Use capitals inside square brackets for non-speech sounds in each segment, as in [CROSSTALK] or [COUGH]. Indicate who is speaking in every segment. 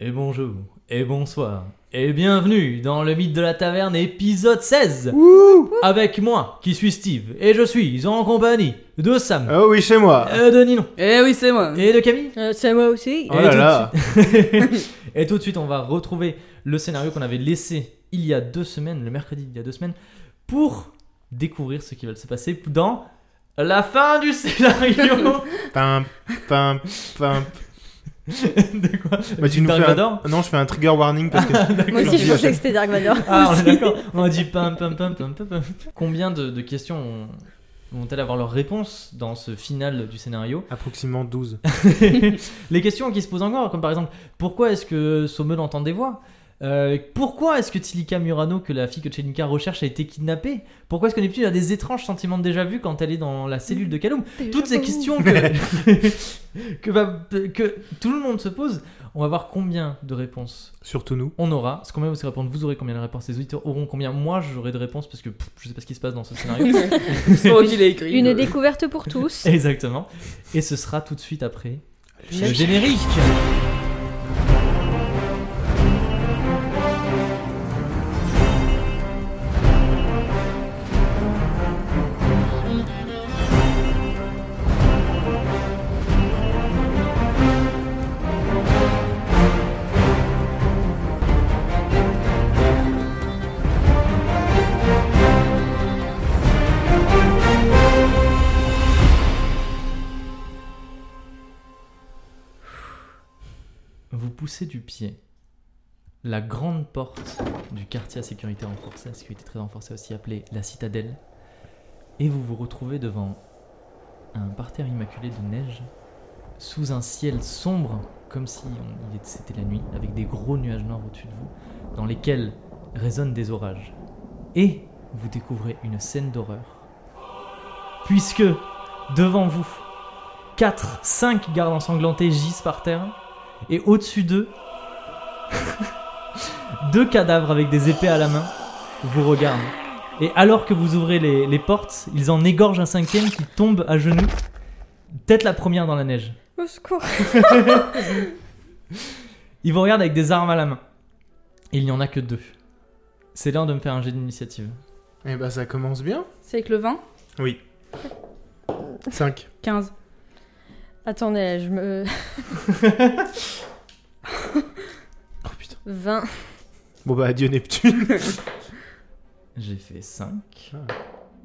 Speaker 1: Et bonjour, et bonsoir, et bienvenue dans le mythe de la taverne épisode 16 Avec moi, qui suis Steve, et je suis en compagnie de Sam,
Speaker 2: Oh oui, chez moi.
Speaker 1: euh, de Ninon,
Speaker 3: Eh oui, c'est moi.
Speaker 1: et de
Speaker 2: [LAUGHS]
Speaker 1: Camille
Speaker 4: Euh, c'est moi aussi.
Speaker 2: Oh là là.
Speaker 1: Et tout de suite, on va retrouver le scénario qu'on avait laissé il y a deux semaines, le mercredi il y a deux semaines, pour découvrir ce qui va se passer dans la fin du
Speaker 2: [LAUGHS]
Speaker 1: scénario
Speaker 2: Pimp, pimp, pimp.
Speaker 1: De quoi Ah,
Speaker 2: Bah, tu nous
Speaker 1: Dark
Speaker 2: fais un- [LAUGHS]
Speaker 1: Vador
Speaker 2: Non, je fais un trigger warning
Speaker 1: [LAUGHS]
Speaker 2: parce que.
Speaker 4: Moi aussi, je pensais que c'était Dark Vador.
Speaker 1: Ah, on est d'accord. On a dit pam pam pam pam pam. pam. Combien de, de questions ont- vont-elles avoir leur réponse dans ce final du
Speaker 2: [LAUGHS]
Speaker 1: scénario
Speaker 2: Approximativement 12.
Speaker 1: Les questions qui se posent encore, comme par exemple, pourquoi est-ce que Sommel entend des voix Euh, pourquoi est-ce que Tilika Murano, que la fille que Chelinka recherche, a été kidnappée Pourquoi est-ce que Neptune a des étranges sentiments de déjà-vu quand elle est dans la cellule de Kaloum Toutes ces questions que, que, [LAUGHS] va- que tout le monde se pose, on va voir combien de réponses
Speaker 2: Surtout nous.
Speaker 1: on aura. Ce combien vous allez répondre, vous aurez combien de réponses, les auditeurs auront combien, moi j'aurai de réponses parce que pff, je sais pas ce qui se passe dans ce scénario.
Speaker 3: C'est moi qui l'ai écrit.
Speaker 4: Une découverte pour
Speaker 2: [LAUGHS]
Speaker 4: tous.
Speaker 1: Exactement. Et ce sera tout de suite après le
Speaker 4: Le
Speaker 1: générique. Vous poussez du pied la grande porte du quartier à sécurité renforcée, à sécurité très renforcée aussi appelée la citadelle, et vous vous retrouvez devant un parterre immaculé de neige, sous un ciel sombre, comme si on- il était- c'était la nuit, avec des gros nuages noirs au-dessus de vous, dans lesquels résonnent des orages. Et vous découvrez une scène d'horreur, puisque devant vous, 4, 5 gardes ensanglantés gisent par terre, et au-dessus d'eux, [LAUGHS] deux cadavres avec des épées à la main vous regardent. Et alors que vous ouvrez les, les portes, ils en égorgent un cinquième qui tombe à genoux, tête la première dans la neige.
Speaker 4: Au secours.
Speaker 1: Ils vous regardent avec des armes à la main. Et il n'y en a que deux. C'est l'heure de me faire un jet d'initiative.
Speaker 2: Eh bah, ça commence bien.
Speaker 3: C'est avec le 20
Speaker 2: Oui. 5.
Speaker 3: 15.
Speaker 4: Attendez, je me.
Speaker 2: Oh putain.
Speaker 4: 20.
Speaker 2: Bon bah, adieu Neptune.
Speaker 1: J'ai fait 5
Speaker 2: Ah.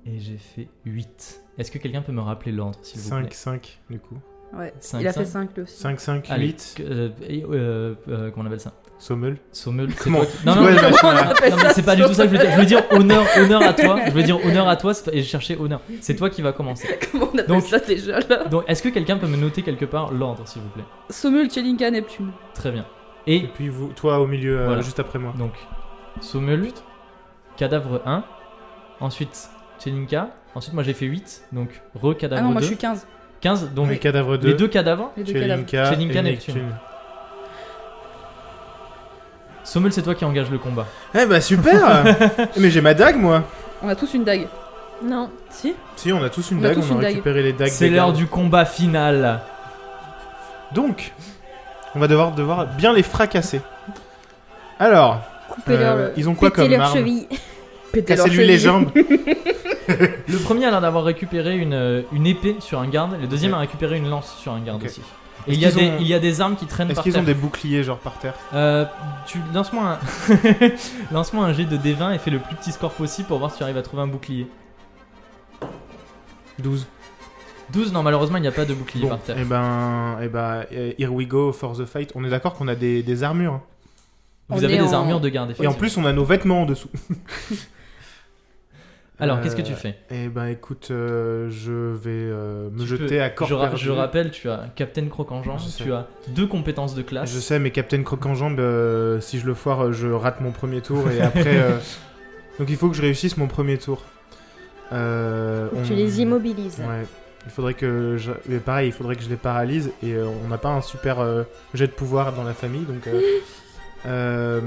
Speaker 1: et j'ai fait 8. Est-ce que quelqu'un peut me rappeler l'ordre, s'il vous plaît
Speaker 2: 5, 5, du coup.
Speaker 3: Ouais.
Speaker 1: Cinq,
Speaker 3: Il a fait
Speaker 1: cinq.
Speaker 3: 5 lui aussi.
Speaker 2: 5, 5,
Speaker 1: Allez,
Speaker 2: 8.
Speaker 1: euh, et, euh, euh, comment on appelle ça
Speaker 2: Sommel.
Speaker 1: Sommel, c'est
Speaker 2: Comment-
Speaker 1: toi qui- Non, non,
Speaker 2: Ouais,
Speaker 1: non,
Speaker 2: bah, je-
Speaker 1: non, non, mais c'est pas du tout ça que je veux dire. Je veux dire honneur, honneur à toi. Je veux dire honneur à toi c'est toi- et je cherchais honneur. C'est toi qui va commencer.
Speaker 3: [LAUGHS] Comment on appelle
Speaker 1: Donc-
Speaker 3: ça déjà là
Speaker 1: Donc, est-ce que quelqu'un peut me noter quelque part l'ordre, s'il vous plaît
Speaker 3: Sommel, Chelinka, Neptune. Ah
Speaker 1: Très bien.
Speaker 2: Et
Speaker 1: Et
Speaker 2: puis vous, toi au milieu, euh,
Speaker 1: Voilà.
Speaker 2: juste après moi.
Speaker 1: donc, Sommel, cadavre 1, ensuite Chelinka, ensuite moi j'ai fait 8, donc
Speaker 3: Ah
Speaker 1: re-cadavre
Speaker 3: non, moi
Speaker 1: 2,
Speaker 3: je suis 15.
Speaker 1: 15, donc
Speaker 2: Les cadavres
Speaker 1: les
Speaker 2: 2.
Speaker 1: deux cadavres.
Speaker 3: Les deux cadavres.
Speaker 2: Chelinka
Speaker 1: Chelinka,
Speaker 2: et
Speaker 1: Neptune.
Speaker 2: Neptune.
Speaker 1: Sommel, c'est toi qui engage le combat.
Speaker 2: Eh bah,
Speaker 1: [LAUGHS]
Speaker 2: super Eh, Mais j'ai ma dague, moi.
Speaker 3: On a tous une dague.
Speaker 4: Non.
Speaker 3: Si
Speaker 2: Si, on a tous une
Speaker 3: On a
Speaker 2: dague,
Speaker 3: tous
Speaker 2: on
Speaker 3: une
Speaker 2: a
Speaker 3: dague.
Speaker 2: récupéré les dagues.
Speaker 1: C'est
Speaker 2: des
Speaker 1: l'heure
Speaker 2: gardes.
Speaker 1: du combat final.
Speaker 2: Donc, on va devoir, devoir bien les fracasser. Alors,
Speaker 4: Coupez-leur.
Speaker 2: Euh,
Speaker 4: le-
Speaker 2: ils ont quoi
Speaker 4: pétez
Speaker 2: comme
Speaker 4: leur
Speaker 2: arme
Speaker 4: cheville.
Speaker 3: Pétez leur
Speaker 2: cassez-lui les
Speaker 3: cheville.
Speaker 4: [LAUGHS]
Speaker 2: jambes.
Speaker 1: Le premier a l'air d'avoir récupéré une, euh, une épée sur un garde, le deuxième a récupéré une lance sur un garde
Speaker 2: Ok.
Speaker 1: aussi. Et
Speaker 2: Est-ce
Speaker 1: il y, a
Speaker 2: qu'ils
Speaker 1: des,
Speaker 2: ont-
Speaker 1: il y a des armes qui traînent
Speaker 2: Est-ce
Speaker 1: par
Speaker 2: qu'ils
Speaker 1: terre.
Speaker 2: ont des boucliers, genre par terre
Speaker 1: Euh, tu lance-moi un... [LAUGHS] lance-moi un jet de D20 et fais le plus petit score possible pour voir si tu arrives à trouver un bouclier.
Speaker 2: 12.
Speaker 1: 12, non, malheureusement, il n'y a pas de bouclier
Speaker 2: Bon,
Speaker 1: par terre.
Speaker 2: et ben, et ben, eh, here we go for the fight. On est d'accord qu'on a des, des armures. hein.
Speaker 1: Vous
Speaker 3: on
Speaker 1: avez
Speaker 3: est
Speaker 1: des
Speaker 3: en-
Speaker 1: armures de garde,
Speaker 2: Et en
Speaker 1: effectivement.
Speaker 2: plus, on a nos vêtements en dessous. [LAUGHS]
Speaker 1: Alors,
Speaker 2: Euh,
Speaker 1: qu'est-ce que tu fais
Speaker 2: Eh ben, écoute, euh, je vais euh, me
Speaker 1: Tu
Speaker 2: jeter
Speaker 1: peux-
Speaker 2: à corps
Speaker 1: je, ra-
Speaker 2: perdu.
Speaker 1: je rappelle, tu as Captain Croc-en-Jambe,
Speaker 2: Je sais.
Speaker 1: tu as deux compétences de classe.
Speaker 2: Je sais, mais Captain Croc en jambe, euh, si je le foire, euh, je rate mon premier tour et après. euh,
Speaker 1: [LAUGHS]
Speaker 2: Donc, il faut que je réussisse mon premier tour. Euh,
Speaker 4: Faut que Tu
Speaker 2: on-
Speaker 4: les immobilises.
Speaker 2: Ouais. Il faudrait que je... mais pareil, il faudrait que je les paralyse et euh, on n'a pas un super euh, jet de pouvoir dans la famille donc euh,
Speaker 4: [LAUGHS]
Speaker 2: euh,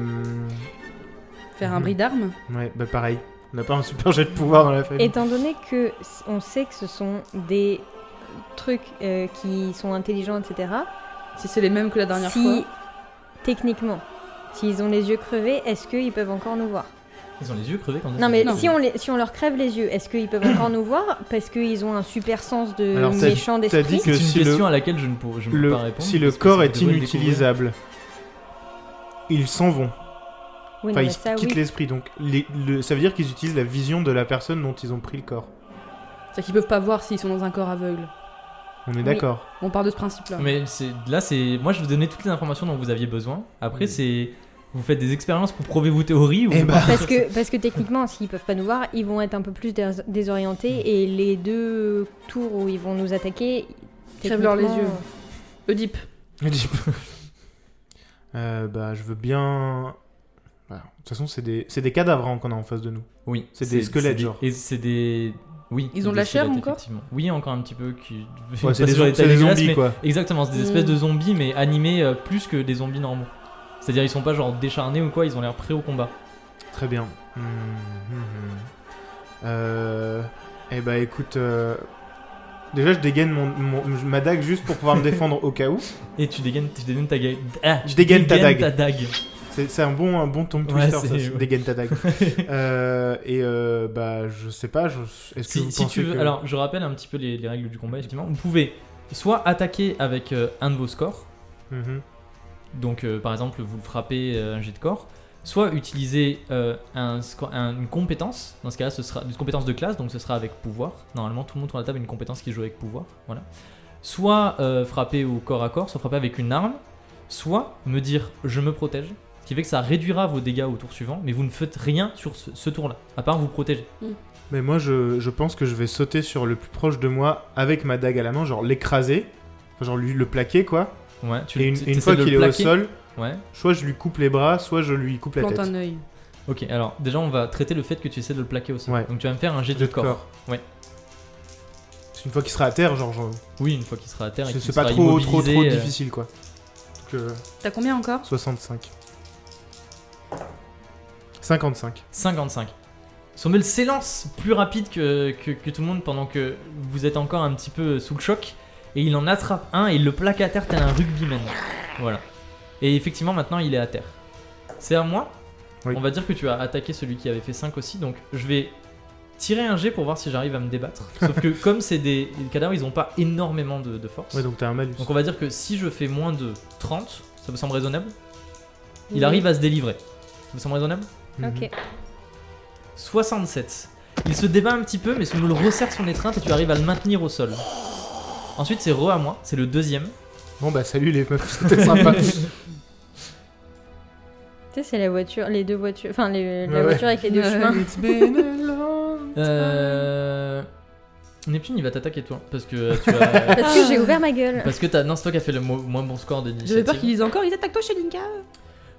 Speaker 3: Faire un bris d'armes
Speaker 2: ouais, bah pareil. On n'a pas un super jet de pouvoir dans la famille.
Speaker 4: Étant donné que s- on sait que ce sont des trucs euh, qui sont intelligents, etc.
Speaker 3: Si c'est les mêmes que la dernière
Speaker 4: si
Speaker 3: fois.
Speaker 4: Techniquement. S'ils ont les yeux crevés, est-ce qu'ils peuvent encore nous voir
Speaker 1: Ils ont les yeux crevés quand
Speaker 4: Non, mais
Speaker 3: Non.
Speaker 4: Si, on les, si on leur crève les yeux, est-ce qu'ils peuvent encore nous voir Parce qu'ils ont un super sens de
Speaker 2: Alors, t'as-
Speaker 4: méchant
Speaker 2: t'as
Speaker 4: d'esprit.
Speaker 2: dit
Speaker 1: C'est
Speaker 2: que
Speaker 1: une
Speaker 2: si le-
Speaker 1: question à laquelle je ne pour- je ne peux,
Speaker 2: Le-
Speaker 1: pas répondre.
Speaker 2: si le
Speaker 1: parce que
Speaker 2: corps
Speaker 1: ça
Speaker 2: est
Speaker 1: devrait le découvrir.
Speaker 2: inutilisable, ils s'en vont.
Speaker 4: Oui,
Speaker 2: Enfin,
Speaker 4: non, mais
Speaker 2: ils
Speaker 4: ça,
Speaker 2: quittent
Speaker 4: oui.
Speaker 2: l'esprit. Donc, les- le- ça veut dire qu'ils utilisent la vision de la personne dont ils ont pris le corps.
Speaker 3: C'est-à-dire qu'ils peuvent pas voir s'ils sont dans un corps aveugle.
Speaker 2: On est
Speaker 4: Oui.
Speaker 2: d'accord.
Speaker 3: On part de ce principe-là.
Speaker 1: Mais c'est- là, c'est moi, je vous donnais toutes les informations dont vous aviez besoin. Après,
Speaker 2: Oui.
Speaker 1: c'est vous faites des expériences pour prouver vos théories. Ou
Speaker 2: Eh
Speaker 1: vous
Speaker 2: bah.
Speaker 1: partez
Speaker 4: Parce
Speaker 1: sur ça.
Speaker 4: que, parce que techniquement, s'ils peuvent pas nous voir, ils vont être un peu plus dés- désorientés et les deux tours où ils vont nous attaquer.
Speaker 3: Crève-leur les
Speaker 4: techniquement,
Speaker 3: yeux. Oedipe.
Speaker 2: bah. [LAUGHS] Euh, bah, je veux bien. Voilà. De toute façon, c'est des, c'est des cadavres hein, qu'on a en face de nous.
Speaker 1: Oui.
Speaker 2: C'est des squelettes,
Speaker 1: des-
Speaker 2: genre.
Speaker 1: Et c'est des. Oui.
Speaker 3: Ils
Speaker 1: c'est
Speaker 3: ont de
Speaker 1: des
Speaker 3: la chair
Speaker 1: squelettes,
Speaker 3: encore
Speaker 1: effectivement. Oui, encore un petit peu. Qui...
Speaker 2: Ouais,
Speaker 1: [LAUGHS] pas
Speaker 2: c'est des,
Speaker 1: sur les
Speaker 2: zom- c'est
Speaker 1: tailles
Speaker 2: des
Speaker 1: dégueulasses,
Speaker 2: zombies,
Speaker 1: mais-
Speaker 2: quoi.
Speaker 1: Exactement, c'est des
Speaker 3: Mm.
Speaker 1: espèces de zombies, mais animés euh, plus que des zombies normaux. C'est-à-dire, ils sont pas genre décharnés ou quoi, ils ont l'air prêts au combat.
Speaker 2: Très bien. Hmm, hmm, hmm. Euh, Eh bah, écoute. euh, Déjà, je dégaine mon, mon- ma dague juste pour
Speaker 1: [LAUGHS]
Speaker 2: pouvoir me défendre au cas où.
Speaker 1: Et tu dégaines, tu dégaines ta dague. Ah,
Speaker 2: Je
Speaker 1: tu
Speaker 2: dégaine ta
Speaker 1: dégaines
Speaker 2: dague. [LAUGHS] C'est c'est un bon, un bon tombe
Speaker 1: Ouais,
Speaker 2: twister, ça,
Speaker 1: c'est-
Speaker 2: c'est
Speaker 1: [LAUGHS] ouais.
Speaker 2: dégaine ta dague.
Speaker 1: dague.
Speaker 2: Euh, et euh, bah, je sais pas. je- Est-ce que
Speaker 1: si,
Speaker 2: vous
Speaker 1: si
Speaker 2: pensez
Speaker 1: tu veux,
Speaker 2: que-
Speaker 1: alors je rappelle un petit peu les, les règles du combat, effectivement. Vous pouvez soit attaquer avec euh, un de vos scores,
Speaker 2: Mhm.
Speaker 1: donc euh, par exemple vous le frappez euh, un jet de corps, soit utiliser euh, un sco- un- une compétence, dans ce cas-là ce sera une compétence de classe, donc ce sera avec pouvoir. Normalement tout le monde autour de la table a une compétence qui joue avec pouvoir, voilà. Soit euh, frapper au corps à corps, soit frapper avec une arme, soit me dire je me protège, ce qui fait que ça réduira vos dégâts au tour suivant, mais vous ne faites rien sur ce, ce tour-là, à part vous protéger.
Speaker 2: Mais moi, je, je pense que je vais sauter sur le plus proche de moi avec ma dague à la main, genre l'écraser, enfin, genre lui le plaquer quoi.
Speaker 1: Ouais, tu
Speaker 2: et une,
Speaker 1: tu-
Speaker 2: et une
Speaker 1: t'essaies
Speaker 2: fois
Speaker 1: de le
Speaker 2: qu'il est au
Speaker 1: plaquer.
Speaker 2: sol,
Speaker 1: Ouais.
Speaker 2: soit je lui coupe les bras, soit je lui coupe la
Speaker 3: Plante
Speaker 2: tête.
Speaker 3: un œil.
Speaker 1: Ok, alors déjà on va traiter le fait que tu essaies de le plaquer aussi.
Speaker 2: Ouais.
Speaker 1: Donc tu vas me faire un jet de corps. Ouais.
Speaker 2: Parce qu'une fois qu'il sera à terre, genre, genre,
Speaker 1: Oui, une fois qu'il sera à terre et
Speaker 2: c'est
Speaker 1: qu'il
Speaker 2: c'est
Speaker 1: sera
Speaker 2: pas trop,
Speaker 1: immobilisé.
Speaker 2: trop, trop
Speaker 1: euh,
Speaker 2: difficile quoi. Donc, euh,
Speaker 3: T'as combien encore
Speaker 2: 65. 55.
Speaker 1: 55. Sommel s'élance plus rapide que, que, que tout le monde pendant que vous êtes encore un petit peu sous le choc. Et il en attrape un et il le plaque à terre tel un rugbyman. Voilà. Et effectivement maintenant il est à terre. C'est à moi.
Speaker 2: Oui.
Speaker 1: On va dire que tu as attaqué celui qui avait fait 5 aussi. Donc je vais tirer un jet pour voir si j'arrive à me
Speaker 2: [LAUGHS]
Speaker 1: débattre. Sauf que comme c'est des cadavres, ils ont pas énormément de, de force.
Speaker 2: Ouais, donc t'as un malus.
Speaker 1: Donc on va dire que si je fais moins de 30, ça vous semble raisonnable Il
Speaker 4: Oui.
Speaker 1: arrive à se délivrer. Ça vous semble raisonnable
Speaker 2: Mhm.
Speaker 4: Ok.
Speaker 1: 67. Il se débat un petit peu, mais nous le resserre son étreinte et tu arrives à le maintenir au sol. Ensuite, c'est re à moi, c'est le deuxième.
Speaker 2: Bon bah salut les meufs, c'était
Speaker 1: [LAUGHS]
Speaker 2: sympa.
Speaker 4: Tu sais, c'est la voiture, les deux voitures, enfin les- la
Speaker 2: Ouais, ouais.
Speaker 4: voiture avec les deux
Speaker 3: Ouais.
Speaker 4: chemins.
Speaker 2: It's been a long-
Speaker 1: Euh... Neptune, il va t'attaquer toi, parce que tu
Speaker 4: [LAUGHS]
Speaker 1: as...
Speaker 4: Parce que j'ai ouvert ma gueule.
Speaker 1: parce que t'as... Non, c'est toi qui as fait le mo- moins bon score de
Speaker 3: J'avais peur qu'ils disent encore ils attaquent toi chez Linka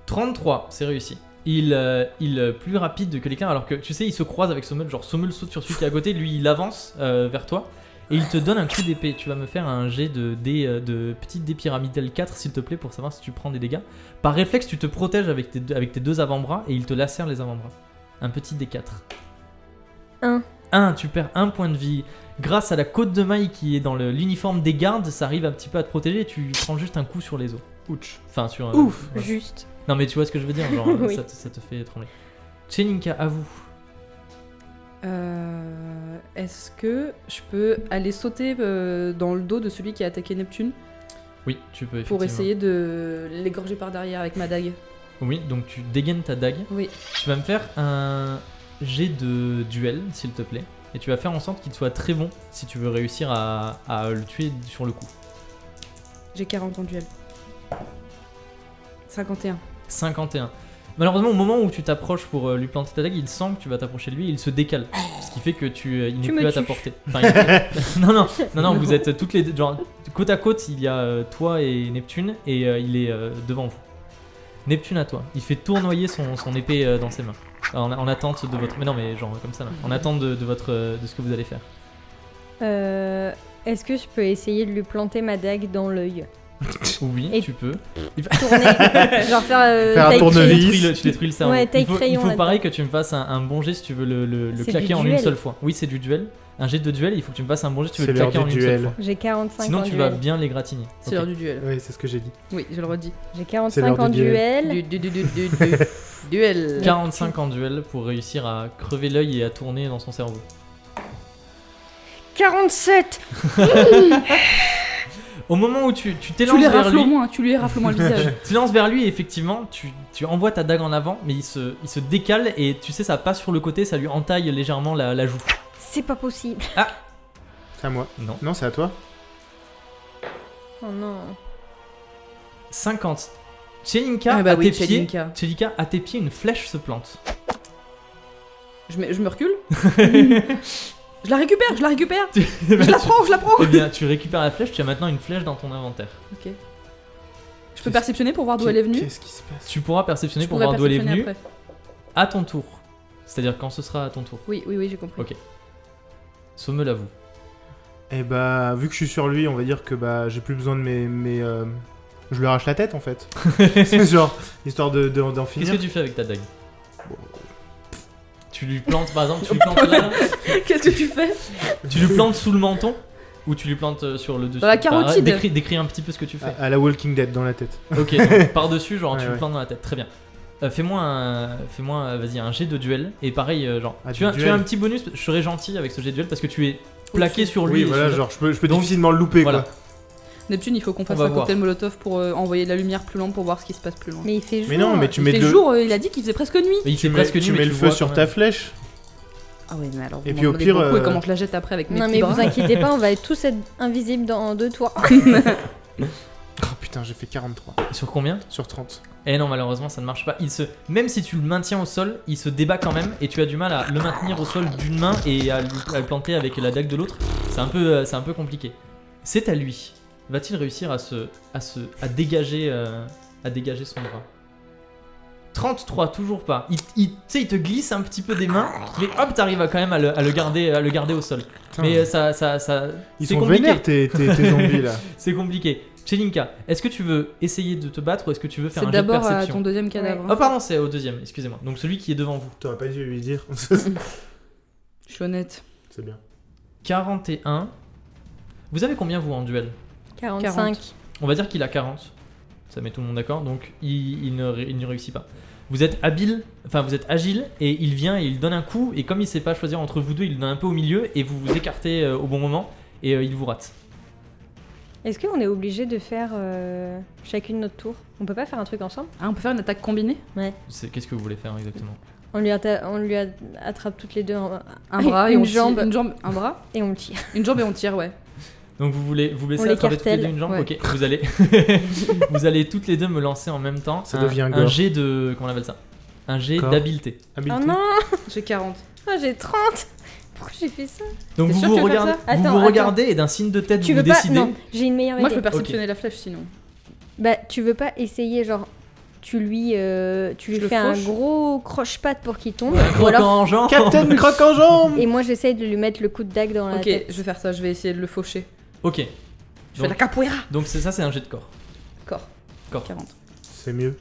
Speaker 1: 33, c'est réussi. Il, euh, il est plus rapide que l'éclair, alors que tu sais, il se croise avec Sommel. Genre, Sommel saute sur celui qui est à côté, lui il avance euh, vers toi et il te donne un coup d'épée. Tu vas me faire un jet de, dé, euh, de petite dé pyramidale 4, s'il te plaît, pour savoir si tu prends des dégâts. Par réflexe, tu te protèges avec tes, deux- avec tes deux avant-bras et il te lacère les avant-bras. Un petit dé 4.
Speaker 4: Un.
Speaker 1: 1, tu perds un point de vie. Grâce à la côte de maille qui est dans le- l'uniforme des gardes, ça arrive un petit peu à te protéger et tu prends juste un coup sur les os.
Speaker 2: Ouch.
Speaker 1: Enfin, sur. euh,
Speaker 2: Ouf.
Speaker 1: voilà.
Speaker 4: Juste.
Speaker 1: Non mais tu vois ce que je veux dire,
Speaker 3: [LAUGHS]
Speaker 1: genre euh,
Speaker 4: Oui.
Speaker 1: ça, te, ça te fait trembler. Cheninka, à vous.
Speaker 3: Euh, Est-ce que je peux aller sauter euh, dans le dos de celui qui a attaqué Neptune
Speaker 1: Oui, tu peux effectivement.
Speaker 3: pour essayer de l'égorger par derrière avec ma dague
Speaker 1: Oui, donc tu dégaines ta dague.
Speaker 3: Oui.
Speaker 1: Tu vas me faire un jet de duel, s'il te plaît. Et tu vas faire en sorte qu'il soit très bon si tu veux réussir à, à le tuer sur le coup.
Speaker 3: J'ai 40 en duel. 51.
Speaker 1: 51. Malheureusement, au moment où tu t'approches pour euh, lui planter ta dague, il sent que tu vas t'approcher de lui et il se décale. Ce qui fait que tu, euh, il n'est
Speaker 4: Tu me
Speaker 1: plus à ta
Speaker 4: tues.
Speaker 1: portée. Enfin,
Speaker 4: [LAUGHS]
Speaker 1: il- non, non, non, non, vous êtes toutes les deux. Genre, côte à côte, il y a euh, toi et Neptune et euh, il est euh, devant vous. Neptune à toi. Il fait tournoyer son, son épée euh, dans ses mains. En, en attente de votre. Mais non, mais genre comme ça là. En attente de, de votre, euh, de ce que vous allez faire.
Speaker 4: Euh, Est-ce que je peux essayer de lui planter ma dague dans l'œil
Speaker 1: Oui,
Speaker 4: Et-
Speaker 1: tu peux.
Speaker 4: Tourner. genre faire, euh,
Speaker 2: Faire un
Speaker 4: taille
Speaker 1: Tu
Speaker 2: tournevis.
Speaker 1: détruis le, tu détruis le cerveau.
Speaker 4: Ouais, taille
Speaker 1: il faut,
Speaker 4: crayon
Speaker 1: il faut
Speaker 4: là-dedans.
Speaker 1: pareil que tu me fasses un, un bon jet si tu veux le, le- le
Speaker 4: C'est du
Speaker 1: claquer en une
Speaker 4: duel.
Speaker 1: seule fois. Oui, c'est du duel. Un jet de duel, il faut que tu me fasses un bon jet si tu veux
Speaker 2: C'est
Speaker 1: le claquer
Speaker 2: l'heure
Speaker 1: en
Speaker 2: du
Speaker 1: une seule
Speaker 2: duel.
Speaker 1: fois.
Speaker 4: J'ai 45
Speaker 1: Sinon,
Speaker 4: en
Speaker 1: tu vas
Speaker 4: duel.
Speaker 1: bien les gratigner.
Speaker 3: C'est
Speaker 1: Ok.
Speaker 3: l'heure du duel.
Speaker 2: Oui, c'est ce que j'ai dit.
Speaker 3: Oui, je le redis.
Speaker 4: J'ai
Speaker 2: C'est l'heure
Speaker 4: 45
Speaker 2: du
Speaker 4: en
Speaker 2: duel.
Speaker 4: duel.
Speaker 3: Du, du, du, du, du,
Speaker 5: [LAUGHS]
Speaker 3: du- duel.
Speaker 1: 45 en duel pour réussir à crever l'œil et à tourner dans son cerveau.
Speaker 4: 47
Speaker 1: Au moment où tu tu
Speaker 5: Tu
Speaker 1: t'élances
Speaker 5: les
Speaker 1: vers
Speaker 5: rafles au
Speaker 1: lui,
Speaker 5: moins, tu lui rafles au moins le
Speaker 3: [LAUGHS]
Speaker 5: visage.
Speaker 1: [LAUGHS] tu lances vers lui et effectivement, tu, tu envoies ta dague en avant, mais il se, il se décale et tu sais, ça passe sur le côté, ça lui entaille légèrement la, la joue.
Speaker 4: C'est pas possible.
Speaker 2: C'est à moi.
Speaker 1: Non.
Speaker 2: Non, c'est à toi.
Speaker 4: Oh non.
Speaker 1: 50. Chelinka,
Speaker 3: Ah bah
Speaker 1: à
Speaker 3: oui,
Speaker 1: tes pieds-
Speaker 3: Chelinka.
Speaker 1: Chelinka, à tes pieds, une flèche se
Speaker 3: [LAUGHS]
Speaker 1: plante.
Speaker 3: Je me, je me recule. je la récupère, je
Speaker 1: [LAUGHS]
Speaker 3: la récupère.
Speaker 1: Tu-
Speaker 3: Je la prends, je la prends.
Speaker 1: Eh bien, tu récupères la flèche, tu as maintenant une flèche dans ton inventaire.
Speaker 3: Je peux perceptionner pour voir d'où elle est venue.
Speaker 2: Qu'est-ce qui se passe
Speaker 1: Tu pourras perceptionner
Speaker 3: Je
Speaker 1: pour
Speaker 3: pourrais
Speaker 1: voir d'où elle est
Speaker 3: perceptionner
Speaker 1: venue
Speaker 3: après.
Speaker 1: à ton tour. C'est-à-dire quand ce sera à ton tour.
Speaker 3: Oui, oui, oui, j'ai compris.
Speaker 1: Ok. Somme l'avoue.
Speaker 2: Eh bah, vu que je suis sur lui, on va dire que bah j'ai plus besoin de mes. mes euh, Je lui arrache la tête
Speaker 1: [LAUGHS]
Speaker 2: en fait. [LAUGHS] c'est genre, histoire de, de- d'en
Speaker 1: Qu'est-ce
Speaker 2: finir.
Speaker 1: que tu fais avec ta dague Tu lui plantes, par
Speaker 3: [LAUGHS]
Speaker 1: exemple, tu lui plantes là,
Speaker 3: Qu'est-ce que tu fais
Speaker 1: tu lui plantes sous le menton ou tu lui plantes euh, sur le dessus
Speaker 3: Dans la
Speaker 1: Enfin,
Speaker 3: carotide.
Speaker 1: Décris, décris un petit peu ce que tu fais.
Speaker 2: à, à la Walking Dead dans la tête.
Speaker 1: Ok, donc
Speaker 2: [LAUGHS]
Speaker 1: par-dessus, genre,
Speaker 2: Ah. Ouais,
Speaker 1: tu lui
Speaker 2: ouais.
Speaker 1: plantes dans la tête. Très bien. Euh, fais-moi un, fais-moi, euh, vas-y, un jet de duel. Et pareil, euh, genre,
Speaker 2: Ah,
Speaker 1: tu,
Speaker 2: du
Speaker 1: as, tu
Speaker 2: duel.
Speaker 1: as un petit bonus. Je serais gentil avec ce jet de duel parce que tu es plaqué sur lui.
Speaker 2: Oui,
Speaker 1: et
Speaker 2: voilà,
Speaker 1: sur-
Speaker 2: genre je peux, je peux
Speaker 1: Donc,
Speaker 2: difficilement le louper
Speaker 1: voilà.
Speaker 2: quoi.
Speaker 3: Neptune, il faut qu'on fasse
Speaker 1: va
Speaker 3: un cocktail molotov pour euh, envoyer de la lumière plus loin pour voir ce qui se passe plus loin.
Speaker 4: Mais il fait jour.
Speaker 2: Mais non, mais tu
Speaker 3: il
Speaker 2: mets
Speaker 3: fait
Speaker 2: deux.
Speaker 3: jour, euh, il a dit qu'il faisait presque nuit.
Speaker 1: Mais il
Speaker 2: tu
Speaker 1: fait
Speaker 2: mets,
Speaker 1: presque
Speaker 2: tu
Speaker 1: nuit,
Speaker 2: mets
Speaker 1: mais
Speaker 2: le
Speaker 1: tu
Speaker 2: feu
Speaker 1: vois
Speaker 2: sur
Speaker 1: quand
Speaker 2: ta
Speaker 1: même.
Speaker 2: flèche.
Speaker 3: Ah oui, mais alors.
Speaker 2: Et
Speaker 3: vous
Speaker 2: puis au
Speaker 3: m'en demandez
Speaker 2: pire,
Speaker 3: beaucoup,
Speaker 2: euh,
Speaker 3: Et comment je la jette après avec mes
Speaker 4: Non
Speaker 3: petits
Speaker 4: mais
Speaker 3: bras.
Speaker 4: vous inquiétez pas, on va tous être invisibles dans deux tours. [LAUGHS]
Speaker 2: Oh putain, j'ai fait 43
Speaker 1: Sur combien
Speaker 2: sur 30.
Speaker 1: Eh non, malheureusement, ça ne marche pas. Il se, même si tu le maintiens au sol, il se débat quand même et tu as du mal à le maintenir au sol d'une main et à, lui- à le planter avec la dague de l'autre. C'est un peu, euh, c'est un peu compliqué. C'est à lui. Va-t-il réussir à se, à se, à dégager, euh, à dégager son bras 33, toujours pas. Il, il- tu sais, il te glisse un petit peu des mains, mais hop, t'arrives à quand même à le, à le garder, à le garder au sol.
Speaker 2: Putain,
Speaker 1: Mais euh, ça, ça, ça,
Speaker 2: ils
Speaker 1: c'est
Speaker 2: sont
Speaker 1: compliqué.
Speaker 2: vénères tes, tes- [LAUGHS] tes zombies là.
Speaker 1: C'est compliqué. Chelinka, est-ce que tu veux essayer de te battre ou est-ce que tu veux faire
Speaker 3: C'est
Speaker 1: un jet de
Speaker 3: d'abord à
Speaker 1: perception
Speaker 3: ton deuxième cadavre.
Speaker 1: Oh pardon, c'est au deuxième, excusez-moi. Donc celui qui est devant vous.
Speaker 2: T'aurais pas dû lui dire. [LAUGHS]
Speaker 3: Je suis honnête.
Speaker 2: c'est bien.
Speaker 1: 41. Vous avez combien vous en duel
Speaker 4: 45.
Speaker 3: 40.
Speaker 1: On va dire qu'il a 40. Ça met tout le monde d'accord, donc il, il ne, ré- il ne réussit pas. Vous êtes habile, enfin vous êtes agile, et il vient et il donne un coup, et comme il sait pas choisir entre vous deux, il donne un peu au milieu, et vous vous écartez euh, au bon moment, et euh, il vous rate.
Speaker 4: Est-ce qu'on est obligé de faire euh, chacune notre tour On peut pas faire un truc ensemble
Speaker 3: Ah, on peut faire une attaque combinée
Speaker 1: C'est- Qu'est-ce que vous voulez faire exactement
Speaker 4: On lui, atta- on lui a- attrape toutes les deux un,
Speaker 3: Un bras et
Speaker 4: Une
Speaker 3: on tire-
Speaker 4: jambe.
Speaker 3: Une jambe, un bras,
Speaker 4: et on le tire.
Speaker 3: une jambe et on tire, ouais.
Speaker 1: Donc vous voulez vous baisser
Speaker 4: On
Speaker 1: à travers toutes les
Speaker 4: l'écartèle,
Speaker 1: deux une jambe
Speaker 3: ouais.
Speaker 1: Ok, vous
Speaker 4: [LAUGHS]
Speaker 1: allez, vous allez toutes les deux me lancer en même temps
Speaker 2: Ça
Speaker 1: un,
Speaker 2: devient
Speaker 1: un
Speaker 2: gore.
Speaker 1: jet de... Comment on appelle ça Un jet
Speaker 2: Corps.
Speaker 1: d'habileté.
Speaker 4: Oh
Speaker 2: Habileté.
Speaker 4: non
Speaker 3: J'ai 40.
Speaker 4: Ah, J'ai 30 Pourquoi j'ai fait ça
Speaker 1: Donc
Speaker 3: T'es
Speaker 1: vous
Speaker 3: sûr
Speaker 1: vous,
Speaker 3: que tu veux faire
Speaker 1: regardez,
Speaker 4: ça
Speaker 1: vous
Speaker 4: Attends,
Speaker 1: vous
Speaker 4: attends.
Speaker 1: regardez et d'un signe de tête
Speaker 4: Tu
Speaker 1: vous
Speaker 4: veux pas
Speaker 1: décidez.
Speaker 4: Non, j'ai une meilleure
Speaker 3: Moi, je
Speaker 4: idée.
Speaker 3: peux perceptionner la flèche sinon.
Speaker 4: Bah, tu veux pas essayer, genre, tu lui, euh, tu lui
Speaker 3: Je le
Speaker 4: fais un
Speaker 3: fauche.
Speaker 4: gros croche-patte pour qu'il tombe.
Speaker 1: Un
Speaker 4: ou
Speaker 1: croc
Speaker 4: alors-
Speaker 1: en jambe.
Speaker 2: Captain Croc en jambe
Speaker 4: Et moi, j'essaye de lui mettre le coup de dague dans la
Speaker 3: ok,
Speaker 4: tête.
Speaker 3: je vais faire ça, je vais essayer de le faucher.
Speaker 1: [LAUGHS] Ok,
Speaker 3: Je fais de la capoeira
Speaker 1: donc c'est ça, c'est un jet de corps.
Speaker 3: Corps.
Speaker 1: Corps.
Speaker 3: 40.
Speaker 2: C'est mieux.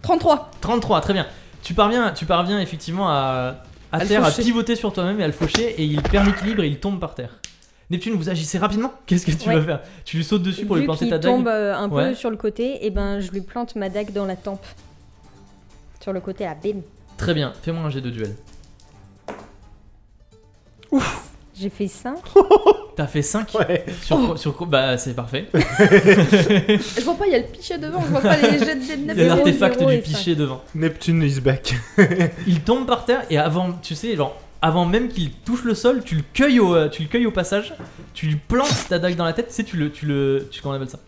Speaker 3: 33
Speaker 1: 33, très bien. Tu parviens, tu parviens effectivement à, à
Speaker 3: À le
Speaker 1: terre, à
Speaker 3: faucher.
Speaker 1: pivoter sur toi-même et à le faucher, et il perd l'équilibre et il tombe par terre. Neptune, vous agissez rapidement Qu'est-ce que tu
Speaker 4: Ouais.
Speaker 1: vas faire Tu lui sautes dessus pour lui
Speaker 4: Vu
Speaker 1: planter
Speaker 4: qu'il
Speaker 1: ta dague
Speaker 4: tombe euh, un peu
Speaker 1: Ouais.
Speaker 4: sur le côté, et ben, je lui plante ma dague dans la tempe. Sur le côté, là, bim.
Speaker 1: Très bien, fais-moi un jet de duel.
Speaker 4: J'ai fait 5.
Speaker 1: T'as fait 5
Speaker 2: Ouais.
Speaker 1: sur,
Speaker 4: Oh.
Speaker 1: quoi- sur quoi Bah c'est parfait.
Speaker 3: Je vois pas, il y a le pichet devant, je vois pas les
Speaker 2: [LAUGHS]
Speaker 3: jets de dés de
Speaker 1: Il y a
Speaker 3: neuf.
Speaker 4: Zéro,
Speaker 1: l'artefact
Speaker 4: zéro
Speaker 1: du
Speaker 4: et cinq.
Speaker 1: pichet devant.
Speaker 2: Neptune is back.
Speaker 1: Il tombe par terre et avant, tu sais, genre, avant même qu'il touche le sol, tu le cueilles au, euh, tu le cueilles au passage, tu lui plantes ta dague dans la tête, tu sais, tu le, tu le, tu comment on appelle ça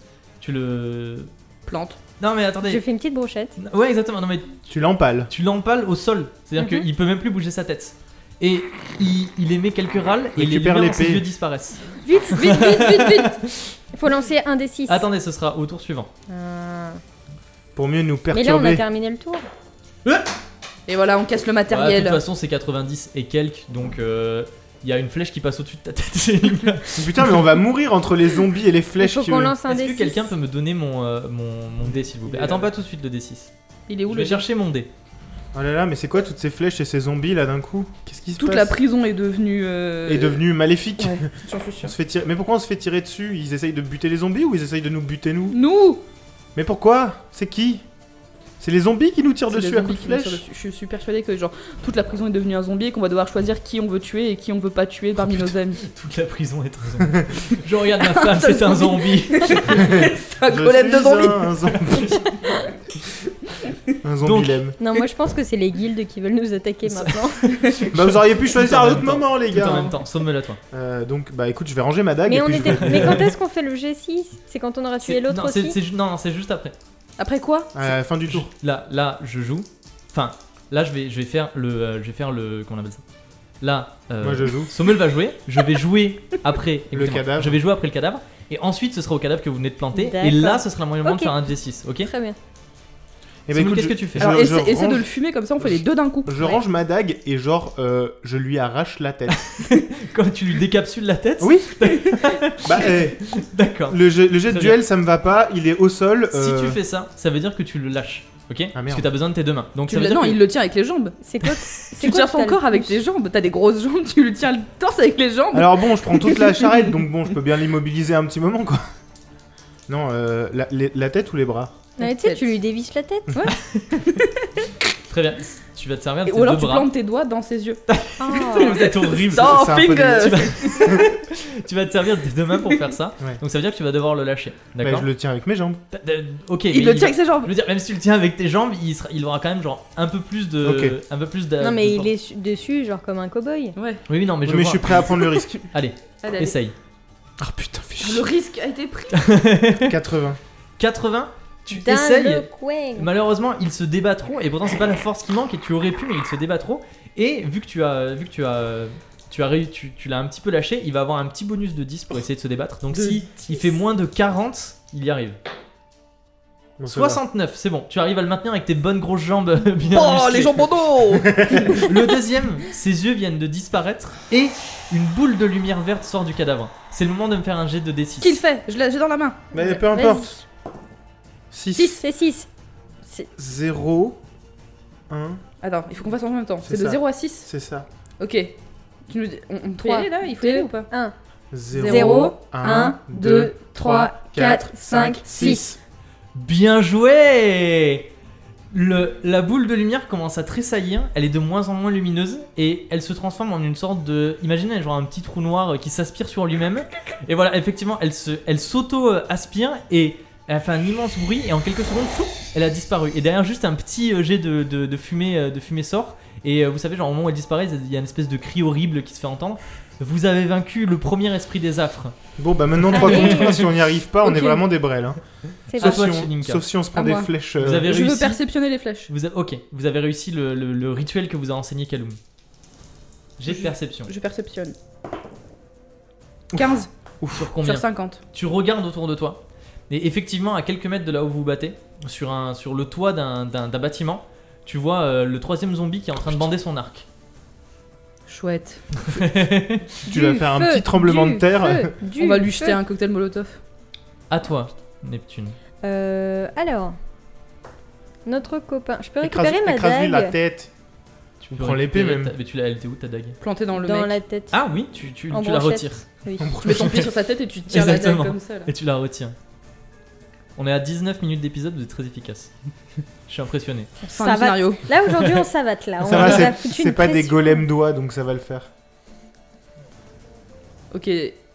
Speaker 1: Tu le,
Speaker 3: Plante.
Speaker 1: non mais
Speaker 4: Je
Speaker 1: attendez,
Speaker 4: fais une
Speaker 1: [LAUGHS]
Speaker 4: petite brochette.
Speaker 1: ouais exactement, non mais
Speaker 2: Tu l'empales.
Speaker 1: tu l'empales au sol, c'est-à-dire
Speaker 4: Mhm.
Speaker 1: qu'il peut même plus bouger sa tête. Et il, il émet quelques râles et les
Speaker 2: Récupère
Speaker 1: lumières dans ses
Speaker 2: l'épée.
Speaker 1: yeux disparaissent.
Speaker 4: Vite, vite, vite, vite, vite Faut lancer un des 6.
Speaker 1: Attendez, ce sera au tour suivant.
Speaker 2: Pour mieux nous
Speaker 4: Mais là, on a
Speaker 2: perturber.
Speaker 4: terminé le tour.
Speaker 3: Et voilà, on casse le
Speaker 1: Voilà, de
Speaker 3: matériel.
Speaker 1: toute façon, c'est 90 et quelques, donc euh, Il y a une flèche qui passe au-dessus de ta tête. [LAUGHS] Jélim.
Speaker 2: Putain, mais on va mourir entre les zombies et les
Speaker 4: Il
Speaker 2: flèches.
Speaker 4: faut
Speaker 2: qui-
Speaker 4: qu'on lance un
Speaker 1: Est-ce
Speaker 4: dé.
Speaker 1: que quelqu'un peut me donner mon, euh, mon, mon dé, s'il vous plaît
Speaker 2: Il est
Speaker 1: Attends
Speaker 2: là.
Speaker 1: pas tout de suite le D6.
Speaker 3: Il est où
Speaker 1: Je
Speaker 3: le
Speaker 1: vais chercher mon dé.
Speaker 2: Oh là là, mais c'est quoi toutes ces flèches et ces zombies là d'un coup Qu'est-ce qui se
Speaker 3: Toute
Speaker 2: passe
Speaker 3: la prison est devenue. euh,
Speaker 2: Est devenue maléfique.
Speaker 3: Ouais, j'en suis
Speaker 2: On
Speaker 3: sûre.
Speaker 2: se fait tirer- Mais pourquoi on se fait tirer dessus Ils essayent de buter les zombies ou ils essayent de nous buter nous
Speaker 3: Nous
Speaker 2: Mais pourquoi C'est qui C'est les zombies qui nous tirent
Speaker 3: C'est les
Speaker 2: dessus à
Speaker 3: zombies
Speaker 2: coups de
Speaker 3: qui nous tirent
Speaker 2: flèche
Speaker 3: dessus. Je suis persuadée que genre toute la prison est devenue un zombie et qu'on va devoir choisir qui on veut tuer et qui on veut pas tuer parmi
Speaker 2: Oh,
Speaker 1: putain.
Speaker 3: nos amis.
Speaker 1: Toute la prison est un zombie. [LAUGHS] Je regarde ma
Speaker 2: [LAUGHS]
Speaker 1: femme, c'est un zombie.
Speaker 3: C'est un
Speaker 2: Je
Speaker 3: golem de
Speaker 2: suis
Speaker 3: zombies.
Speaker 2: Un, un zombie. un zombie
Speaker 1: Donc-
Speaker 2: l'aime.
Speaker 4: Non, moi je pense que c'est les guildes qui veulent nous attaquer
Speaker 1: Ça- [LAUGHS]
Speaker 4: maintenant.
Speaker 2: Bah, vous auriez pu choisir
Speaker 1: en
Speaker 2: un
Speaker 1: même
Speaker 2: autre
Speaker 1: temps.
Speaker 2: moment, les
Speaker 1: Tout en
Speaker 2: gars. hein.
Speaker 1: même temps, somme-le à toi.
Speaker 2: Euh, donc, bah écoute, je vais ranger ma dague.
Speaker 4: Mais,
Speaker 2: et
Speaker 4: on
Speaker 2: puis je
Speaker 4: était...
Speaker 2: vais-
Speaker 4: Mais quand est-ce qu'on fait le G6 C'est quand on aura
Speaker 1: C'est-
Speaker 4: tué l'autre
Speaker 1: non, c'est-
Speaker 4: aussi
Speaker 1: c'est ju- non, non, c'est juste après.
Speaker 3: Après quoi
Speaker 2: À la Euh, fin du tour.
Speaker 1: Là, là, je joue. Enfin, là, je vais, je vais faire le, euh, je vais faire le, comment on appelle ça Là, euh,
Speaker 2: Moi, je joue.
Speaker 1: Sommel va jouer. Je vais jouer après
Speaker 2: Le
Speaker 1: écoutez-moi,
Speaker 2: cadavre.
Speaker 1: Je vais jouer après le cadavre. Et ensuite, ce sera au cadavre que vous venez de planter. Et
Speaker 4: D'accord.
Speaker 1: là, ce sera le moment
Speaker 4: Ok.
Speaker 1: de faire un D6, ok
Speaker 4: Très bien.
Speaker 2: Et
Speaker 1: Sommel, qu'est-ce que tu fais
Speaker 2: je-
Speaker 3: Alors
Speaker 2: bah, je
Speaker 3: essaie, essaie de
Speaker 2: range-
Speaker 3: le fumer comme ça on fait les deux d'un coup.
Speaker 2: Je range ma dague et genre, euh, je lui arrache la tête.
Speaker 1: Quand tu lui décapsules la tête
Speaker 2: oui Bah, eh,
Speaker 1: D'accord.
Speaker 2: le jeu, le jet de
Speaker 1: Très
Speaker 2: duel, ça me va pas, il est au sol. euh, Ah,
Speaker 1: Si tu fais ça, ça veut dire que tu le lâches, ok Parce
Speaker 2: merde.
Speaker 1: que t'as besoin de tes deux mains. Donc
Speaker 3: Tu
Speaker 1: ça veut
Speaker 3: le-
Speaker 1: dire
Speaker 3: non,
Speaker 1: que-
Speaker 3: il le tient avec les jambes.
Speaker 4: C'est quoi C'est
Speaker 3: Tu
Speaker 4: quoi
Speaker 3: tiens
Speaker 4: que
Speaker 3: son
Speaker 4: t'as le
Speaker 3: corps avec
Speaker 4: plus
Speaker 3: tes jambes. T'as des grosses jambes, tu le tiens le torse avec les jambes.
Speaker 2: Alors bon, je prends toute la charrette, donc bon, je peux bien l'immobiliser un petit moment, quoi. Non, euh, la, les- la tête ou les bras
Speaker 4: Ouais, Tu sais, tu lui dévisses la tête.
Speaker 1: Très bien. Tu vas te servir de
Speaker 3: Et-
Speaker 1: tes
Speaker 3: ou alors
Speaker 1: deux
Speaker 3: tu
Speaker 1: bras. [LAUGHS]
Speaker 3: plantes tes doigts dans ses yeux.
Speaker 4: Ah.
Speaker 1: Vous êtes horrible.
Speaker 3: [LAUGHS] Oh,
Speaker 2: c'est un peu
Speaker 3: finger
Speaker 1: Tu vas... tu vas te servir de tes deux mains pour faire ça.
Speaker 2: [LAUGHS] Ouais.
Speaker 1: Donc ça veut dire que tu vas devoir le lâcher.
Speaker 2: Bah,
Speaker 1: D'accord
Speaker 2: je le tiens avec mes jambes.
Speaker 1: T'as- t'as- Ok, mais
Speaker 3: [LAUGHS] Il le
Speaker 1: va-
Speaker 3: tient avec ses
Speaker 1: Je
Speaker 3: jambes.
Speaker 1: veux dire, même si tu le tiens avec tes jambes, il, sera- il aura quand même genre un peu plus de.
Speaker 2: Ok.
Speaker 1: Un peu plus d'a-
Speaker 4: Non, mais
Speaker 1: de
Speaker 4: il
Speaker 1: force.
Speaker 4: est su- dessus, genre comme un
Speaker 3: Ouais.
Speaker 4: cow-boy.
Speaker 1: Oui, oui, non, mais
Speaker 2: Mais,
Speaker 1: je.
Speaker 2: je,
Speaker 1: vois.
Speaker 2: suis prêt à prendre
Speaker 1: [LAUGHS]
Speaker 2: le risque.
Speaker 1: Allez,
Speaker 3: Allez, allez.
Speaker 1: essaye.
Speaker 2: Ah putain, fais
Speaker 3: Euh, Le risque a
Speaker 1: [LAUGHS]
Speaker 3: été pris.
Speaker 2: 80.
Speaker 1: 80, tu
Speaker 4: Dans
Speaker 1: essayes.
Speaker 4: le coin.
Speaker 1: Malheureusement, ils se débattent trop et pourtant c'est pas la force qui manque et tu aurais pu, mais ils se débattent trop. Et vu que tu as, vu que tu as, tu as réu- tu, tu l'as un petit peu lâché, il va avoir un petit bonus de 10 pour essayer de se débattre. Donc
Speaker 3: De
Speaker 1: si il fait moins de 40, il y arrive.
Speaker 2: Bon, ça va.
Speaker 1: 69, c'est bon. Tu arrives à le maintenir avec tes bonnes grosses jambes euh, bien
Speaker 3: Oh,
Speaker 1: musclées.
Speaker 3: les jambes en [LAUGHS] dos
Speaker 1: [LAUGHS] Le deuxième, ses yeux viennent de disparaître et une boule de lumière verte sort du cadavre. C'est le moment de me faire un jet de D6.
Speaker 3: Qu'il fait Je l'ai j'ai dans la main.
Speaker 2: Mais peu importe.
Speaker 4: 6,
Speaker 2: 6,
Speaker 4: c'est 6.
Speaker 2: 0, 1,
Speaker 3: Attends, il faut qu'on fasse en même temps.
Speaker 2: C'est
Speaker 3: C'est de
Speaker 2: ça.
Speaker 3: 0 à 6.
Speaker 2: c'est ça.
Speaker 3: Ok. Tu nous dis, on, on peut y
Speaker 4: Trois,
Speaker 3: aller là Il faut y
Speaker 4: deux,
Speaker 3: aller ou pas
Speaker 4: 1,
Speaker 3: 0,
Speaker 2: 0,
Speaker 4: 1, 2, 3, 4, 5, 6.
Speaker 1: Bien joué Le- La boule de lumière commence à tressaillir, elle est de moins en moins lumineuse et elle se transforme en une sorte de... Imaginez genre un petit trou noir qui s'aspire sur lui-même. Et voilà, effectivement, elle se, elle s'auto-aspire et elle fait un immense bruit et en quelques secondes, fou, elle a disparu. Et derrière, juste un petit euh, jet de, de- de fumée, euh, de fumée sort. Et euh, vous savez, genre au moment où elle disparaît, il y a une espèce de cri horrible qui se fait entendre. Vous avez vaincu le premier esprit des affres.
Speaker 2: Bon, bah maintenant 3
Speaker 4: Allez.
Speaker 2: contre 1, si on n'y arrive pas, on
Speaker 3: Ok.
Speaker 2: est vraiment des brels. Hein.
Speaker 4: c'est
Speaker 1: Ah,
Speaker 2: Sauf,
Speaker 4: bon.
Speaker 1: toi,
Speaker 2: si on,
Speaker 1: Shininka.
Speaker 2: sauf si on se prend
Speaker 3: À
Speaker 2: des
Speaker 3: moi.
Speaker 2: flèches. euh,
Speaker 1: Vous avez
Speaker 3: Je veux
Speaker 1: réussi.
Speaker 3: perceptionner les flèches.
Speaker 1: Vous avez, ok, vous avez réussi le, le- le rituel que vous a enseigné Kaloum. J'ai de
Speaker 3: Je-
Speaker 1: perception.
Speaker 3: Je perceptionne. 15
Speaker 1: Sur combien
Speaker 3: sur 50.
Speaker 1: Tu regardes autour de toi. Et effectivement, à quelques mètres de là où vous vous battez, sur, un, sur le toit d'un d'un- d'un bâtiment, tu vois euh, le troisième zombie qui est en train de bander son arc.
Speaker 3: Chouette.
Speaker 2: Tu vas faire un petit tremblement de [LAUGHS] terre.
Speaker 3: On va lui jeter un cocktail Molotov.
Speaker 1: À toi, Neptune.
Speaker 4: Euh, alors, notre copain. Je peux
Speaker 2: Écrase-
Speaker 4: récupérer ma
Speaker 2: Écrase-lui
Speaker 4: dague
Speaker 2: la tête.
Speaker 1: Tu
Speaker 2: prends l'épée,
Speaker 1: récupérer
Speaker 2: même.
Speaker 1: ta- Mais tu l'as, elle était où ta dague
Speaker 3: Planté dans le
Speaker 4: dans
Speaker 3: mec.
Speaker 4: la tête.
Speaker 1: Ah oui, tu, tu,
Speaker 4: En
Speaker 1: tu la
Speaker 4: brochette.
Speaker 1: retires.
Speaker 4: Oui.
Speaker 3: Tu mets ton pied sur sa tête et tu tires la dague
Speaker 1: Exactement.
Speaker 3: comme ça là.
Speaker 1: Et tu la retiens. On est à 19 minutes d'épisode, vous êtes très
Speaker 4: [LAUGHS]
Speaker 1: efficace. Je suis impressionné.
Speaker 3: Fin
Speaker 4: Ça
Speaker 3: du
Speaker 4: va.
Speaker 3: scénario.
Speaker 4: Là aujourd'hui, on savate là. Ah, On
Speaker 2: Ça va,
Speaker 4: leur a
Speaker 2: c'est-
Speaker 4: foutu
Speaker 2: c'est
Speaker 4: une
Speaker 2: pas des
Speaker 4: pression.
Speaker 2: golems doigts, donc ça va le faire.
Speaker 3: Ok,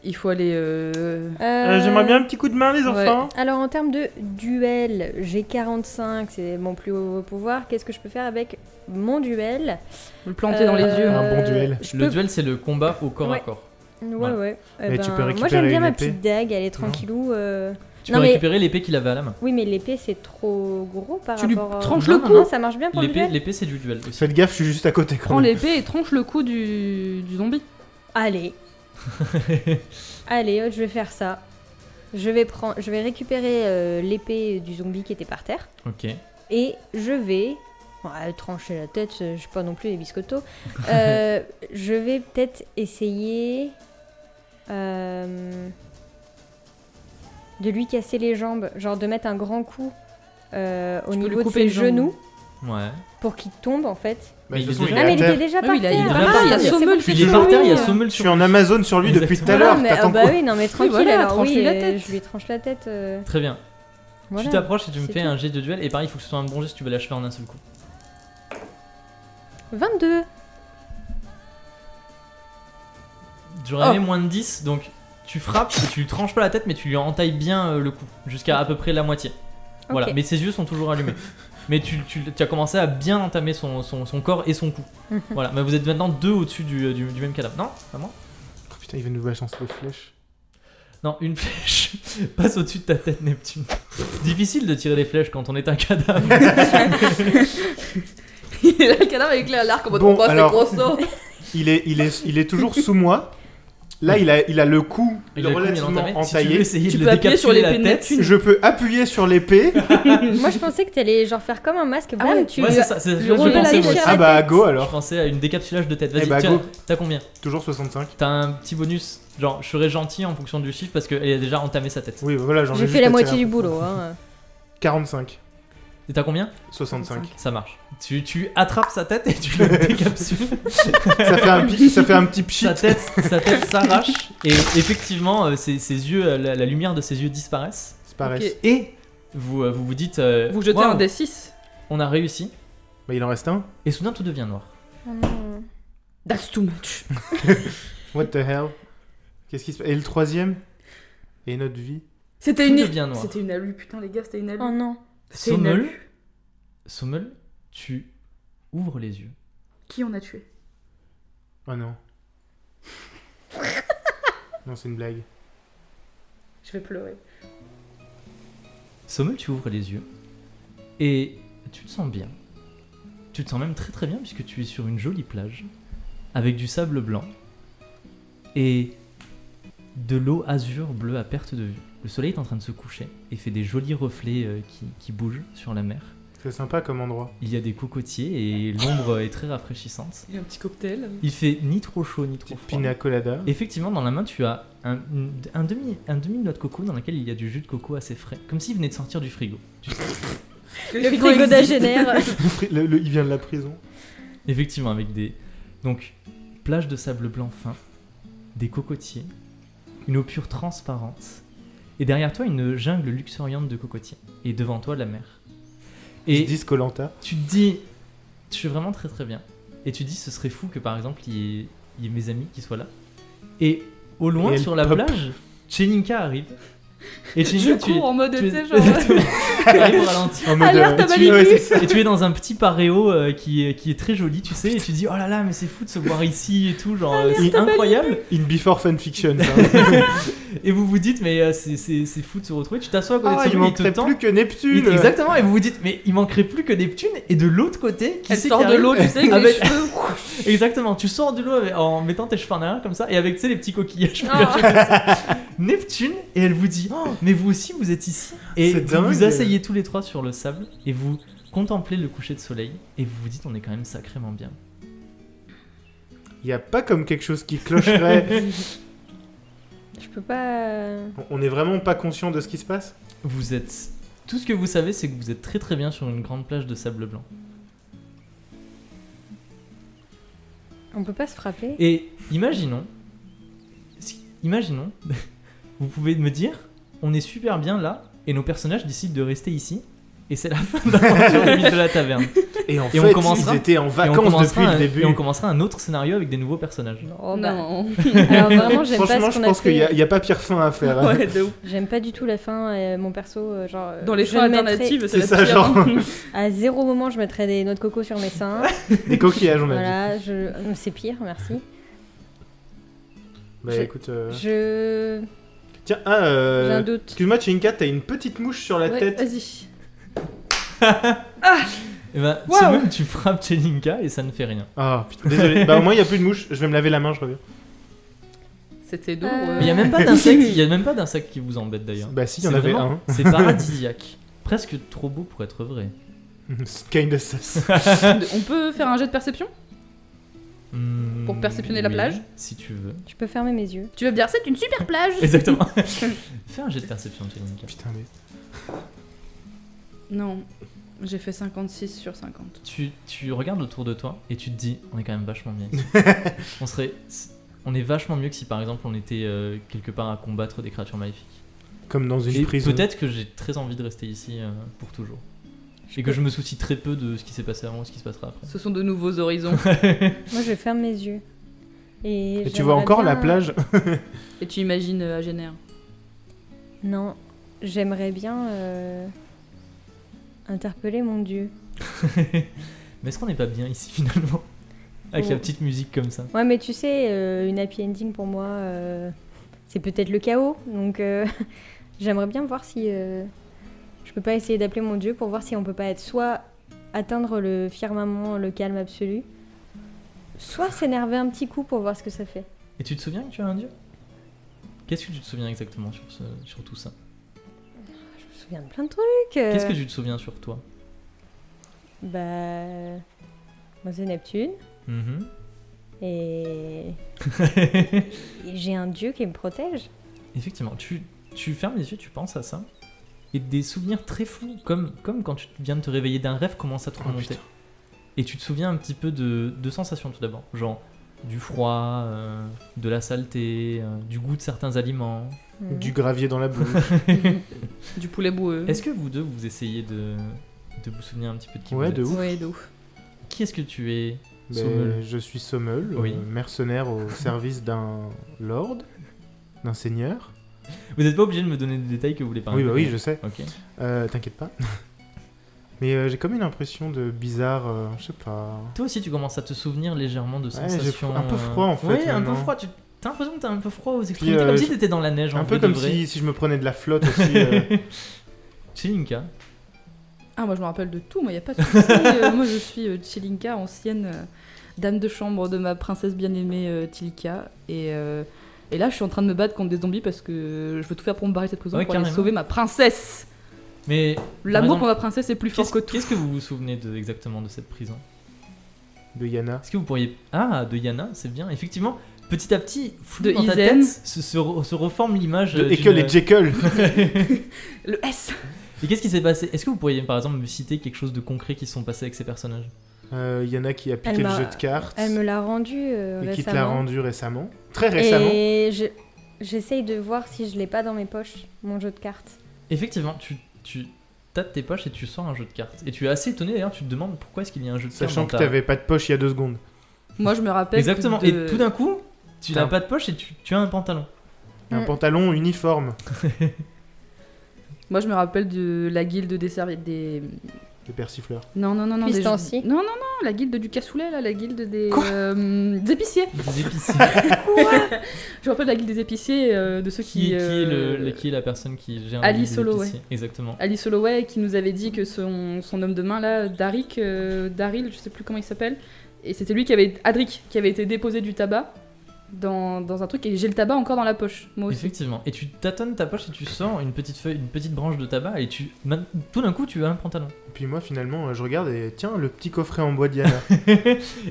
Speaker 3: il faut aller. euh,
Speaker 4: Euh,
Speaker 2: un petit coup de main, les
Speaker 3: ouais. enfants.
Speaker 4: Alors en termes de duel, j'ai 45, c'est mon plus haut pouvoir. Qu'est-ce que je peux faire avec mon duel
Speaker 3: Le planter dans les
Speaker 4: Euh,
Speaker 3: yeux.
Speaker 1: Ah,
Speaker 2: Un bon duel.
Speaker 4: je
Speaker 1: Le
Speaker 4: peux-
Speaker 1: duel, c'est le combat au corps à
Speaker 4: Ouais.
Speaker 1: corps.
Speaker 4: Ouais,
Speaker 1: Voilà.
Speaker 4: ouais. Eh
Speaker 2: Mais tu peux
Speaker 4: moi
Speaker 2: récupérer
Speaker 4: j'aime bien
Speaker 2: une
Speaker 4: ma
Speaker 2: épée.
Speaker 4: petite dague, elle est tranquillou. euh,
Speaker 1: Tu
Speaker 4: Non,
Speaker 1: peux
Speaker 4: mais-
Speaker 1: récupérer l'épée qu'il avait à la main.
Speaker 4: Oui, mais l'épée c'est trop gros par
Speaker 3: Tu lui
Speaker 4: rapport. à-
Speaker 3: tranches
Speaker 1: Non,
Speaker 3: le
Speaker 1: non,
Speaker 3: cou.
Speaker 4: Non, ça marche bien pour le
Speaker 1: L'épée,
Speaker 4: duel.
Speaker 1: l'épée, c'est du duel aussi.
Speaker 2: Faites gaffe, je suis juste à côté. quand
Speaker 3: Prends
Speaker 2: même.
Speaker 3: l'épée et tronche le cou du, du zombie.
Speaker 4: Allez.
Speaker 1: [LAUGHS]
Speaker 4: Allez, je vais faire ça. Je vais, prendre, je vais récupérer euh, l'épée du zombie qui était par terre.
Speaker 1: Ok.
Speaker 4: Et je vais Ouais, trancher la tête, je suis pas non plus les biscottos. Euh, je vais peut-être essayer euh, de lui casser les jambes, genre de mettre un grand coup euh,
Speaker 3: Tu
Speaker 4: au
Speaker 3: peux lui
Speaker 4: niveau de
Speaker 3: couper
Speaker 4: ses
Speaker 3: les jambes.
Speaker 4: genoux
Speaker 1: Ouais.
Speaker 4: pour qu'il tombe en fait.
Speaker 2: Bah, de
Speaker 1: il
Speaker 2: toute
Speaker 1: est
Speaker 2: façon,
Speaker 1: déjà-
Speaker 2: il est
Speaker 4: Ah,
Speaker 2: à
Speaker 4: mais il
Speaker 2: terre.
Speaker 4: était déjà
Speaker 1: Oui,
Speaker 4: par
Speaker 1: il est-
Speaker 4: terre.
Speaker 1: il est
Speaker 4: Ah,
Speaker 1: par terre,
Speaker 4: il y a
Speaker 3: il est-
Speaker 4: Sommel qui
Speaker 1: Il est
Speaker 4: est
Speaker 1: par terre, il y a
Speaker 4: sur lui.
Speaker 1: Sommel
Speaker 2: Je
Speaker 1: sur
Speaker 2: suis en Amazon hein. sur lui depuis tout à
Speaker 1: Exactement.
Speaker 2: l'heure.
Speaker 4: hein. Non, mais, ah
Speaker 2: T'attends
Speaker 4: bah
Speaker 2: quoi
Speaker 4: oui, non mais
Speaker 3: Oui,
Speaker 4: tranquille,
Speaker 3: voilà,
Speaker 4: alors oui,
Speaker 3: tranche-lui la
Speaker 4: euh,
Speaker 3: tête.
Speaker 4: je lui tranche la tête. euh,
Speaker 1: Très bien.
Speaker 4: voilà.
Speaker 1: Tu t'approches et tu me
Speaker 4: c'est
Speaker 1: fais
Speaker 4: tout.
Speaker 1: un jet de duel. Et pareil, il faut que ce soit un bon jet si tu veux l'achever en un seul coup.
Speaker 4: 22.
Speaker 1: J'aurais
Speaker 4: Oh.
Speaker 1: aimé moins de 10, donc tu frappes et tu lui tranches pas la tête, mais tu lui entailles bien euh, le cou, jusqu'à à peu près la moitié. Voilà,
Speaker 4: Ok.
Speaker 1: mais ses yeux sont toujours allumés. mais tu, tu- tu as commencé à bien entamer son, son- son corps et son cou.
Speaker 4: Mhm.
Speaker 1: voilà, mais vous êtes maintenant deux au-dessus du, du- du même cadavre. Non Pas moi
Speaker 2: Oh, Putain, il va nous balancer les flèches.
Speaker 1: Non, une [LAUGHS] flèche passe au-dessus de ta tête, Neptune. Difficile de tirer des flèches quand on est un cadavre.
Speaker 3: Il est là, le cadavre avec l'arc en mode
Speaker 2: Bon,
Speaker 3: bon, c'est
Speaker 2: alors-
Speaker 3: grosso.
Speaker 2: Il est, il est, il est toujours sous moi. Là, il a, il a le cou
Speaker 1: Il a le cou bien
Speaker 2: relativement
Speaker 1: entamé. Si tu veux
Speaker 2: entaillé.
Speaker 1: essayer
Speaker 3: Tu
Speaker 1: de
Speaker 3: peux
Speaker 1: le
Speaker 3: appuyer sur
Speaker 1: décapsuler la
Speaker 3: l'épée de
Speaker 1: tête.
Speaker 3: Neptune.
Speaker 2: Je peux appuyer sur l'épée.
Speaker 4: Moi je pensais que t'allais genre faire comme un masque
Speaker 3: Ah
Speaker 4: bam,
Speaker 3: ouais.
Speaker 4: tu
Speaker 1: Ouais,
Speaker 4: lui-
Speaker 1: c'est ça, c'est
Speaker 4: lui
Speaker 1: je
Speaker 4: roules la
Speaker 1: pensais, moi
Speaker 4: riche
Speaker 1: aussi.
Speaker 4: à
Speaker 2: Ah bah
Speaker 4: tête.
Speaker 2: go
Speaker 1: Je
Speaker 2: alors.
Speaker 1: pensais à une décapsulage de tête. Vas-y,
Speaker 2: Eh bah,
Speaker 1: tiens,
Speaker 2: go.
Speaker 1: t'as combien
Speaker 2: Toujours 65.
Speaker 1: T'as un petit bonus, genre je serais gentil en fonction du chiffre parce qu'elle a déjà entamé sa tête.
Speaker 2: Oui, bah, voilà, j'en ai
Speaker 4: J'ai
Speaker 2: juste
Speaker 4: fait la
Speaker 2: attiré
Speaker 4: moitié
Speaker 2: un
Speaker 4: du
Speaker 2: peu.
Speaker 4: boulot. Hein.
Speaker 2: 45.
Speaker 1: Et t'as combien
Speaker 2: 65.
Speaker 1: Ça marche. Tu, tu attrapes sa tête et tu la
Speaker 2: [LAUGHS]
Speaker 1: décapsules.
Speaker 2: ça, fait un pi- ça fait
Speaker 4: [LAUGHS]
Speaker 2: un petit pchit.
Speaker 1: sa tête sa tête s'arrache et effectivement euh, ses, ses yeux, euh, la, la lumière de ses yeux disparaissent.
Speaker 2: C'est pareil.
Speaker 3: Ok.
Speaker 1: Et vous euh, vous, vous dites euh,
Speaker 3: [LAUGHS] Vous jetez
Speaker 1: Waouh,
Speaker 3: un D6.
Speaker 1: On a réussi.
Speaker 2: Bah, il en reste un.
Speaker 1: Et soudain tout devient noir.
Speaker 4: Oh non.
Speaker 3: That's too much.
Speaker 2: What the hell Qu'est-ce qui se passe Et le troisième Et notre vie
Speaker 3: C'était
Speaker 1: Tout
Speaker 3: une.
Speaker 1: devient noir.
Speaker 3: C'était une alu, putain les gars, c'était une alu.
Speaker 4: Oh non.
Speaker 3: C'était une
Speaker 1: Sommel.
Speaker 3: alu.
Speaker 1: Sommel, tu ouvres les yeux.
Speaker 3: Qui on a tué
Speaker 2: Oh non. non, c'est une blague.
Speaker 3: Je vais pleurer.
Speaker 1: Sommel, tu ouvres les yeux et tu te sens bien. Tu te sens même très très bien puisque tu es sur une jolie plage avec du sable blanc et de l'eau azur bleue à perte de vue. Le soleil est en train de se coucher et fait des jolis reflets euh, qui, qui bougent sur la mer.
Speaker 2: C'est sympa comme endroit.
Speaker 1: Il y a des cocotiers et l'ombre est très rafraîchissante.
Speaker 3: Il y a un petit cocktail.
Speaker 1: Il fait ni trop chaud ni trop
Speaker 2: Petite
Speaker 1: froid.
Speaker 2: pina colada.
Speaker 1: Effectivement, dans la main, tu as un, une- un demi, un demi de noix de coco dans laquelle il y a du jus de coco assez frais, comme s'il venait de sortir du frigo.
Speaker 4: Le frigo d'agénaire. [LAUGHS]
Speaker 2: Le [LAUGHS] fri- le- le- il vient de la prison.
Speaker 1: Effectivement, avec des. Donc, plage de sable blanc fin, des cocotiers, une eau pure transparente, et derrière toi, une jungle luxuriante de cocotiers, et devant toi, la mer.
Speaker 2: Ils
Speaker 1: Et
Speaker 2: se disent Colanta.
Speaker 1: tu te dis, je suis vraiment très très bien. Et tu te dis, ce serait fou que par exemple, il y ait, il y ait mes amis qui soient là. Et au loin,
Speaker 2: Et elle
Speaker 1: sur la
Speaker 2: pop.
Speaker 1: plage, Chelinka arrive. Et
Speaker 3: Je
Speaker 1: Chelinka, tu.
Speaker 3: cours en mode,
Speaker 1: tu-
Speaker 3: tu sais, genre. euh, [LAUGHS]
Speaker 1: Elle arrive au ralenti.
Speaker 2: En mode. euh,
Speaker 3: Alerte à
Speaker 2: tu-
Speaker 3: Malibu.
Speaker 2: ouais, c'est ça.
Speaker 1: Et tu es dans un petit paréo euh, qui, est, qui est très joli, tu sais, et tu dis oh là là, mais c'est fou de se voir ici et tout, genre
Speaker 3: Ah,
Speaker 1: euh, c'est
Speaker 2: Alerte à
Speaker 1: incroyable.
Speaker 2: In before fanfiction.
Speaker 1: [LAUGHS]
Speaker 2: ça.
Speaker 1: Et vous vous dites, mais euh, c'est- c'est c'est fou de se retrouver, tu t'assois à côté
Speaker 2: ah,
Speaker 1: de
Speaker 2: il
Speaker 1: Sommel, te
Speaker 2: manquerait
Speaker 1: tend.
Speaker 2: plus que euh. Neptune.
Speaker 1: Il- Exactement, et vous vous dites, mais il manquerait plus que Neptune, et de l'autre côté, [LAUGHS] qui
Speaker 3: Elle
Speaker 1: c'est
Speaker 3: sort
Speaker 1: qui
Speaker 3: de
Speaker 1: arrive Ah bah,
Speaker 3: l'eau, tu sais, avec les
Speaker 1: Avec-
Speaker 3: [LAUGHS] cheveux.
Speaker 1: Exactement, tu sors de l'eau avec- en mettant tes cheveux en arrière comme ça, et avec tu sais, les petits coquillages.
Speaker 3: Ah,
Speaker 1: Neptune, et elle vous dit, Oh, mais vous aussi vous êtes ici. Et
Speaker 2: C'est
Speaker 1: vous
Speaker 2: dingue.
Speaker 1: vous asseyez tous les trois sur le sable, et vous contemplez le coucher de soleil, et vous vous dites, on est quand même sacrément bien.
Speaker 2: Il n'y a pas comme quelque chose
Speaker 1: [LAUGHS]
Speaker 2: qui clocherait.
Speaker 4: Je peux pas. euh,
Speaker 2: On n'est vraiment pas conscient de ce qui se passe
Speaker 1: Vous êtes. Tout ce que vous savez, c'est que vous êtes très très bien sur une grande plage de sable blanc.
Speaker 4: On peut pas se frapper.
Speaker 1: Et imaginons. si- Imaginons. [LAUGHS] vous pouvez me dire on est super bien là, et nos personnages décident de rester ici, et c'est la fin de l'aventure limite de la taverne.
Speaker 2: Et en
Speaker 1: Et on
Speaker 2: fait,
Speaker 1: commencera-
Speaker 2: ils étaient en
Speaker 1: Et on,
Speaker 2: [LAUGHS] vacances
Speaker 1: commencera
Speaker 2: depuis
Speaker 1: un,
Speaker 2: le début.
Speaker 1: et on commencera un autre scénario avec des nouveaux personnages.
Speaker 4: Oh, bah.
Speaker 3: non.
Speaker 4: [LAUGHS] Alors vraiment, j'aime pas
Speaker 2: Franchement,
Speaker 4: ce
Speaker 2: je
Speaker 4: qu'on a
Speaker 2: pense qu'il n'y
Speaker 4: fait.
Speaker 2: a, il y a pas pire fin à faire. hein.
Speaker 3: Ouais, de ouf.
Speaker 4: J'aime pas du tout la fin. euh, mon perso, euh, genre. euh,
Speaker 3: Dans les
Speaker 4: je
Speaker 3: fins
Speaker 4: mettrais-
Speaker 3: alternatives, c'est
Speaker 2: C'est
Speaker 3: la
Speaker 2: ça,
Speaker 3: pire,
Speaker 2: genre.
Speaker 3: hein.
Speaker 4: À zéro moment, je mettrais des noix de coco sur mes seins.
Speaker 2: Des coquillages, on a dit.
Speaker 4: voilà, je... euh, c'est pire, merci.
Speaker 2: Bah
Speaker 4: Je-
Speaker 2: écoute. euh,
Speaker 4: Je.
Speaker 2: Tiens, ah, euh,
Speaker 4: J'ai un doute.
Speaker 2: Excuse-moi, Chinka, t'as une petite mouche sur la
Speaker 3: Ouais,
Speaker 2: tête.
Speaker 3: Vas-y.
Speaker 1: Et ben,
Speaker 3: Wow.
Speaker 1: ce même tu frappes Chelinka et ça ne fait rien.
Speaker 2: Ah putain, désolé. bah
Speaker 1: [LAUGHS]
Speaker 2: au moins, il n'y a plus de mouche. Je vais me laver la main, je reviens.
Speaker 3: C'était doux.
Speaker 4: Euh,
Speaker 1: Mais il n'y a même pas d'insecte, il y a même pas d'insecte qui vous embête d'ailleurs.
Speaker 2: Bah si, il y en
Speaker 1: C'est
Speaker 2: avait
Speaker 1: vraiment-
Speaker 2: un.
Speaker 1: C'est paradisiaque. Presque trop beau pour être vrai. [LAUGHS]
Speaker 2: [LAUGHS] Kind of sus.
Speaker 3: On peut faire un jet de perception
Speaker 1: Hmm,
Speaker 3: Pour perceptionner la
Speaker 1: oui,
Speaker 3: plage
Speaker 1: Si tu veux. [LAUGHS]
Speaker 4: Je peux fermer mes yeux.
Speaker 3: Tu vas me dire, c'est une super plage
Speaker 1: Exactement. [LAUGHS] Fais un jet de perception, Chelinka.
Speaker 2: Putain, mais.
Speaker 3: [LAUGHS] Non, j'ai fait 56 sur 50.
Speaker 1: Tu, tu regardes autour de toi et tu te dis, on est quand même vachement
Speaker 2: [LAUGHS]
Speaker 1: bien. ici. on serait, on est vachement mieux que si par exemple on était euh, quelque part à combattre des créatures maléfiques.
Speaker 2: Comme dans une
Speaker 1: Et
Speaker 2: prison.
Speaker 1: Peut-être que j'ai très envie de rester ici euh, pour toujours. et que je me soucie très peu de ce qui s'est passé avant ou ce qui se passera
Speaker 3: Ce sont de nouveaux
Speaker 1: [LAUGHS]
Speaker 3: horizons.
Speaker 1: après.
Speaker 4: Moi, je ferme mes yeux. Et,
Speaker 2: Et tu vois
Speaker 4: j'aimerais
Speaker 2: encore la
Speaker 4: bien-
Speaker 2: plage [LAUGHS]
Speaker 3: Et tu imagines euh, Agener.
Speaker 4: Non, j'aimerais bien euh, interpeller mon dieu.
Speaker 1: [LAUGHS] Mais est-ce qu'on n'est pas bien ici finalement Avec la
Speaker 4: Oh.
Speaker 1: petite musique comme ça.
Speaker 4: Ouais, mais tu sais, euh, une happy ending pour moi, euh, c'est peut-être le chaos. Donc, euh, [LAUGHS] j'aimerais bien voir si euh, je peux pas essayer d'appeler mon dieu pour voir si on peut pas être soit atteindre le firmament, le calme absolu, soit s'énerver un petit coup pour voir ce que ça fait.
Speaker 1: Et tu te souviens que tu as un dieu Qu'est-ce que tu te souviens exactement sur, ce, sur tout ça
Speaker 4: Je me souviens de plein de trucs. euh,
Speaker 1: Qu'est-ce que tu te souviens sur toi
Speaker 4: Bah, moi c'est Neptune
Speaker 1: Mhm.
Speaker 2: [LAUGHS]
Speaker 4: et, et j'ai un dieu qui me protège.
Speaker 1: Effectivement, tu, tu fermes les yeux, tu penses à ça, et des souvenirs très flous, comme, comme quand tu viens de te réveiller d'un rêve, commencent à te
Speaker 2: Oh,
Speaker 1: remonter.
Speaker 2: putain.
Speaker 1: et tu te souviens un petit peu de, de sensations tout d'abord, genre du froid, euh, de la saleté, euh, du goût de certains aliments.
Speaker 4: Mhm.
Speaker 2: Du gravier dans la bouche.
Speaker 1: [LAUGHS]
Speaker 3: du poulet
Speaker 2: Euh.
Speaker 3: boueux.
Speaker 1: Est-ce que vous deux, vous essayez de, de vous souvenir un petit peu de qui
Speaker 2: Ouais,
Speaker 1: vous êtes
Speaker 2: de ouf.
Speaker 3: Ouais, de ouf.
Speaker 1: Qui est-ce que tu es
Speaker 2: Ben,
Speaker 1: Sommel.
Speaker 2: je suis Sommel,
Speaker 1: Oui.
Speaker 2: euh,
Speaker 1: [LAUGHS]
Speaker 2: mercenaire au service d'un lord, d'un seigneur.
Speaker 1: Vous n'êtes pas obligé de me donner des détails que vous voulez pas.
Speaker 2: oui, bah oui, je sais.
Speaker 1: Ok.
Speaker 2: Euh, T'inquiète pas. [LAUGHS] Mais euh, j'ai comme une impression de bizarre, euh, je sais pas.
Speaker 1: Toi aussi, tu commences à te souvenir légèrement de
Speaker 2: j'ai
Speaker 1: sensations.
Speaker 2: froid- un peu
Speaker 1: euh,
Speaker 2: froid, en fait,
Speaker 1: Oui, un peu
Speaker 2: maintenant.
Speaker 1: froid. Tu as l'impression que t'as un peu froid aux extrémités,
Speaker 2: euh,
Speaker 1: comme si
Speaker 2: je-
Speaker 1: t'étais dans la neige. en
Speaker 2: un peu
Speaker 1: vrai de
Speaker 2: comme
Speaker 1: vrai. [LAUGHS]
Speaker 2: si, si je me prenais de la flotte aussi. euh,
Speaker 1: Chilinka.
Speaker 3: Ah, moi je me rappelle de tout, moi y a pas de [LAUGHS] soucis. Euh, moi je suis euh, Tchelinka, ancienne euh, dame de chambre de ma princesse bien-aimée euh, Tilika. Et, euh, et là je suis en train de me battre contre des zombies parce que je veux tout faire pour me barrer de cette prison
Speaker 1: Ouais,
Speaker 3: pour aller
Speaker 1: carrément.
Speaker 3: sauver ma princesse.
Speaker 1: Mais
Speaker 3: L'amour
Speaker 1: Par exemple,
Speaker 3: pour ma princesse est plus fort
Speaker 1: qu'est-ce
Speaker 3: que tout.
Speaker 1: qu'est-ce que vous vous souvenez de, exactement de cette prison
Speaker 2: de Yana.
Speaker 1: Est-ce que vous pourriez. Ah, de Yana, c'est bien. Effectivement, petit à petit, flou
Speaker 3: De
Speaker 1: dans ta
Speaker 3: Isen.
Speaker 1: tête, se, se re- se reforme l'image.
Speaker 2: De
Speaker 1: euh,
Speaker 2: Ekel
Speaker 1: d'une-
Speaker 2: et Jekyll
Speaker 3: Le S
Speaker 1: Et qu'est-ce qui s'est passé Est-ce que vous pourriez, par exemple, me citer quelque chose de concret qui se sont passés avec ces personnages
Speaker 2: Euh, Yana qui a piqué
Speaker 4: Elle
Speaker 2: le
Speaker 4: m'a-
Speaker 2: jeu de cartes
Speaker 4: Elle me l'a rendu euh,
Speaker 2: et qui te l'a
Speaker 4: récemment.
Speaker 2: rendu récemment. Très récemment.
Speaker 4: Et je- j'essaye de voir si je l'ai pas dans mes poches, mon jeu de cartes.
Speaker 1: Effectivement, tu. tu... tâtes tes poches et tu sors un jeu de cartes. Et tu es assez étonné d'ailleurs, tu te demandes pourquoi est-ce qu'il y a un jeu de cartes.
Speaker 2: Sachant
Speaker 1: dans
Speaker 2: que
Speaker 1: ta-
Speaker 2: t'avais pas de poche il y a deux secondes.
Speaker 3: Moi je me rappelle.
Speaker 1: Exactement.
Speaker 3: que de-
Speaker 1: Et tout d'un coup, tu
Speaker 2: T'as
Speaker 1: n'as
Speaker 2: un-
Speaker 1: pas de poche et tu, tu as un pantalon.
Speaker 2: Un
Speaker 4: Mm.
Speaker 2: pantalon uniforme.
Speaker 3: Moi je me rappelle de la guilde des serviettes des.
Speaker 2: Le persifleur.
Speaker 3: Non, non, non, non. Des...
Speaker 4: Cuistanciers.
Speaker 3: Non, non, non, la guilde du cassoulet là, la guilde des. euh, des épiciers
Speaker 1: Des
Speaker 2: [LAUGHS]
Speaker 1: épiciers.
Speaker 3: Je me rappelle de la guilde des épiciers euh, de ceux qui.
Speaker 1: qui, qui est le,
Speaker 3: euh,
Speaker 1: le- qui est la personne qui gère
Speaker 3: Ali
Speaker 1: les épiciers.
Speaker 3: Solo, ouais.
Speaker 1: Exactement.
Speaker 3: Alice Holloway qui nous avait dit que son, son homme de main là, Darik, euh, Daryl, je sais plus comment il s'appelle, et c'était lui qui avait. Adric, qui avait été déposé du tabac dans, dans un truc, et j'ai le tabac encore dans la poche,
Speaker 1: [LAUGHS]
Speaker 3: moi aussi.
Speaker 1: Effectivement. Et tu tâtonnes ta poche et tu sors une petite feuille, une petite branche de tabac et tu, man- tout d'un coup, tu as un pantalon. [LAUGHS]
Speaker 2: Et puis moi finalement euh, je regarde et tiens le petit coffret en bois de
Speaker 4: [LAUGHS]
Speaker 2: Yana.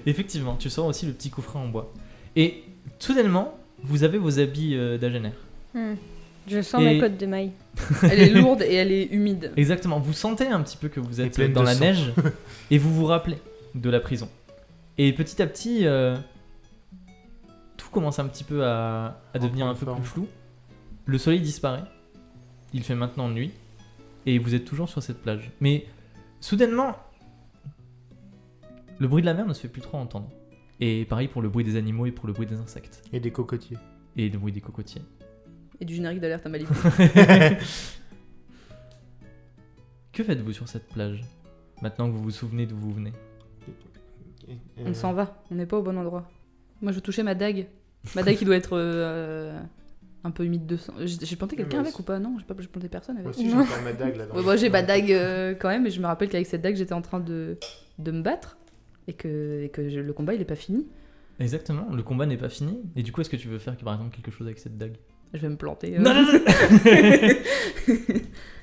Speaker 1: Effectivement, tu sors aussi le petit coffret en bois. Et soudainement, vous avez vos habits euh, d'Agener.
Speaker 4: Hmm. Je sens
Speaker 1: Et-
Speaker 4: ma cote de maille.
Speaker 3: Elle est lourde et elle est humide.
Speaker 1: Exactement. Vous sentez un petit peu que vous êtes
Speaker 2: pleine
Speaker 1: dans
Speaker 2: de
Speaker 1: la
Speaker 2: sang. [LAUGHS]
Speaker 1: neige et vous vous rappelez de la prison. Et petit à petit, euh, tout commence un petit peu à, à devenir un peu
Speaker 2: forme.
Speaker 1: plus flou. Le soleil disparaît. Il fait maintenant nuit. Et vous êtes toujours sur cette plage. Mais soudainement, le bruit de la mer ne se fait plus trop entendre. Et pareil pour le bruit des animaux et pour le bruit des insectes.
Speaker 2: et des cocotiers.
Speaker 1: Et le bruit des cocotiers.
Speaker 3: Et du générique d'alerte à Malibu.
Speaker 1: [LAUGHS] Que faites-vous sur cette plage Maintenant que vous vous souvenez d'où vous venez.
Speaker 2: euh,
Speaker 3: On s'en va, on n'est pas au bon endroit. Moi, je touchais ma dague. Ma dague qui doit être euh, un peu humide de sang. J'ai j'ai planté quelqu'un
Speaker 2: Moi
Speaker 3: avec
Speaker 2: aussi.
Speaker 3: ou pas Non, j'ai pas j'ai planté personne avec.
Speaker 2: Moi aussi j'ai encore ma dague là. dans
Speaker 3: Ouais,
Speaker 2: le-
Speaker 3: moi, j'ai ma dague euh, quand même, et je me rappelle qu'avec cette dague, j'étais en train de, de me battre et que, et que je- le combat, il est pas fini.
Speaker 1: Exactement, le combat n'est pas fini. Et du coup, est-ce que tu veux faire par exemple quelque chose avec cette dague
Speaker 3: Je vais me planter. euh.
Speaker 4: [LAUGHS]
Speaker 1: Non, non, non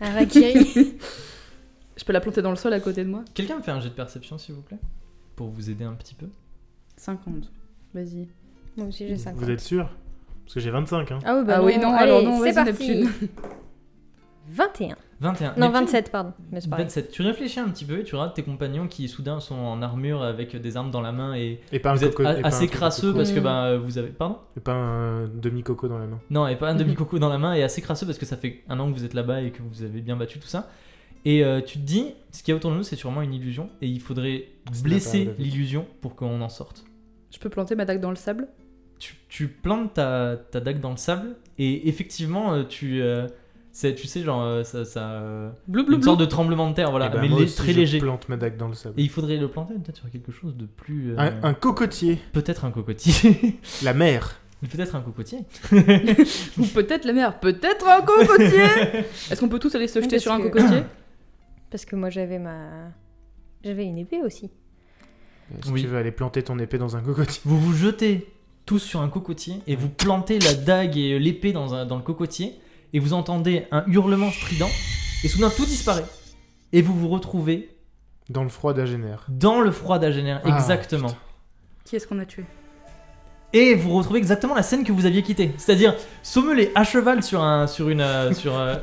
Speaker 4: Arakiri.
Speaker 3: Je peux la planter dans le sol à côté de moi
Speaker 1: Quelqu'un me fait un jet de perception, s'il vous plaît Pour vous aider un petit peu.
Speaker 3: 50. Vas-y.
Speaker 4: Moi aussi, j'ai 50.
Speaker 2: Vous êtes sûr Parce que j'ai 25, hein.
Speaker 4: Ah oui, bah
Speaker 3: ah oui, non,
Speaker 4: allez,
Speaker 3: alors non,
Speaker 4: c'est
Speaker 3: vas-y,
Speaker 4: parti.
Speaker 3: Neptune.
Speaker 4: 21.
Speaker 1: 21.
Speaker 4: Non,
Speaker 1: Neptune,
Speaker 4: 27, pardon. Mais c'est pas grave.
Speaker 1: 27. Tu réfléchis un petit peu et tu regardes tes compagnons qui soudain sont en armure avec des armes dans la main et
Speaker 2: Et pas
Speaker 1: vous
Speaker 2: un
Speaker 1: êtes
Speaker 2: coco.
Speaker 1: a-
Speaker 2: et pas un
Speaker 1: assez
Speaker 2: truc
Speaker 1: crasseux
Speaker 2: coco.
Speaker 1: parce que
Speaker 3: Mm.
Speaker 1: ben, vous avez. Pardon
Speaker 2: Et pas un demi-coco dans la main.
Speaker 1: Non, et pas un
Speaker 3: Mhm.
Speaker 1: demi-coco dans la main, et assez crasseux parce que ça fait un an que vous êtes là-bas et que vous avez bien battu tout ça. Et euh, tu te dis, ce qu'il y a autour de nous, c'est sûrement une illusion, et il faudrait
Speaker 2: C'est
Speaker 1: blesser
Speaker 2: pas grave.
Speaker 1: l'illusion pour qu'on en sorte.
Speaker 3: Je peux planter ma dague dans le sable
Speaker 1: Tu, tu plantes ta, ta dague dans le sable, et effectivement, euh, tu, euh, c'est- tu sais, genre, euh, ça. ça euh,
Speaker 3: Blou,
Speaker 1: une sorte de tremblement de terre, voilà,
Speaker 2: Eh ben,
Speaker 1: mais
Speaker 2: moi
Speaker 1: lé-
Speaker 2: aussi,
Speaker 1: très
Speaker 2: je
Speaker 1: léger.
Speaker 2: plante ma dague dans le sable.
Speaker 1: Et il faudrait le planter peut-être sur quelque chose de plus. euh,
Speaker 2: Un, un cocotier.
Speaker 1: Peut-être un cocotier. [LAUGHS]
Speaker 2: La mer.
Speaker 1: peut-être un cocotier.
Speaker 3: Ou peut-être la mer, peut-être un [LAUGHS] cocotier Est-ce qu'on peut tous aller se jeter
Speaker 4: parce
Speaker 3: sur un
Speaker 4: que-
Speaker 3: cocotier
Speaker 4: Parce que moi, j'avais ma. J'avais une épée aussi.
Speaker 2: Si
Speaker 1: Oui.
Speaker 2: tu veux aller planter ton épée dans un cocotier.
Speaker 1: Vous vous jetez tous sur un cocotier et vous plantez la dague et l'épée dans, un- dans le cocotier et vous entendez un hurlement strident et soudain tout disparaît et vous vous retrouvez
Speaker 2: Dans le froid d'Agener.
Speaker 1: dans le froid d'Agener
Speaker 2: Ah,
Speaker 1: exactement
Speaker 3: [COUGHS] Qui est-ce qu'on a tué
Speaker 1: et vous retrouvez exactement la scène que vous aviez quittée c'est-à-dire Sommel est à cheval sur un sur une euh, sur
Speaker 2: [COUGHS]
Speaker 1: euh,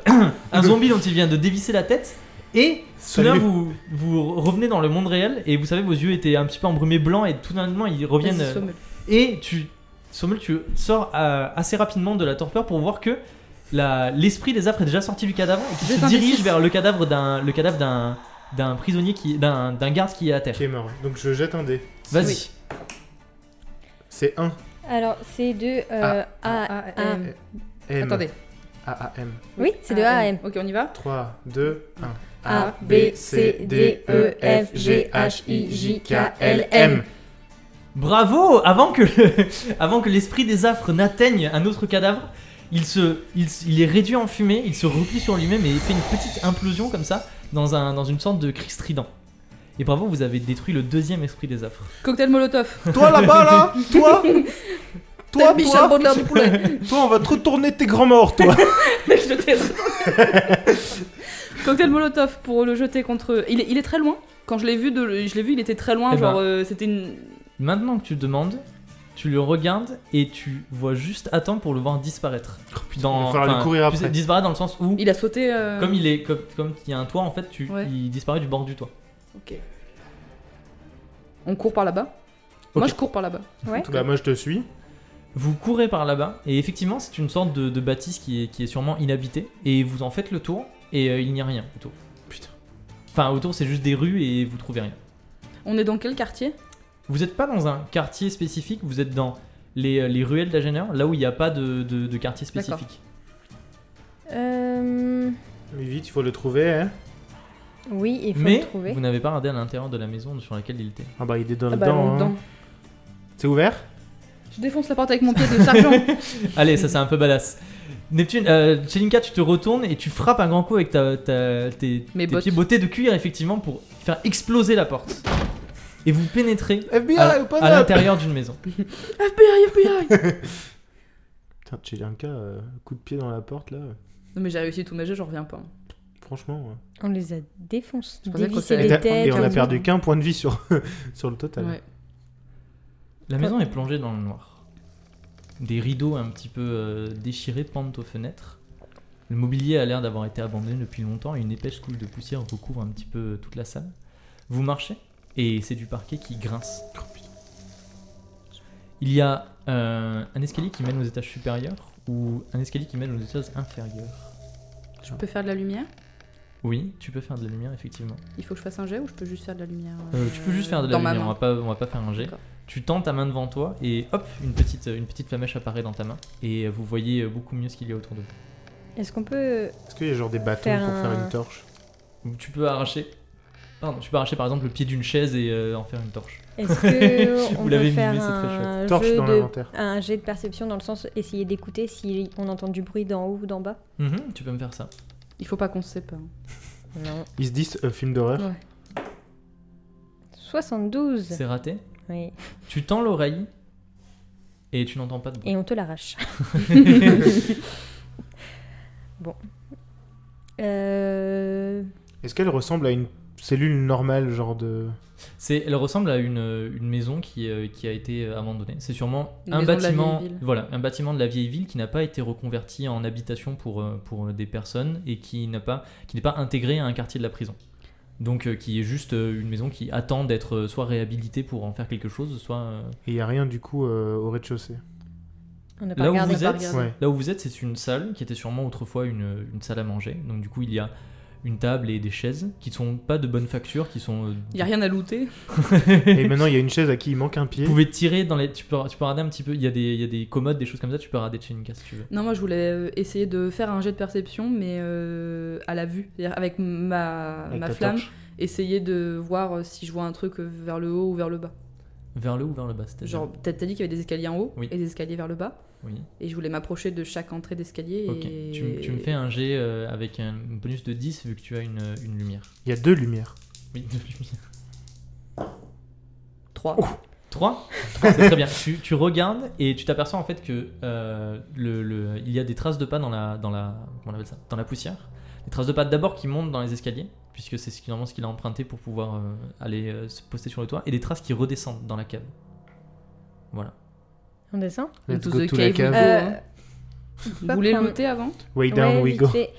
Speaker 1: un zombie dont il vient de dévisser la tête et soudain
Speaker 2: Salut.
Speaker 1: vous, vous revenez dans le monde réel et vous savez vos yeux étaient un petit peu embrumés blancs et tout d'un moment ils reviennent
Speaker 3: Vas-y,
Speaker 1: euh,
Speaker 3: sommel.
Speaker 1: Et tu, Sommel, tu sors euh, assez rapidement de la torpeur pour voir que la- l'esprit des affres est déjà sorti du cadavre et qu'il
Speaker 3: J'ai
Speaker 1: se
Speaker 3: un
Speaker 1: dirige
Speaker 3: D6.
Speaker 1: vers le cadavre d'un le cadavre d'un d'un prisonnier qui d'un d'un garde qui est à terre.
Speaker 2: Qui est mort. Donc je jette un dé.
Speaker 1: Vas-y.
Speaker 3: Oui.
Speaker 2: C'est 1.
Speaker 4: Alors, c'est de. euh, A.
Speaker 3: Ah,
Speaker 4: ah.
Speaker 3: euh,
Speaker 2: M.
Speaker 3: Attendez.
Speaker 2: A, A, M.
Speaker 4: Oui,
Speaker 3: ah,
Speaker 4: c'est de A à M.
Speaker 3: Ok, on y va
Speaker 2: 3, 2, 1.
Speaker 4: A, B, C, D, E, F, G, H, I, J, K, L, M.
Speaker 1: Bravo Avant que [LAUGHS] le- avant que l'esprit des affres n'atteigne un autre cadavre, il se il, s- il est réduit en fumée, il se replie sur lui-même et fait une petite implosion comme ça dans un dans une sorte de cri strident. Et bravo, vous avez détruit le deuxième esprit des affres.
Speaker 3: Cocktail Molotov.
Speaker 2: [LAUGHS] Toi là-bas, là Toi Toi,
Speaker 3: Tel Michel
Speaker 2: toi, [LAUGHS]
Speaker 3: Baudelaire du poulet.
Speaker 2: toi, on va te retourner tes grands morts, toi
Speaker 3: [LAUGHS] Je t'ai retourné. [LAUGHS] Cocktail Molotov pour le jeter contre. eux. Il est, il est très loin. Quand je l'ai vu, de, je l'ai vu, il était très loin.
Speaker 1: Eh
Speaker 3: genre,
Speaker 1: ben.
Speaker 3: euh, c'était une.
Speaker 1: Maintenant que tu le demandes, tu le regardes et tu vois juste à temps pour le voir disparaître.
Speaker 2: Oh il va falloir lui courir
Speaker 1: tu sais,
Speaker 2: après.
Speaker 1: Disparaître dans le sens où,
Speaker 3: Il a sauté. euh,
Speaker 1: comme il est, comme, comme il y a un toit en fait, tu,
Speaker 3: Ouais.
Speaker 1: il disparaît du bord du toit.
Speaker 3: Ok. On court par là-bas. Moi,
Speaker 1: Ok.
Speaker 3: je cours par là-bas.
Speaker 4: Ouais.
Speaker 2: Bah, moi, je te suis.
Speaker 1: Vous courez par là-bas et effectivement c'est une sorte de, de bâtisse qui est, qui est sûrement inhabitée et vous en faites le tour et euh, il n'y a rien autour.
Speaker 2: Putain.
Speaker 1: Enfin autour c'est juste des rues et vous trouvez rien.
Speaker 3: On est dans quel quartier
Speaker 1: Vous n'êtes pas dans un quartier spécifique, vous êtes dans les, les ruelles d'Agener, là où il n'y a pas de, de- de quartier
Speaker 3: D'accord.
Speaker 1: spécifique.
Speaker 4: Euh,
Speaker 2: Mais vite, il faut le trouver, hein.
Speaker 4: Oui, il faut
Speaker 1: Mais
Speaker 4: le trouver.
Speaker 1: vous n'avez pas regardé à l'intérieur de la maison sur laquelle il était.
Speaker 2: Ah bah, il est dans
Speaker 3: Ah
Speaker 2: le
Speaker 3: bah,
Speaker 2: dent,
Speaker 3: non,
Speaker 2: hein.
Speaker 3: dedans.
Speaker 2: C'est ouvert
Speaker 3: Je défonce la porte avec mon pied
Speaker 1: [LAUGHS]
Speaker 3: de sergent.
Speaker 1: Allez, ça c'est un peu badass. Neptune, euh, Chelinka, tu te retournes et tu frappes un grand coup avec ta, ta- tes,
Speaker 3: Mes
Speaker 1: tes
Speaker 3: bottes.
Speaker 1: pieds bottés de cuir, effectivement, pour faire exploser la porte. Et vous pénétrez
Speaker 2: FBI,
Speaker 1: à,
Speaker 2: open
Speaker 1: à
Speaker 2: up
Speaker 1: l'intérieur d'une maison.
Speaker 3: FBI, FBI
Speaker 2: Putain, Tchelinka, euh, coup de pied dans la porte, là. euh,
Speaker 3: Non, mais j'ai réussi tout ma jet, j'en reviens pas. hein.
Speaker 2: Franchement, ouais.
Speaker 4: On les a défoncés.
Speaker 3: Je pensais qu'on
Speaker 4: Dévissé
Speaker 3: s'allait-
Speaker 4: les
Speaker 2: Et, t'as-
Speaker 4: têtes.
Speaker 2: et on a
Speaker 4: tout.
Speaker 2: perdu qu'un point de vie sur, [LAUGHS] sur le total.
Speaker 3: Ouais.
Speaker 1: La maison est plongée dans le noir. Des rideaux un petit peu euh, déchirés pendent aux fenêtres. Le mobilier a l'air d'avoir été abandonné depuis longtemps et une épaisse couche de poussière recouvre un petit peu euh, toute la salle. Vous marchez et c'est du parquet qui grince. Il y a euh, un escalier qui mène aux étages supérieurs ou un escalier qui mène aux étages inférieurs.
Speaker 3: Je peux faire de la lumière
Speaker 1: Oui, tu peux faire de la lumière effectivement.
Speaker 3: Il faut que je fasse un jet ou je peux juste faire de la lumière
Speaker 1: Euh,
Speaker 3: euh,
Speaker 1: tu peux juste faire de la
Speaker 3: dans
Speaker 1: lumière,
Speaker 3: ma
Speaker 1: on va
Speaker 3: main.
Speaker 1: pas, on va pas faire un jet.
Speaker 3: D'accord.
Speaker 1: Tu tends ta main devant toi et hop, une petite, une petite flamèche apparaît dans ta main et vous voyez euh, beaucoup mieux ce qu'il y a autour de vous.
Speaker 4: Est-ce qu'on peut.
Speaker 2: Est-ce qu'il y a genre des bâtons
Speaker 4: Faire
Speaker 2: pour faire
Speaker 4: un-
Speaker 2: une torche
Speaker 1: Ou Tu peux arracher, pardon, tu peux arracher par exemple le pied d'une chaise et euh, en faire une torche.
Speaker 2: [LAUGHS]
Speaker 4: Est-ce que.
Speaker 1: Vous
Speaker 4: on
Speaker 1: l'avez
Speaker 4: peut faire
Speaker 1: mimé, c'est très
Speaker 4: un jeu
Speaker 2: Torche dans
Speaker 4: de-
Speaker 2: l'inventaire.
Speaker 4: Un jet de perception dans le sens essayer d'écouter si on entend du bruit d'en haut ou d'en bas
Speaker 1: Mhm, tu peux me faire ça.
Speaker 3: Il faut pas qu'on se sépare.
Speaker 4: Non.
Speaker 2: Ils se disent euh, film d'horreur.
Speaker 4: 72
Speaker 1: C'est raté.
Speaker 4: Oui.
Speaker 1: Tu tends l'oreille et tu n'entends pas de bruit.
Speaker 4: Et on
Speaker 2: [LAUGHS]
Speaker 4: te l'arrache. [LAUGHS] bon. Euh,
Speaker 2: Est-ce qu'elle ressemble à une cellule normale, genre de.
Speaker 1: C'est, elle ressemble à une, une maison qui, euh, qui a été euh, abandonnée. C'est sûrement
Speaker 3: Une
Speaker 1: un
Speaker 3: maison de la
Speaker 1: bâtiment,
Speaker 3: vieille ville.
Speaker 1: voilà, un bâtiment de la vieille ville qui n'a pas été reconverti en habitation pour, euh, pour des personnes et qui n'a pas qui n'est pas intégré à un quartier de la prison. Donc euh, qui est juste euh, une maison qui attend d'être euh, soit réhabilitée pour en faire quelque chose, soit euh,
Speaker 2: Et il n'y a rien du coup euh, au rez-de-chaussée.
Speaker 4: On n'a pas
Speaker 1: Là où
Speaker 4: regardé.
Speaker 1: vous
Speaker 3: pas
Speaker 1: êtes,
Speaker 3: regardé.
Speaker 1: [LAUGHS]
Speaker 2: Ouais.
Speaker 1: Là où vous êtes, c'est une salle qui était sûrement autrefois une, une salle à manger. Donc du coup, il y a une table et des chaises qui ne sont pas de bonne facture, qui sont. euh,
Speaker 3: Il y a rien à looter.
Speaker 2: Et maintenant, il y a une chaise à qui il manque un pied.
Speaker 1: Vous pouvez tirer dans les. Tu peux, tu peux regarder un petit peu. Il y, a des, il y a des commodes, des choses comme ça. Tu peux regarder Tchelinka si tu veux.
Speaker 3: Non, moi je voulais euh, essayer de faire un jet de perception, mais euh, à la vue. C'est-à-dire avec ma,
Speaker 2: Avec
Speaker 3: ma
Speaker 2: ta
Speaker 3: flamme,
Speaker 2: torche.
Speaker 3: essayer de voir euh, si je vois un truc euh, vers le haut ou vers le bas.
Speaker 1: Vers le haut ou vers le bas c'était
Speaker 3: Genre, t'as t'as dit qu'il y avait des escaliers en haut
Speaker 1: Oui.
Speaker 3: et des escaliers vers le bas.
Speaker 1: Oui.
Speaker 3: Et je voulais m'approcher de chaque entrée d'escalier.
Speaker 1: Ok.
Speaker 3: Et...
Speaker 1: Tu, m- tu me fais un jet euh, avec un bonus de 10 vu que tu as une, une lumière.
Speaker 2: Il y a deux lumières.
Speaker 1: Oui, de [LAUGHS] lumière.
Speaker 3: 3.
Speaker 1: [LAUGHS] 3 C'est très bien. Tu, tu regardes et tu t'aperçois en fait que euh, le, le- il y a des traces de pas dans la, dans la, comment on appelle ça dans la poussière. Des traces de pas d'abord qui montent dans les escaliers, puisque c'est ce qui- normalement ce qu'il a emprunté pour pouvoir euh, aller euh, se poster sur le toit, et des traces qui redescendent dans la cave. Voilà.
Speaker 4: On descend
Speaker 2: Let's
Speaker 3: Into
Speaker 2: go
Speaker 3: the
Speaker 2: to la
Speaker 3: cave.
Speaker 2: cave.
Speaker 3: Euh, hein. Vous
Speaker 4: Pas
Speaker 3: voulez
Speaker 4: prendre-
Speaker 3: looter avant
Speaker 2: Way down
Speaker 4: Euh, ouais,
Speaker 2: we
Speaker 4: vite
Speaker 2: go.
Speaker 4: fait.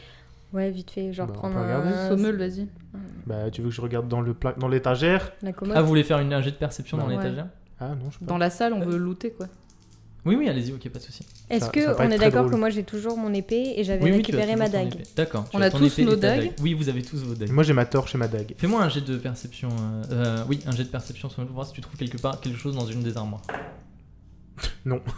Speaker 4: Ouais, vite fait, genre
Speaker 2: Bah, on
Speaker 4: prendre
Speaker 2: peut regarder.
Speaker 4: un...
Speaker 3: Sommeul, vas-y.
Speaker 2: Bah, tu veux que je regarde dans le pla- dans l'étagère
Speaker 4: la commode.
Speaker 1: Ah, vous voulez faire une, un jet de perception dans
Speaker 3: bah Ouais.
Speaker 1: l'étagère
Speaker 2: Ah non, je peux
Speaker 3: Dans la salle, on veut looter quoi.
Speaker 1: Oui, oui, allez-y, ok, pas de souci.
Speaker 4: Est-ce
Speaker 2: ça- ça va
Speaker 4: que
Speaker 2: pas
Speaker 4: on
Speaker 2: être
Speaker 4: est
Speaker 2: très
Speaker 4: d'accord
Speaker 2: drôle.
Speaker 4: que moi j'ai toujours mon épée et j'avais
Speaker 1: Oui, oui, tu as
Speaker 4: récupéré
Speaker 1: toujours
Speaker 4: ma
Speaker 1: ton
Speaker 4: dague
Speaker 1: épée. D'accord. tu
Speaker 3: On
Speaker 1: as
Speaker 3: a
Speaker 1: ton
Speaker 3: tous
Speaker 1: épée
Speaker 3: nos
Speaker 1: et ta
Speaker 3: dagues.
Speaker 1: dague. Oui, vous avez tous vos dagues.
Speaker 2: pas. Moi, j'ai ma torche et
Speaker 1: [LAUGHS]
Speaker 2: ma dague.
Speaker 1: Fais-moi un jet de perception. euh, euh, oui, un jet de perception sur- pour voir si tu trouves quelque part quelque chose dans une des armoires.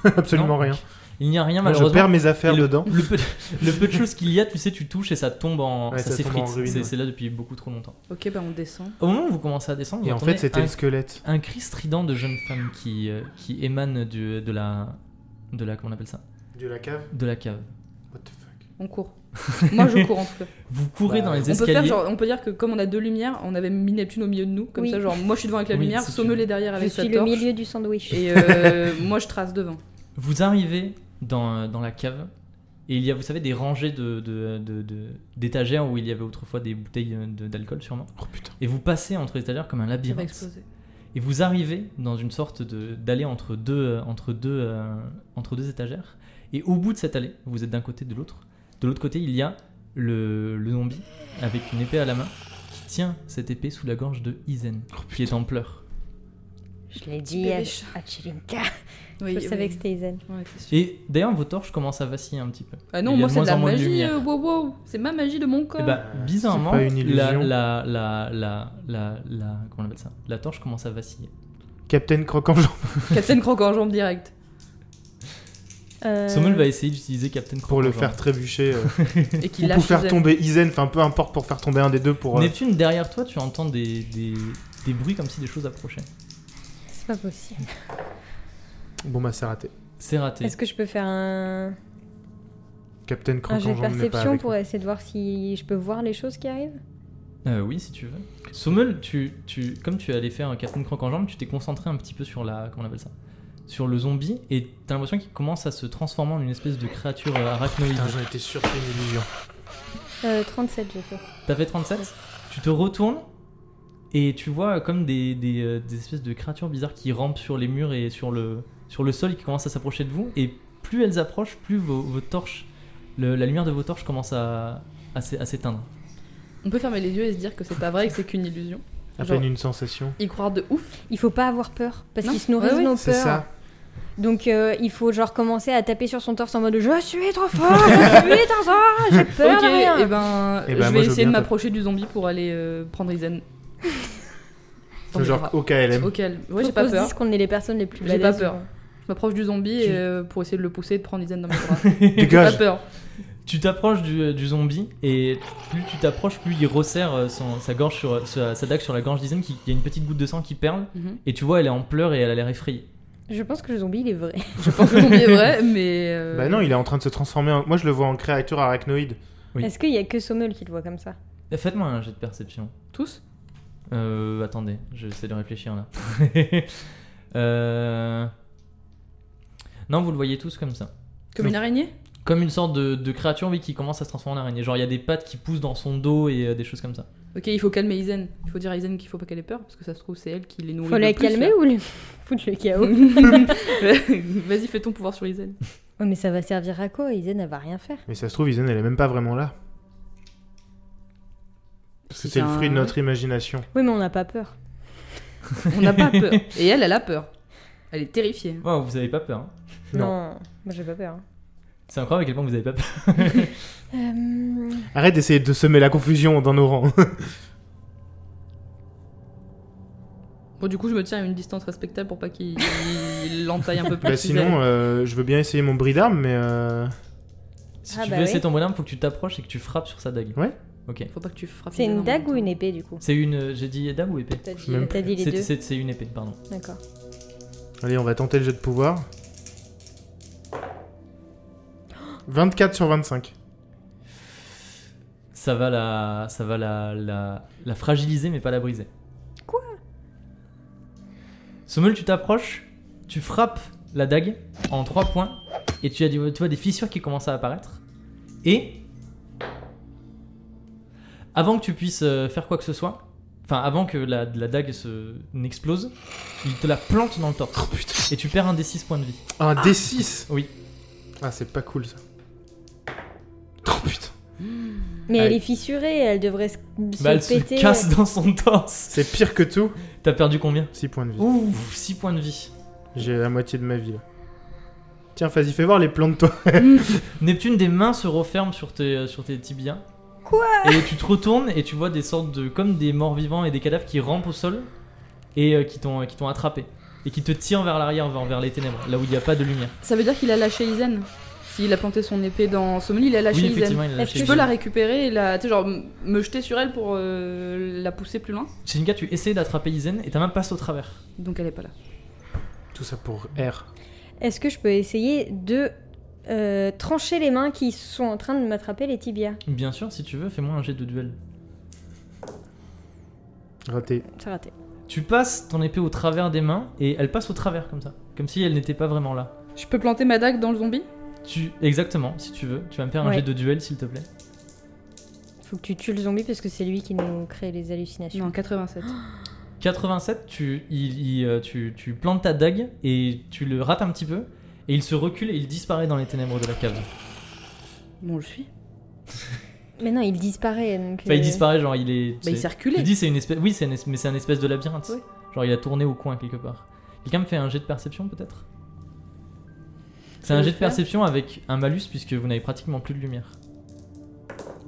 Speaker 2: Absolument
Speaker 1: Non
Speaker 2: rien.
Speaker 1: Il n'y a rien
Speaker 2: Moi, je
Speaker 1: malheureusement.
Speaker 2: perds mes affaires
Speaker 1: Et le- Oh,
Speaker 2: dedans.
Speaker 1: Le peu, le peu de choses qu'il y a, tu sais, tu touches et ça tombe en.
Speaker 2: Ouais,
Speaker 1: ça,
Speaker 2: ça tombe en
Speaker 1: s'effrite.
Speaker 2: ruine,
Speaker 1: C'est
Speaker 2: ouais.
Speaker 1: c'est là depuis beaucoup trop longtemps.
Speaker 3: Ok, bah on descend.
Speaker 1: Au moment où vous commencez à descendre, vous
Speaker 2: Et en
Speaker 1: entendez
Speaker 2: fait, c'était
Speaker 1: un,
Speaker 2: le squelette.
Speaker 1: un cri strident de jeune femme qui, euh, qui émane du- de la. De la. Comment on appelle ça
Speaker 2: De la cave
Speaker 1: De la cave.
Speaker 2: What the fuck
Speaker 3: On court. Moi je cours en tout cas.
Speaker 1: Vous courez
Speaker 2: Bah,
Speaker 1: dans les
Speaker 3: On peut,
Speaker 1: escaliers.
Speaker 3: faire, genre, on peut dire que comme on a deux lumières, on avait mis Neptune au milieu de nous. Comme
Speaker 4: Oui.
Speaker 3: ça, genre moi je suis devant avec la
Speaker 1: Oui,
Speaker 3: lumière,
Speaker 1: si tu
Speaker 3: Sommel
Speaker 1: veux.
Speaker 3: est derrière
Speaker 4: Je
Speaker 3: avec sa
Speaker 4: suis le
Speaker 3: torche.
Speaker 4: milieu du sandwich.
Speaker 3: Et euh, [LAUGHS] moi je trace devant.
Speaker 1: Vous arrivez dans, euh, dans la cave et il y a, vous savez, des rangées d'étagères de, de, de- d'étagères où il y avait autrefois des bouteilles euh, de- d'alcool, sûrement.
Speaker 2: Oh putain.
Speaker 1: Et vous passez entre les étagères comme un
Speaker 3: Ça va
Speaker 1: labyrinthe.
Speaker 3: exploser.
Speaker 1: Et vous arrivez dans une sorte de- d'allée entre deux, euh, entre, deux, euh, entre deux étagères. Et au bout de cette allée, vous êtes d'un côté de l'autre. De l'autre côté, il y a le, le zombie avec une épée à la main qui tient cette épée sous la gorge de Izen, qui est en pleurs.
Speaker 4: Je l'ai dit
Speaker 3: Bébé
Speaker 4: à,
Speaker 3: chat.
Speaker 4: à Chilinka.
Speaker 3: Oui,
Speaker 4: je
Speaker 3: oui.
Speaker 4: savais que c'était Izen.
Speaker 3: Ouais, c'est sûr.
Speaker 1: Et d'ailleurs, vos torches commencent à vaciller un petit peu.
Speaker 3: Ah
Speaker 1: il
Speaker 3: non,
Speaker 1: y a
Speaker 3: moi
Speaker 1: de
Speaker 3: c'est de
Speaker 1: moins en
Speaker 3: la
Speaker 1: moins de
Speaker 3: magie.
Speaker 1: lumière.
Speaker 3: euh, wow, wow. C'est ma magie de mon corps. Eh ben.
Speaker 1: Et bah,
Speaker 2: Euh,
Speaker 1: bizarrement,
Speaker 2: c'est pas une
Speaker 1: la,
Speaker 2: illusion.
Speaker 1: la, la, la, la, la- comment on appelle ça La torche commence à vaciller.
Speaker 2: Captain Croc-en-Jambe.
Speaker 3: [LAUGHS] Captain Croc en jambe direct.
Speaker 4: Euh,
Speaker 1: Sommel va essayer d'utiliser Captain Croc
Speaker 2: Pour le
Speaker 1: en
Speaker 2: faire
Speaker 1: jambe.
Speaker 2: trébucher. euh,
Speaker 3: Et qui
Speaker 2: Ou
Speaker 3: lâche
Speaker 2: pour faire
Speaker 3: ses ailes.
Speaker 2: tomber Izen. Enfin, peu importe, pour faire tomber un des deux pour. euh,
Speaker 1: Neptune, derrière toi, tu entends des, des, des bruits comme si des choses approchaient.
Speaker 4: C'est pas possible.
Speaker 2: Bon, bah, c'est raté.
Speaker 1: C'est raté.
Speaker 4: Est-ce que je peux faire un,
Speaker 2: Captain
Speaker 3: Ah,
Speaker 4: un jet de
Speaker 2: Croc-en-Jambe n'est pas
Speaker 4: perception
Speaker 2: avec
Speaker 4: pour
Speaker 2: nous.
Speaker 4: essayer de voir si je peux voir les choses qui arrivent
Speaker 1: Euh, oui, si tu veux. Sommel, tu, tu, comme tu es allé faire un Captain Croc en jambe, tu t'es concentré un petit peu sur la. Comment on appelle ça Sur le zombie, et t'as l'impression qu'il commence à se transformer en une espèce de créature euh, arachnoïde.
Speaker 2: Putain, j'en étais sûr que c'est une illusion.
Speaker 4: Euh, 37, j'ai fait.
Speaker 1: T'as fait 37 Tu te retournes, et tu vois comme des, des, euh, des espèces de créatures bizarres qui rampent sur les murs et sur le, sur le sol, qui commencent à s'approcher de vous, et plus elles approchent, plus vos, vos torches. le- la lumière de vos torches commence à, à s'é- à s'éteindre. [LAUGHS]
Speaker 3: On peut fermer les yeux et se dire que c'est pas vrai et que c'est qu'une illusion.
Speaker 2: À
Speaker 3: Genre-
Speaker 2: peine une sensation.
Speaker 3: Y croire de ouf.
Speaker 4: Il faut pas avoir peur parce
Speaker 3: Non.
Speaker 4: qu'ils se nourrissent
Speaker 3: Ouais,
Speaker 4: de
Speaker 3: ouais.
Speaker 4: nos
Speaker 2: C'est
Speaker 4: peurs.
Speaker 2: ça.
Speaker 4: Donc euh, il faut genre commencer à taper sur son torse en mode je suis trop fort, je
Speaker 2: [LAUGHS]
Speaker 4: suis trop fort, j'ai peur
Speaker 3: ok,
Speaker 4: de rien.
Speaker 3: et ben,
Speaker 2: Eh
Speaker 3: je
Speaker 2: ben,
Speaker 3: vais
Speaker 2: moi, je veux
Speaker 3: essayer de
Speaker 2: bien,
Speaker 3: m'approcher du zombie pour aller euh, prendre
Speaker 2: [LAUGHS]
Speaker 3: Izen. Dans mes
Speaker 2: Genre
Speaker 3: bras.
Speaker 2: au KLM.
Speaker 3: Ok, elle- ouais, j'ai
Speaker 4: Faut
Speaker 3: pas
Speaker 4: qu'on se
Speaker 3: peur.
Speaker 4: dise qu'on est les personnes les plus
Speaker 3: J'ai
Speaker 4: badass
Speaker 3: pas peur.
Speaker 4: du monde.
Speaker 3: Je m'approche du zombie
Speaker 1: Tu-
Speaker 3: et, euh, pour essayer de le pousser et de prendre Izen dans mes
Speaker 2: [LAUGHS]
Speaker 3: bras. J'ai pas
Speaker 2: Dégage.
Speaker 3: peur.
Speaker 1: Tu t'approches du, euh, du zombie et plus tu t'approches, plus il resserre euh, son- sa, gorge sur, sa, sa dague sur la gorge d'Isen. qui- Il y a une petite goutte de sang qui perle
Speaker 3: Mhm.
Speaker 1: et tu vois, elle est en pleurs et elle a l'air effrayée.
Speaker 4: Je pense que le zombie il est vrai.
Speaker 3: Je pense que le zombie est vrai, mais. euh,
Speaker 2: Bah non, il est en train de se transformer. en- Moi, je le vois en créature arachnoïde.
Speaker 1: Oui.
Speaker 4: Est-ce qu'il y a que Sommel qui le voit comme ça
Speaker 1: Eh, Faites-moi un jet de perception.
Speaker 3: Tous
Speaker 1: Euh, attendez, j'essaie de réfléchir là. Euh, Non, vous le voyez tous comme ça.
Speaker 3: Comme
Speaker 2: Non.
Speaker 3: une araignée
Speaker 1: Comme une sorte de, de créature oui, qui commence à se transformer en araignée. Genre, il y a des pattes qui poussent dans son dos et euh, des choses comme ça.
Speaker 3: Ok, il faut calmer Isen. Il faut dire à Isen qu'il faut pas qu'elle ait peur, parce que ça se trouve, c'est elle qui les nourrit.
Speaker 1: bah
Speaker 4: Faut
Speaker 3: le
Speaker 4: la
Speaker 3: plus,
Speaker 4: calmer
Speaker 3: là.
Speaker 4: ou le [LAUGHS] foutre le [LAUGHS] chaos
Speaker 3: [LAUGHS] Vas-y, fais ton pouvoir sur
Speaker 4: [LAUGHS]
Speaker 3: Isen.
Speaker 4: Ouais, Oh, mais ça va servir à quoi Isen, elle va rien faire.
Speaker 2: Mais ça se trouve, Isen, elle est même pas vraiment là. Parce que
Speaker 3: Si
Speaker 2: c'est le
Speaker 3: t'as
Speaker 2: fruit de
Speaker 3: un-
Speaker 2: notre imagination.
Speaker 4: Oui, mais on n'a pas peur.
Speaker 3: On n'a pas peur. Et elle, elle a peur. Elle est terrifiée.
Speaker 1: Wow, vous avez pas peur. hein.
Speaker 2: Non.
Speaker 4: Non, moi j'ai pas peur. hein.
Speaker 1: C'est incroyable à quel point vous avez pas peur.
Speaker 4: Euh,
Speaker 2: Arrête d'essayer de semer la confusion dans
Speaker 3: [LAUGHS]
Speaker 2: nos rangs.
Speaker 3: Bon, du coup, je me tiens à une distance respectable pour
Speaker 1: [LAUGHS]
Speaker 3: pas qu'il il l'entaille un peu plus.
Speaker 2: bah sinon, euh, je veux bien essayer mon bris d'armes, mais... euh,
Speaker 1: Si
Speaker 4: Ah
Speaker 1: tu
Speaker 4: bah
Speaker 1: veux
Speaker 4: oui.
Speaker 1: essayer ton bonhomme, faut que tu t'approches et que tu frappes sur sa dague.
Speaker 2: Ouais.
Speaker 1: Ok.
Speaker 3: Faut pas que tu frappes.
Speaker 4: C'est
Speaker 3: Isen en
Speaker 4: une
Speaker 3: même
Speaker 4: dague ou
Speaker 3: temps.
Speaker 4: une épée du coup
Speaker 1: C'est une. J'ai dit dague ou épée
Speaker 4: T'as dit,
Speaker 2: même
Speaker 4: t'as dit les
Speaker 1: C'est-
Speaker 4: deux
Speaker 1: C'est c'est une épée, pardon.
Speaker 4: D'accord.
Speaker 2: Allez, on va tenter le jeu de pouvoir. 24 sur 25.
Speaker 1: Ça va la, ça va la, la, la fragiliser mais pas la briser.
Speaker 4: Quoi
Speaker 1: Sommel, tu t'approches, tu frappes la dague en trois points et tu as des- tu vois des fissures qui commencent à apparaître. Et avant que tu puisses euh, faire quoi que ce soit, enfin avant que la, la dague se n'explose, il te la plante dans le torse
Speaker 2: Oh putain.
Speaker 1: et tu perds un des 6 points de vie.
Speaker 2: Un D6
Speaker 1: Oui.
Speaker 2: Ah, c'est pas
Speaker 1: [LAUGHS]
Speaker 2: cool, ça. Oh putain.
Speaker 4: Mais elle
Speaker 2: Allez.
Speaker 4: est fissurée, elle devrait se, se
Speaker 1: Bah, elle se
Speaker 4: péter.
Speaker 1: casse dans son torse.
Speaker 2: C'est pire que tout.
Speaker 1: T'as perdu combien
Speaker 2: 6 points de vie.
Speaker 1: Ouh, 6 points de vie.
Speaker 2: J'ai la moitié de ma vie, là. Tiens, vas-y, fais voir les plans de toi.
Speaker 1: Neptune, des mains se referment sur tes, euh, sur tes tibias.
Speaker 4: Quoi
Speaker 1: Et tu te retournes et tu vois des sortes de. comme des morts vivants et des cadavres qui rampent au sol et euh, qui t'ont qui t'ont attrapé. Et qui te tirent vers l'arrière, vers, vers les ténèbres, là où il n'y a pas de lumière.
Speaker 3: Ça veut dire qu'il a lâché Isen. S'il a planté son épée dans Sommelie, il a lâché
Speaker 1: oui,
Speaker 3: Isen.
Speaker 1: effectivement, il a
Speaker 4: Est-ce
Speaker 1: lâché.
Speaker 3: Je peux la récupérer et la, tu sais, genre, m- me jeter sur elle pour euh, la pousser plus loin.
Speaker 1: Shinka, tu essaies d'attraper Izen et ta main passe au travers.
Speaker 3: Donc elle est pas là.
Speaker 2: Tout ça pour R.
Speaker 4: Est-ce que je peux essayer de euh, trancher les mains qui sont en train de m'attraper les tibias
Speaker 1: Bien sûr, si tu veux, fais-moi un jet de duel.
Speaker 2: Raté.
Speaker 4: C'est raté.
Speaker 1: Tu passes ton épée au travers des mains et elle passe au travers comme ça. Comme si elle n'était pas vraiment là.
Speaker 3: Je peux planter ma dague dans le zombie
Speaker 1: Tu, exactement, si tu veux. Tu vas me faire un
Speaker 4: Ouais.
Speaker 1: jet de duel, s'il te plaît.
Speaker 4: Faut que tu tues le zombie parce que c'est lui qui nous crée les hallucinations.
Speaker 3: Non, 87.
Speaker 4: Ah.
Speaker 1: 87, tu, il, il, euh, tu, tu plantes ta dague et tu le rates un petit peu. Et il se recule et il disparaît dans les ténèbres de la cave.
Speaker 3: Bon, je suis.
Speaker 4: Mais non, il disparaît. Donc,
Speaker 1: Enfin, il
Speaker 4: euh,
Speaker 1: disparaît, genre il est.
Speaker 3: Bah, il s'est
Speaker 1: tu
Speaker 3: reculé.
Speaker 1: dis, c'est une espèce. Oui, c'est une espèce, mais c'est un espèce de labyrinthe.
Speaker 3: Ouais.
Speaker 1: Genre il a tourné au coin quelque part. Quelqu'un me fait un jet de perception peut-être C'est
Speaker 3: Ça
Speaker 1: un
Speaker 3: veut
Speaker 1: jet de
Speaker 3: faire
Speaker 1: perception avec un malus puisque vous n'avez pratiquement plus de lumière.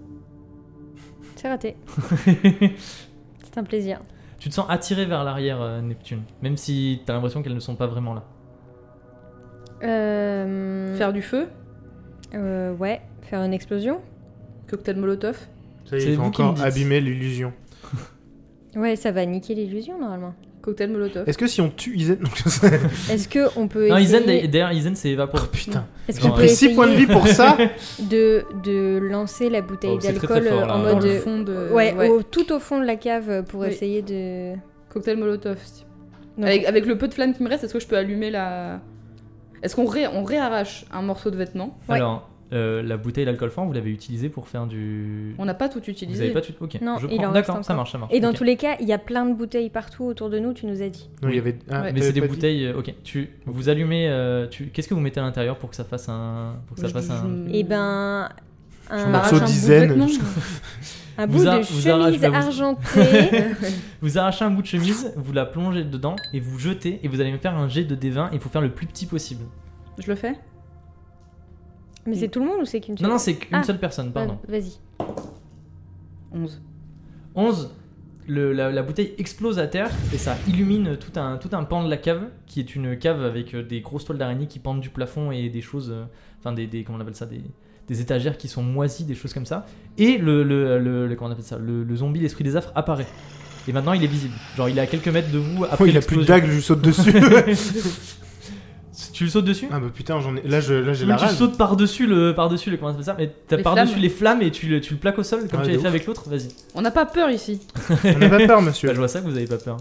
Speaker 1: [LAUGHS]
Speaker 4: C'est raté. c'est un plaisir.
Speaker 1: Tu te sens attiré vers l'arrière, euh, Neptune. Même si t'as l'impression qu'elles ne sont pas vraiment là.
Speaker 4: Euh,
Speaker 3: Faire du feu,
Speaker 4: euh, ouais, faire une explosion.
Speaker 3: cocktail molotov.
Speaker 2: Ça y
Speaker 1: C'est
Speaker 2: est, il faut
Speaker 1: vous qui me
Speaker 2: encore
Speaker 1: dites.
Speaker 2: abîmer l'illusion.
Speaker 4: Ouais, ça va niquer l'illusion normalement.
Speaker 3: Cocktail molotov.
Speaker 2: Est-ce que si on tue Isen... Non, je sais.
Speaker 1: [LAUGHS]
Speaker 4: Est-ce que on peut
Speaker 1: Non,
Speaker 4: essayer
Speaker 1: Izen, d'ailleurs, Izen s'est évaporé.
Speaker 2: Oh putain.
Speaker 4: Est-ce
Speaker 1: Genre,
Speaker 4: qu'on peut
Speaker 1: euh,
Speaker 2: J'ai 6
Speaker 4: essayer
Speaker 2: points de vie pour
Speaker 1: [LAUGHS]
Speaker 2: ça
Speaker 4: de, de lancer la bouteille
Speaker 1: Oh, c'est très,
Speaker 4: d'alcool
Speaker 1: très fort,
Speaker 4: euh,
Speaker 1: là.
Speaker 4: en
Speaker 1: Dans
Speaker 4: mode
Speaker 3: Dans le
Speaker 4: euh,
Speaker 3: fond de.
Speaker 4: ouais,
Speaker 3: ouais.
Speaker 4: au- tout au fond de la cave euh, pour
Speaker 3: Oui.
Speaker 4: essayer de
Speaker 3: Cocktail molotov.
Speaker 4: Non.
Speaker 3: Avec, avec le peu de flamme qui me reste, est-ce que je peux allumer la. Est-ce qu'on ré, on réarrache un morceau de vêtement
Speaker 4: Ouais.
Speaker 1: Alors, euh, la bouteille d'alcool franc, vous l'avez utilisée pour faire du.
Speaker 3: On n'a pas tout
Speaker 1: Vous avez
Speaker 3: utilisé.
Speaker 1: pas tout. Ok.
Speaker 4: Non,
Speaker 1: je
Speaker 4: il
Speaker 1: prends.
Speaker 4: en reste
Speaker 1: D'accord,
Speaker 4: encore.
Speaker 1: ça marche, ça marche.
Speaker 4: Et dans
Speaker 1: Ok.
Speaker 4: tous les cas, il y a plein de bouteilles partout autour de nous, tu nous as dit.
Speaker 2: Non, il y avait... ah,
Speaker 1: Mais c'est
Speaker 2: t'avais
Speaker 1: des
Speaker 2: pas dit.
Speaker 1: bouteilles. euh, Ok. Tu vous allumez. euh, tu... Qu'est-ce que vous mettez à l'intérieur pour que ça fasse un. Pour que ça
Speaker 3: Je-
Speaker 1: fasse
Speaker 3: je-
Speaker 1: un.
Speaker 4: Et
Speaker 2: Un
Speaker 4: ben un,
Speaker 2: morceau
Speaker 4: un,
Speaker 3: bout de
Speaker 2: dizaine.
Speaker 3: vêtement.
Speaker 4: bout
Speaker 1: Vous a-
Speaker 4: de
Speaker 1: vous arrache
Speaker 4: chemise
Speaker 1: la boute- [LAUGHS]
Speaker 4: argentée.
Speaker 1: Vous arrachez un bout de chemise, vous la plongez dedans et vous jetez et vous allez me faire un jet de D20 et il faut faire le plus petit possible.
Speaker 3: Je le fais
Speaker 4: Mais c'est tout le monde ou c'est qu'une
Speaker 1: Non,
Speaker 4: seule
Speaker 1: non, c'est qu'une
Speaker 4: Ah.
Speaker 1: seule personne,
Speaker 4: Ah,
Speaker 1: pardon.
Speaker 4: Vas-y.
Speaker 3: 11.
Speaker 1: 11. Le, la, la bouteille explose à terre et ça illumine tout un, tout un pan de la cave qui est une cave avec euh, des grosses toiles d'araignée qui pendent du plafond et des choses, euh, enfin des, des- comment on appelle ça, des, des étagères qui sont moisies, des choses comme ça. Et le, le, le- le- comment on appelle ça, le, le zombie, l'esprit des affres apparaît. Et maintenant il est visible. Genre il est à quelques mètres de vous après
Speaker 2: Oh, il a plus de
Speaker 1: l'explosion.
Speaker 2: dague, je lui
Speaker 1: [LAUGHS]
Speaker 2: saute dessus.
Speaker 1: tu le sautes dessus
Speaker 2: ah bah putain, j'en ai... Là, je... là j'ai
Speaker 1: Mais
Speaker 2: la
Speaker 1: tu
Speaker 2: rage.
Speaker 1: sautes par-dessus le par-dessus le comment ça s'appelle ça mais t'as
Speaker 3: Les
Speaker 1: par-dessus
Speaker 3: flammes.
Speaker 1: les flammes et tu le, tu le plaques au sol comme tu
Speaker 2: Ah, de
Speaker 1: l'avais
Speaker 2: ouf.
Speaker 1: fait avec l'autre vas-y
Speaker 3: On n'a pas peur ici.
Speaker 2: On n'a pas
Speaker 1: [LAUGHS]
Speaker 2: peur,
Speaker 1: bah,
Speaker 2: monsieur.
Speaker 1: je vois ça que vous avez pas peur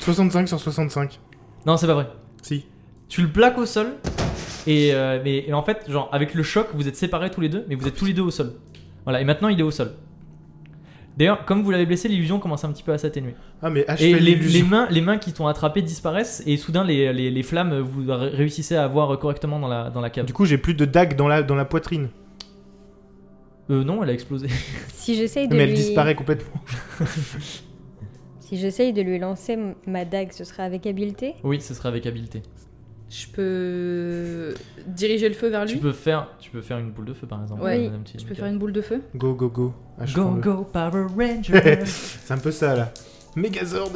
Speaker 2: 65 sur 65.
Speaker 1: non c'est pas vrai
Speaker 2: Si.
Speaker 1: tu le plaques au sol et euh, mais et en fait genre avec le choc vous êtes séparés tous les deux mais vous êtes tous les deux au sol Voilà, et maintenant il est au sol. D'ailleurs, comme vous l'avez blessé, l'illusion commence un petit peu à s'atténuer.
Speaker 2: Ah, mais ah, je
Speaker 1: Et
Speaker 2: fais
Speaker 1: les, les
Speaker 2: l'illusion.
Speaker 1: mains, les mains qui t'ont attrapé disparaissent, et soudain les, les- les flammes, vous ré- réussissez à avoir correctement dans la, dans la cave.
Speaker 2: Du coup, j'ai plus de dague dans la, dans la poitrine.
Speaker 1: Euh, non, elle a explosé. [LAUGHS]
Speaker 4: Si j'essaye de
Speaker 2: Mais elle
Speaker 4: lui...
Speaker 2: disparaît complètement.
Speaker 4: Si j'essaye de lui lancer m- ma dague, ce sera avec habileté
Speaker 1: Oui, ce sera avec habileté.
Speaker 3: Je peux diriger le feu
Speaker 2: Ah,
Speaker 3: vers
Speaker 1: Tu
Speaker 3: lui
Speaker 1: peux, faire, tu peux faire une boule de feu par exemple.
Speaker 3: Ouais.
Speaker 1: madame Tilly
Speaker 3: Je peux faire une boule de feu
Speaker 2: Go, go, go. Ah, je
Speaker 1: Go,
Speaker 2: prends le-
Speaker 1: go, Power Ranger
Speaker 2: C'est un peu ça, là. Megazord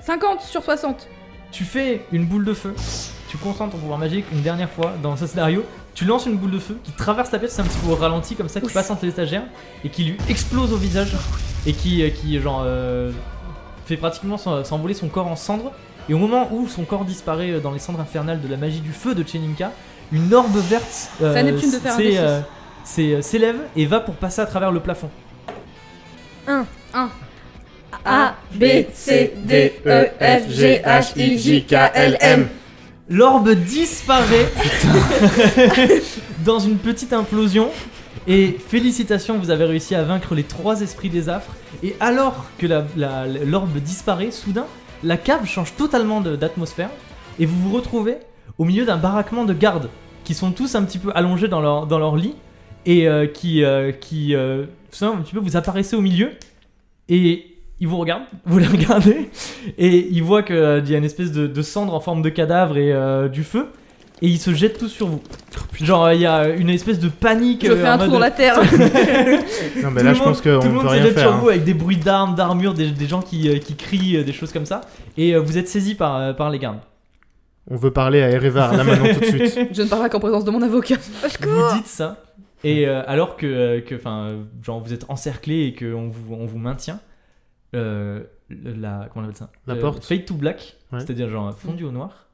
Speaker 3: 50 sur 60
Speaker 1: Tu fais une boule de feu, tu concentres ton pouvoir magique une dernière fois dans ce scénario, tu lances une boule de feu qui traverse la pièce, c'est un petit peu au ralenti comme ça, qui
Speaker 3: Ouf.
Speaker 1: passe entre les étagères et qui lui explose au visage et qui, euh, qui genre, euh, fait pratiquement s'en- s'envoler son corps en cendres. Et au moment où son corps disparaît euh, dans les cendres infernales de la magie du feu de Cheninka, une orbe verte
Speaker 3: à Neptune de faire un
Speaker 1: s'é-
Speaker 3: D6.
Speaker 1: euh, s'é- euh, s'élève et va pour passer à travers le plafond.
Speaker 4: 1.
Speaker 3: Un.
Speaker 4: A, B, C, D, E, F, G, H, I, J, K, L, M.
Speaker 1: L'orbe disparaît dans une petite implosion. Et félicitations, vous avez réussi à vaincre les trois esprits des affres. Et alors que la- la- l'orbe disparaît, soudain, la cave change totalement de- d'atmosphère. Et vous vous retrouvez au milieu d'un baraquement de gardes qui sont tous un petit peu allongés dans leur, dans leur lit. Et euh, qui, euh, qui euh, tout simplement, un petit peu, vous apparaissez au milieu. Et ils vous regardent, [LAUGHS] vous les regardez. Et ils voient qu'il y a une espèce de, de cendre en forme de cadavre et euh, du feu. Et ils se jettent tous sur vous. Genre, euh, il y a une espèce de panique.
Speaker 3: Oh, Je
Speaker 1: euh,
Speaker 3: fais
Speaker 1: en
Speaker 3: un trou
Speaker 1: mode-
Speaker 3: dans la terre
Speaker 2: Non, mais
Speaker 1: Tout le
Speaker 2: là, je
Speaker 1: monde-
Speaker 2: pense qu'on
Speaker 1: Tout le monde
Speaker 2: peut
Speaker 1: se
Speaker 2: rien
Speaker 1: jette
Speaker 2: faire.
Speaker 1: sur
Speaker 2: hein.
Speaker 1: vous avec des bruits d'armes, d'armures, des, des gens qui, euh, qui crient, euh, des choses comme ça. Et euh, vous êtes saisis par, euh, par les gardes.
Speaker 2: On veut parler à Erevar, là, maintenant, tout de suite.
Speaker 3: Je ne parle pas qu'en présence de mon avocat.
Speaker 1: [LAUGHS] Vous dites ça. Et euh, alors que, euh, que, enfin, euh, genre, vous êtes encerclés et qu'on vous, on vous maintient, euh, la, comment on appelle ça
Speaker 2: La
Speaker 1: Euh,
Speaker 2: porte.
Speaker 1: Fade to black,
Speaker 2: Ouais.
Speaker 1: c'est-à-dire genre fondu au noir.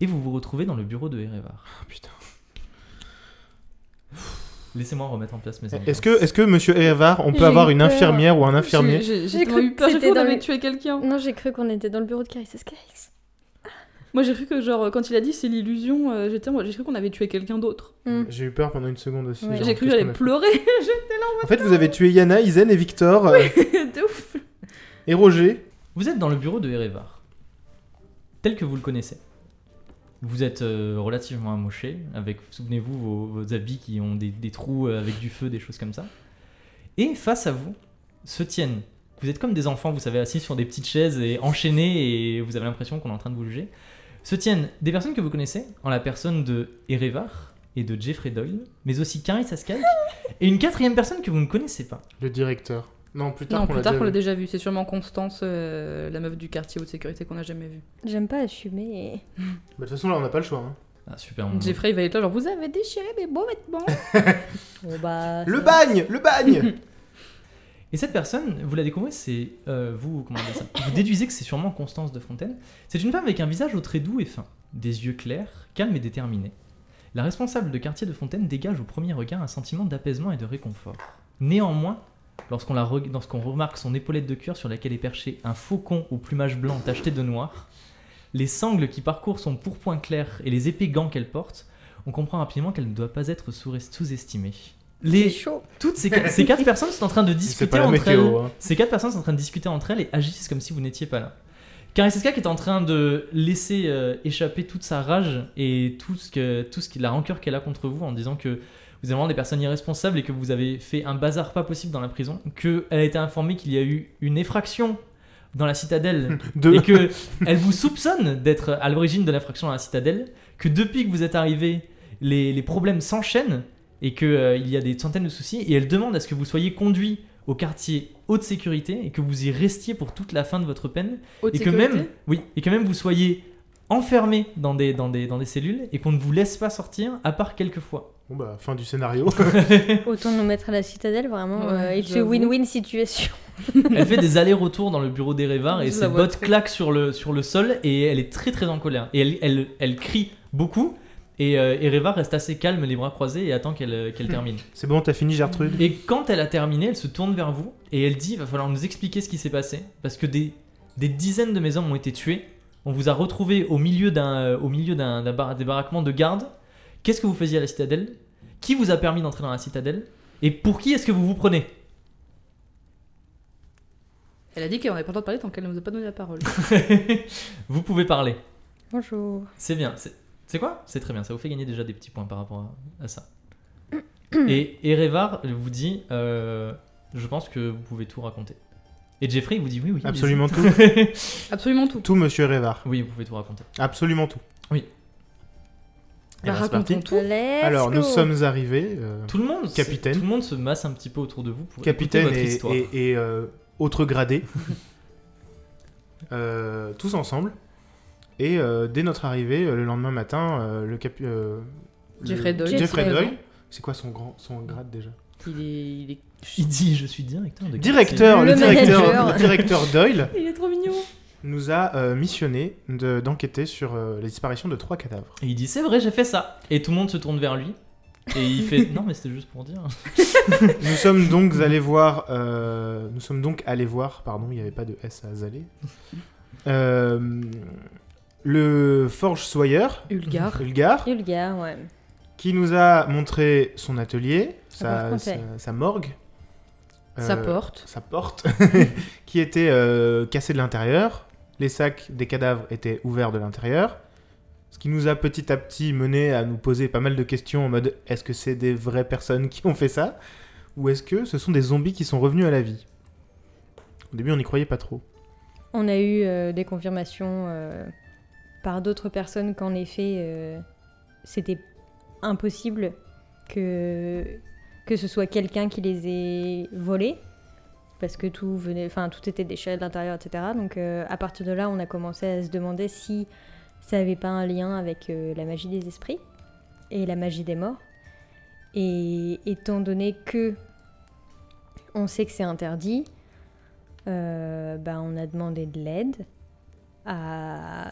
Speaker 1: Et vous vous retrouvez dans le bureau de Erevar.
Speaker 2: Ah, putain.
Speaker 1: Laissez-moi remettre en place mes
Speaker 2: Est-ce que, est que monsieur Erevar, on peut
Speaker 4: J'ai
Speaker 2: avoir
Speaker 4: eu
Speaker 2: une
Speaker 4: peur.
Speaker 2: infirmière ou un infirmier
Speaker 3: J'ai j'ai
Speaker 4: J'ai
Speaker 3: tellement
Speaker 4: cru
Speaker 3: eu peur,
Speaker 4: que
Speaker 3: j'ai cru
Speaker 4: c'était
Speaker 3: qu'on
Speaker 4: dans
Speaker 3: avait
Speaker 4: le-
Speaker 3: tué quelqu'un.
Speaker 4: Non, j'ai cru qu'on était dans le bureau de Caris Escaris.
Speaker 3: Moi j'ai cru que, genre, quand il a dit c'est l'illusion, euh, j'étais en mode, j'ai cru qu'on avait tué quelqu'un d'autre.
Speaker 2: J'ai eu peur pendant une seconde aussi.
Speaker 4: Ouais.
Speaker 2: genre,
Speaker 3: J'ai cru que
Speaker 2: qu'est-ce
Speaker 3: j'allais
Speaker 2: qu'on a
Speaker 3: pleurer.
Speaker 2: fait En fait, vous avez tué Yana, Izen et Victor euh,
Speaker 3: de ouf.
Speaker 2: et Roger.
Speaker 1: Vous êtes dans le bureau de Erevar, tel que vous le connaissez. Vous êtes euh, relativement amoché, avec, souvenez-vous, vos, vos habits qui ont des, des trous euh, avec du feu, des choses comme ça. Et face à vous se tiennent, vous êtes comme des enfants, vous savez, assis sur des petites chaises et enchaînés, et vous avez l'impression qu'on est en train de vous juger. Se tiennent des personnes que vous connaissez, en la personne de Erevar et de Jeffrey Doyle, mais aussi Karis Askalk, et une quatrième personne que vous ne connaissez pas.
Speaker 2: Le directeur. Non, plus tard
Speaker 3: Non,
Speaker 2: qu'on
Speaker 3: plus
Speaker 2: l'a
Speaker 3: tard
Speaker 2: déjà
Speaker 3: qu'on l'a
Speaker 2: vu.
Speaker 3: déjà vu. C'est sûrement Constance, euh, la meuf du quartier haute sécurité qu'on n'a jamais vue.
Speaker 4: J'aime pas assumer.
Speaker 2: Bah, De toute façon, là, on n'a pas le choix. hein.
Speaker 1: Ah, super. on-
Speaker 3: Jeffrey il va être là, genre, vous avez déchiré mes
Speaker 1: [LAUGHS]
Speaker 3: beaux vêtements.
Speaker 4: Bon bah.
Speaker 2: Le bagne Le bagne
Speaker 1: Et cette personne, vous la découvrez, c'est euh, vous, comment on dit ça Vous déduisez que c'est sûrement Constance de Fontaine. C'est une femme avec un visage au trait doux et fin, des yeux clairs, calmes et déterminés. La responsable de quartier de Fontaine dégage au premier regard un sentiment d'apaisement et de réconfort. Néanmoins, lorsqu'on la re- lorsqu'on remarque son épaulette de cuir sur laquelle est perché un faucon au plumage blanc tacheté de noir, les sangles qui parcourent son pourpoint clair et les épais gants qu'elle porte, on comprend rapidement qu'elle ne doit pas être sous- sous-estimée.
Speaker 4: C'est
Speaker 1: Les,
Speaker 4: chaud.
Speaker 1: toutes ces, ces
Speaker 2: [LAUGHS]
Speaker 1: quatre personnes sont en train de
Speaker 2: C'est
Speaker 1: discuter
Speaker 2: pas la
Speaker 1: entre elles.
Speaker 2: météo. hein.
Speaker 1: Ces quatre personnes sont en train de discuter entre elles et agissent comme si vous n'étiez pas là. Kariseska qui est en train de laisser euh, échapper toute sa rage et tout ce que, tout ce qui, la rancœur qu'elle a contre vous en disant que vous êtes vraiment des personnes irresponsables et que vous avez fait un bazar pas possible dans la prison, qu'elle a été informée qu'il y a eu une effraction dans la citadelle
Speaker 2: Deux.
Speaker 1: et que elle vous soupçonne d'être à l'origine de l'infraction à la citadelle, que depuis que vous êtes arrivé, les, les problèmes s'enchaînent et qu'il y a des centaines de soucis, et elle demande à ce que vous soyez conduit au quartier haute sécurité et que vous y restiez pour toute la fin de votre peine,
Speaker 3: Haute
Speaker 1: et que
Speaker 3: sécurité.
Speaker 1: même, oui, et que même vous soyez enfermé dans des, dans des, dans des cellules et qu'on ne vous laisse pas sortir à part quelques fois.
Speaker 2: Bon, bah, fin du scénario. [LAUGHS]
Speaker 4: Autant nous mettre à la citadelle, vraiment.
Speaker 3: Ouais,
Speaker 4: euh, et c'est
Speaker 3: j'avoue.
Speaker 4: win-win situation.
Speaker 1: Elle fait des allers-retours dans le bureau des rêvards et
Speaker 3: Je
Speaker 1: ses
Speaker 3: la vois
Speaker 1: bottes
Speaker 3: très-
Speaker 1: claquent sur le, sur le sol et elle est très très en colère. Et elle, elle, elle crie beaucoup et, euh, et Reva reste assez calme, les bras croisés et attend qu'elle euh,
Speaker 3: Hmm.
Speaker 1: qu'elle termine.
Speaker 2: C'est bon, t'as fini, Gertrude
Speaker 1: Et quand elle a terminé, elle se tourne vers vous et elle dit il va falloir nous expliquer ce qui s'est passé parce que des, des dizaines de mes hommes ont été tués. On vous a retrouvé au milieu d'un euh, au milieu d'un d'un bar- des baraquements de garde. Qu'est-ce que vous faisiez à la citadelle Qui vous a permis d'entrer dans la citadelle Et pour qui est-ce que vous vous prenez [LAUGHS]
Speaker 3: Elle a dit qu'on n'avait pas le droit de parler tant qu'elle ne nous a pas donné la parole.
Speaker 1: Vous pouvez parler.
Speaker 4: Bonjour.
Speaker 1: C'est bien. C'est- C'est quoi C'est très bien. Ça vous fait gagner déjà des petits points par rapport à, à ça. et Erevar vous dit euh, Je pense que vous pouvez tout raconter. Et Jeffrey il vous dit Oui, oui. mais-
Speaker 2: Absolument tout.
Speaker 3: Absolument tout.
Speaker 2: Tout, monsieur Révard.
Speaker 1: [LAUGHS] oui, vous pouvez tout raconter.
Speaker 2: Absolument tout.
Speaker 1: Et
Speaker 3: Bah,
Speaker 1: ben, c'est
Speaker 3: racontons
Speaker 1: parti.
Speaker 3: tout.
Speaker 4: Let's
Speaker 2: Alors, nous
Speaker 4: go.
Speaker 2: sommes arrivés. euh,
Speaker 1: Tout le monde, c'est-
Speaker 2: Capitaine.
Speaker 1: tout le monde se masse un petit peu autour de vous pour
Speaker 2: capitaine
Speaker 1: écouter votre
Speaker 2: et,
Speaker 1: histoire.
Speaker 2: et- et, euh, autres gradés, [LAUGHS] euh, tous ensemble. Et euh, dès notre arrivée, euh, le lendemain matin, euh, le cap... euh, le-
Speaker 3: Jeffrey Doyle.
Speaker 2: Jeffrey
Speaker 4: Jeffrey
Speaker 2: Doyle.
Speaker 4: Doyle.
Speaker 2: C'est quoi son, grand, son grade déjà
Speaker 3: Il est. Il est...
Speaker 1: Il dit Je suis directeur de
Speaker 2: Directeur, le,
Speaker 4: Le
Speaker 2: directeur,
Speaker 4: manager.
Speaker 2: le directeur Doyle
Speaker 3: Il est trop mignon.
Speaker 2: nous a euh, missionné de- d'enquêter sur euh, la disparition de trois cadavres. [LAUGHS]
Speaker 1: Et il dit c'est vrai, j'ai fait ça. Et tout le monde se tourne vers lui. Et il fait [LAUGHS] non mais c'était juste pour dire.
Speaker 2: Nous sommes donc allés voir. euh, nous sommes donc allés voir. Pardon, il n'y avait pas de S à Zalé. Euh, le Forge Sawyer,
Speaker 1: [LAUGHS]
Speaker 3: Ulgar.
Speaker 2: Ulgar,
Speaker 4: Yulgar, ouais.
Speaker 2: qui nous a montré son atelier,
Speaker 4: porte
Speaker 2: sa,
Speaker 4: conseil.
Speaker 2: sa- sa morgue,
Speaker 3: Sa
Speaker 2: euh,
Speaker 3: porte.
Speaker 2: sa porte, [LAUGHS] qui était euh, cassée de l'intérieur. Les sacs des cadavres étaient ouverts de l'intérieur. Ce qui nous a petit à petit mené à nous poser pas mal de questions en mode est-ce que c'est des vraies personnes qui ont fait ça Ou est-ce que ce sont des zombies qui sont revenus à la vie Au début, on n'y croyait pas trop.
Speaker 4: On a eu euh, des confirmations euh, par d'autres personnes qu'en effet, euh, c'était impossible que, que ce soit quelqu'un qui les ait volés, parce que tout, venait, enfin, tout était déchiré de l'intérieur, etc. Donc euh, à partir de là, on a commencé à se demander si ça n'avait pas un lien avec euh, la magie des esprits et la magie des morts. Et étant donné que on sait que c'est interdit, euh, bah, on a demandé de l'aide à,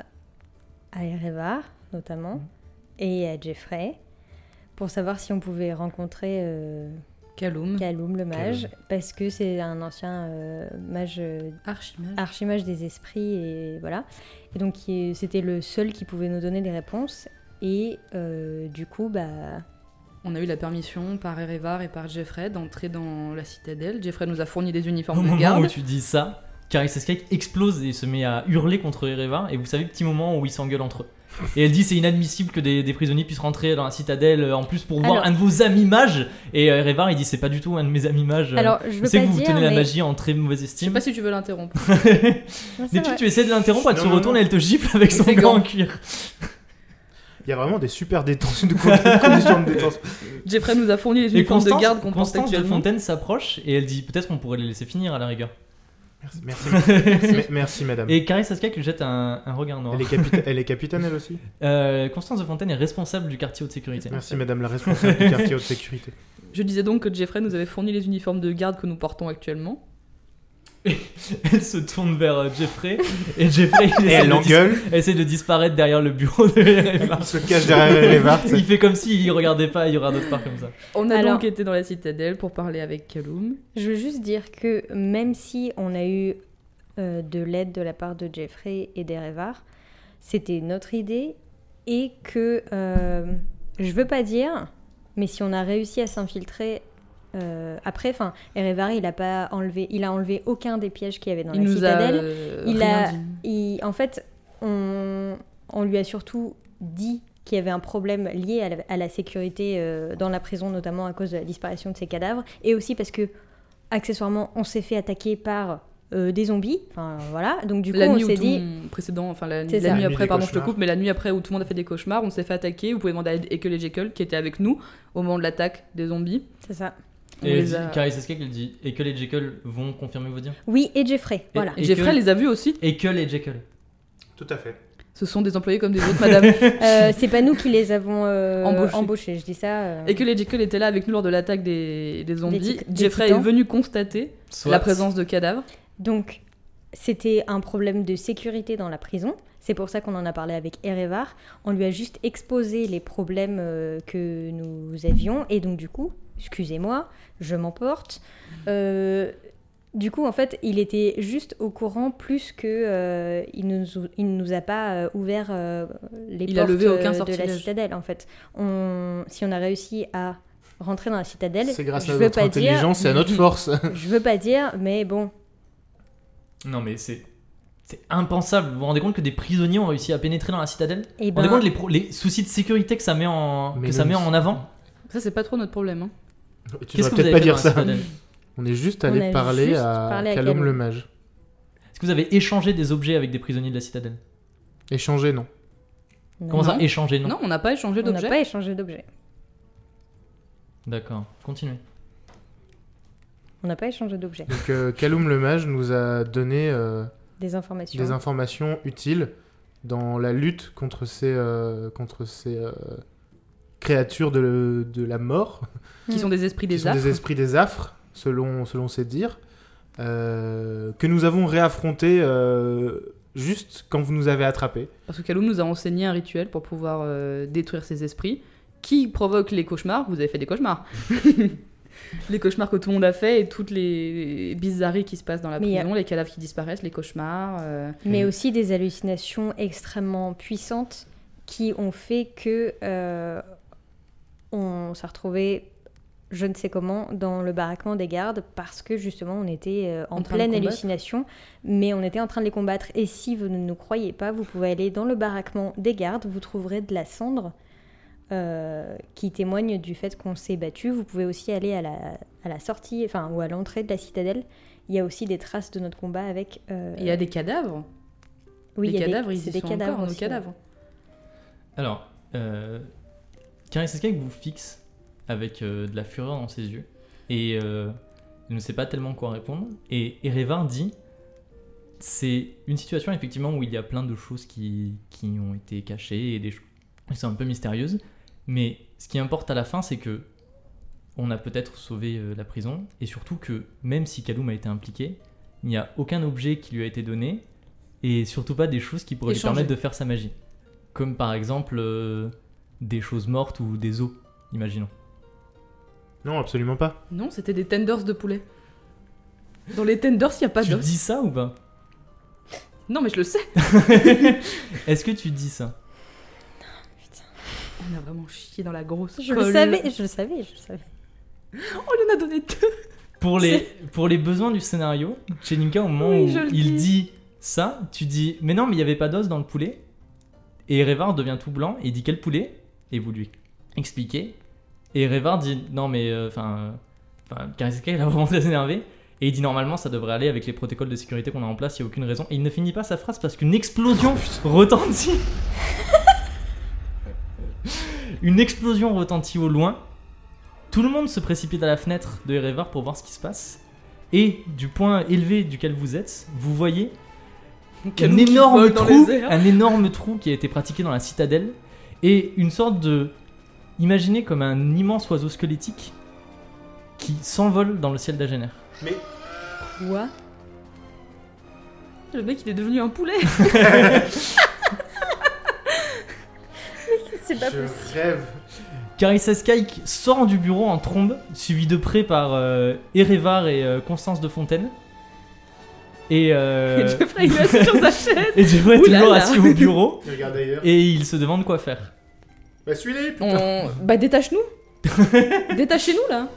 Speaker 4: à Erevar,
Speaker 1: Mm.
Speaker 4: notamment, et à Jeffrey, pour savoir si on pouvait rencontrer euh,
Speaker 1: Mm.
Speaker 3: Kaloum.
Speaker 4: Kaloum, le mage, parce que c'est un ancien euh, mage, euh,
Speaker 3: Archimage.
Speaker 4: archimage des esprits, et voilà. Et donc, il- c'était le seul qui pouvait nous donner des réponses, et euh, du coup, bah,
Speaker 3: On a eu la permission par Erevar et par Jeffrey d'entrer dans la citadelle. Jeffrey nous a fourni des
Speaker 1: Au
Speaker 3: uniformes de
Speaker 1: moment
Speaker 3: garde.
Speaker 1: où tu dis ça, Karis Escape explose et se met à hurler contre Ereva. Et vous savez, petit moment où ils s'engueulent entre eux. Et elle dit c'est inadmissible que des, des prisonniers puissent rentrer dans la citadelle euh, en plus pour voir
Speaker 4: Alors-
Speaker 1: un de vos amis mages. Et euh, Erevar il dit c'est pas du tout un de mes amis mages. euh,
Speaker 4: alors je
Speaker 1: je
Speaker 4: veux
Speaker 1: sais
Speaker 4: pas
Speaker 1: que vous
Speaker 4: dire,
Speaker 1: tenez la
Speaker 4: mais-
Speaker 1: magie en très mauvaise
Speaker 3: Je sais
Speaker 1: estime.
Speaker 3: pas si tu veux l'interrompre.
Speaker 1: [LAUGHS]
Speaker 4: Non, c'est
Speaker 1: Depuis
Speaker 4: vrai.
Speaker 1: tu essaies de l'interrompre, elle
Speaker 2: Non,
Speaker 1: se
Speaker 2: non,
Speaker 1: retourne
Speaker 2: non.
Speaker 1: et elle te gifle avec son
Speaker 3: Ses
Speaker 1: gant en
Speaker 3: gants.
Speaker 1: cuir.
Speaker 2: Il y a vraiment des super détentions, de con- [LAUGHS] conditions de détention.
Speaker 3: [LAUGHS] Jeffrey nous a fourni les
Speaker 1: Et
Speaker 3: uniformes de
Speaker 1: Constance,
Speaker 3: garde qu'on porte
Speaker 1: Constance de
Speaker 3: actuellement.
Speaker 1: Fontaine s'approche et elle dit peut-être qu'on pourrait les laisser finir à la rigueur.
Speaker 2: Merci, merci, merci, merci,
Speaker 1: [LAUGHS]
Speaker 2: madame.
Speaker 1: Et Carrie Saskia lui jette un, un regard noir.
Speaker 2: Elle, est capita- elle est capitaine, elle aussi
Speaker 1: Euh, Constance de Fontaine est responsable du quartier haute sécurité.
Speaker 2: Merci, madame la responsable du quartier haute sécurité.
Speaker 3: Je disais donc que Jeffrey nous avait fourni les uniformes de garde que nous portons actuellement.
Speaker 1: Elle se tourne vers euh, Jeffrey et Jeffrey il
Speaker 2: Et
Speaker 1: essaie,
Speaker 2: elle
Speaker 1: de dis-
Speaker 2: l'engueule,
Speaker 1: essaie de disparaître derrière le bureau de RFA.
Speaker 2: il se cache derrière les vartes.
Speaker 1: Il fait comme s'il regardait pas, il y aura d'autres parts comme ça.
Speaker 3: On a
Speaker 4: Alors-
Speaker 3: donc été dans la citadelle pour parler avec Kaloum.
Speaker 4: Je veux juste dire que même si on a eu euh, de l'aide de la part de Jeffrey et d'Erevar, c'était notre idée et que euh, je veux pas dire, mais si on a réussi à s'infiltrer euh, après, enfin, Erevar il a pas enlevé, il a enlevé aucun des pièges qu'il y avait dans
Speaker 3: Il
Speaker 4: la
Speaker 3: nous a
Speaker 4: citadelle.
Speaker 3: euh,
Speaker 4: il
Speaker 3: rien
Speaker 4: a-
Speaker 3: dit.
Speaker 4: Il- en fait, on, on lui a surtout dit qu'il y avait un problème lié à la, à la sécurité euh, dans la prison, notamment à cause de la disparition de ses cadavres, et aussi parce que, accessoirement, on s'est fait attaquer par euh, des zombies. Enfin, voilà. Donc, du coup,
Speaker 3: la
Speaker 4: on
Speaker 3: nuit où
Speaker 4: s'est
Speaker 3: tout
Speaker 4: dit.
Speaker 3: mon précédent, enfin la,
Speaker 4: C'est
Speaker 3: la
Speaker 4: ça.
Speaker 3: nuit
Speaker 2: La nuit
Speaker 3: après,
Speaker 2: des
Speaker 3: pardon, je te
Speaker 2: cauchemars.
Speaker 3: coupe, mais la nuit après où tout le monde a fait des cauchemars, on s'est fait attaquer. Vous pouvez demander à Ekel et Jekyll qui étaient avec nous au moment de l'attaque des zombies.
Speaker 4: C'est ça.
Speaker 3: On
Speaker 1: Et elle
Speaker 3: les
Speaker 1: dit-
Speaker 3: a-
Speaker 1: Carrie Saskia elle dit et que les Jekyll vont confirmer vos dires.
Speaker 4: Oui, et Jeffrey.
Speaker 3: [LAUGHS]
Speaker 4: Voilà.
Speaker 1: Et
Speaker 3: Jeffrey
Speaker 1: que-
Speaker 3: les a vus aussi.
Speaker 1: Et que les Jekyll.
Speaker 2: Tout à fait.
Speaker 3: Ce sont des employés comme des autres,
Speaker 2: [LAUGHS]
Speaker 3: madame.
Speaker 4: Euh, c'est pas nous qui les avons euh,
Speaker 3: Embauchés.
Speaker 4: embauchés. Je dis ça. euh,
Speaker 3: et que les Jekyll étaient là avec nous lors de l'attaque des, des zombies.
Speaker 4: Des tit- des
Speaker 3: Jeffrey est
Speaker 4: titans.
Speaker 3: venu constater
Speaker 1: Soit-
Speaker 3: la présence de cadavres.
Speaker 4: Donc, c'était un problème de sécurité dans la prison. C'est pour ça qu'on en a parlé avec Erevar. On lui a juste exposé les problèmes euh, que nous avions. Et donc, du coup, excusez-moi, je m'emporte. Euh, du coup, en fait, il était juste au courant plus que euh, il ne nous, il ne nous a pas euh, ouvert euh, les
Speaker 3: Il a
Speaker 4: portes
Speaker 3: levé aucun
Speaker 4: euh, de la
Speaker 3: sortilège.
Speaker 4: citadelle. En fait, on, si on a réussi à rentrer dans la citadelle.
Speaker 2: C'est grâce
Speaker 4: je
Speaker 2: à
Speaker 4: veux
Speaker 2: notre
Speaker 4: pas
Speaker 2: intelligence et à
Speaker 1: [LAUGHS]
Speaker 2: notre force.
Speaker 4: Dire, je veux pas dire, mais bon.
Speaker 1: Non, mais c'est. C'est impensable. Vous vous rendez compte que des prisonniers ont réussi à pénétrer dans la citadelle
Speaker 4: Et
Speaker 1: Vous vous rendez
Speaker 4: ben,
Speaker 1: compte les, pro- les soucis de sécurité que ça met en,
Speaker 2: Mais
Speaker 1: que ça
Speaker 2: non,
Speaker 1: met en avant
Speaker 3: Ça, c'est pas trop notre problème. hein.
Speaker 2: Tu
Speaker 1: Qu'est-ce
Speaker 2: devrais
Speaker 1: que vous avez fait
Speaker 2: peut-être pas
Speaker 1: dans
Speaker 2: dire
Speaker 1: la
Speaker 2: ça.
Speaker 1: citadelle
Speaker 2: On est juste
Speaker 4: On
Speaker 2: allé
Speaker 4: a
Speaker 2: parler
Speaker 4: juste
Speaker 2: à
Speaker 4: parlé à
Speaker 2: Calum
Speaker 4: Calum.
Speaker 2: le mage.
Speaker 1: Est-ce que vous avez échangé des objets avec des prisonniers de la citadelle
Speaker 2: Échanger, non.
Speaker 4: non,
Speaker 1: Comment ça
Speaker 3: Non.
Speaker 1: Échanger, non,
Speaker 3: Non, on n'a pas échangé
Speaker 4: on n'a
Speaker 3: d'objets.
Speaker 4: pas échangé d'objets.
Speaker 1: D'accord, continuez.
Speaker 4: On n'a pas échangé d'objets.
Speaker 2: Donc euh, Calum le mage nous a donné euh,
Speaker 4: Des informations.
Speaker 2: des informations utiles dans la lutte contre ces, euh, contre ces euh, créatures de, de la mort,
Speaker 3: Qui sont des esprits
Speaker 2: qui
Speaker 3: des
Speaker 2: sont des
Speaker 3: affres.
Speaker 2: esprits des affres, selon, selon ses dires, euh, que nous avons réaffrontés euh, juste quand vous nous avez attrapés.
Speaker 3: Parce que Kaloum nous a enseigné un rituel pour pouvoir euh, détruire ces esprits. Qui provoque les cauchemars Vous avez fait des
Speaker 4: [LAUGHS]
Speaker 3: cauchemars. les cauchemars que tout le monde a fait et toutes les bizarreries qui se passent dans la
Speaker 4: Mais y a-
Speaker 3: prison, les cadavres qui disparaissent, les cauchemars. euh,
Speaker 4: mais aussi des hallucinations extrêmement puissantes qui ont fait que euh, on s'est retrouvé je ne sais comment dans le baraquement des gardes parce que justement on était euh, en,
Speaker 3: En train de
Speaker 4: pleine
Speaker 3: combattre.
Speaker 4: hallucination mais on était en train de les combattre et si vous ne nous croyez pas vous pouvez aller dans le baraquement des gardes vous trouverez de la cendre euh, qui témoigne du fait qu'on s'est battu vous pouvez aussi aller à la, à la sortie enfin ou à l'entrée de la citadelle il y a aussi des traces de notre combat avec euh,
Speaker 3: Il y a des cadavres.
Speaker 4: oui, il
Speaker 3: les
Speaker 4: y a
Speaker 3: cadavres,
Speaker 4: des,
Speaker 3: ils
Speaker 4: c'est
Speaker 3: y
Speaker 4: des
Speaker 3: sont
Speaker 4: cadavres
Speaker 3: encore, nos
Speaker 4: aussi, ouais.
Speaker 3: cadavres.
Speaker 1: Alors, euh, Karin Sescake vous fixe avec euh, de la fureur dans ses yeux et euh, elle ne sait pas tellement quoi répondre. Et Erevar dit c'est une situation effectivement où il y a plein de choses qui, qui ont été cachées et des choses qui sont un peu mystérieuses. Mais ce qui importe à la fin, c'est que on a peut-être sauvé euh, la prison et surtout que même si Kaloum a été impliqué, il n'y a aucun objet qui lui a été donné et surtout pas des choses qui pourraient
Speaker 3: Échanger.
Speaker 1: lui permettre de faire sa magie. Comme par exemple euh, des choses mortes ou des os, imaginons.
Speaker 2: Non, absolument pas.
Speaker 3: Non, c'était des tenders de poulet. Dans les tenders, il n'y a pas
Speaker 1: tu
Speaker 3: d'os.
Speaker 1: dis ça ou pas
Speaker 3: Non, mais je le sais.
Speaker 1: Est-ce que tu dis ça
Speaker 3: On a vraiment chié dans la grosse.
Speaker 4: Je le
Speaker 3: colle.
Speaker 4: savais, je le savais, je le savais.
Speaker 3: Oh, il en a donné deux.
Speaker 1: pour les, pour les besoins du scénario, chez Ninka, au moment
Speaker 3: Oui, je
Speaker 1: où
Speaker 3: le
Speaker 1: il
Speaker 3: dis.
Speaker 1: dit ça, tu dis Mais non, mais il n'y avait pas d'os dans le poulet. Et Révard devient tout blanc et il dit Quel poulet Et vous lui expliquez. Et Révard dit Non, mais euh, enfin. Enfin, il a vraiment très énervé. Et il dit Normalement, ça devrait aller avec les protocoles de sécurité qu'on a en place, il n'y a aucune raison. Et il ne finit pas sa phrase parce qu'une explosion retentit. Une explosion retentit au loin. Tout le monde se précipite à la fenêtre de Erevar pour voir ce qui se passe. Et du point élevé duquel vous êtes, vous voyez un
Speaker 3: Kaloum qui
Speaker 1: énorme,
Speaker 3: vole dans
Speaker 1: trou,
Speaker 3: les airs.
Speaker 1: un énorme trou qui a été pratiqué dans la citadelle. Et une sorte de... Imaginez comme un immense oiseau squelettique qui s'envole dans le ciel d'Agener.
Speaker 4: Quoi
Speaker 3: Le mec, il est devenu un poulet.
Speaker 4: C'est pas possible.
Speaker 2: rêve.
Speaker 1: Carissa Skyke sort du bureau en trombe, suivi de près par euh, Erevar et euh, Constance de Fontaine. Et, euh,
Speaker 3: Et Geoffrey, il est
Speaker 1: [LAUGHS]
Speaker 3: assis sur sa chaise.
Speaker 1: et Geoffrey est
Speaker 3: Ouh là
Speaker 1: toujours
Speaker 3: là.
Speaker 1: assis au bureau.
Speaker 2: Regarde ailleurs.
Speaker 1: Et il se demande quoi faire.
Speaker 2: Bah, suis-les
Speaker 3: On... Bah,
Speaker 2: [LAUGHS]
Speaker 3: détache-nous. Détachez-nous, là.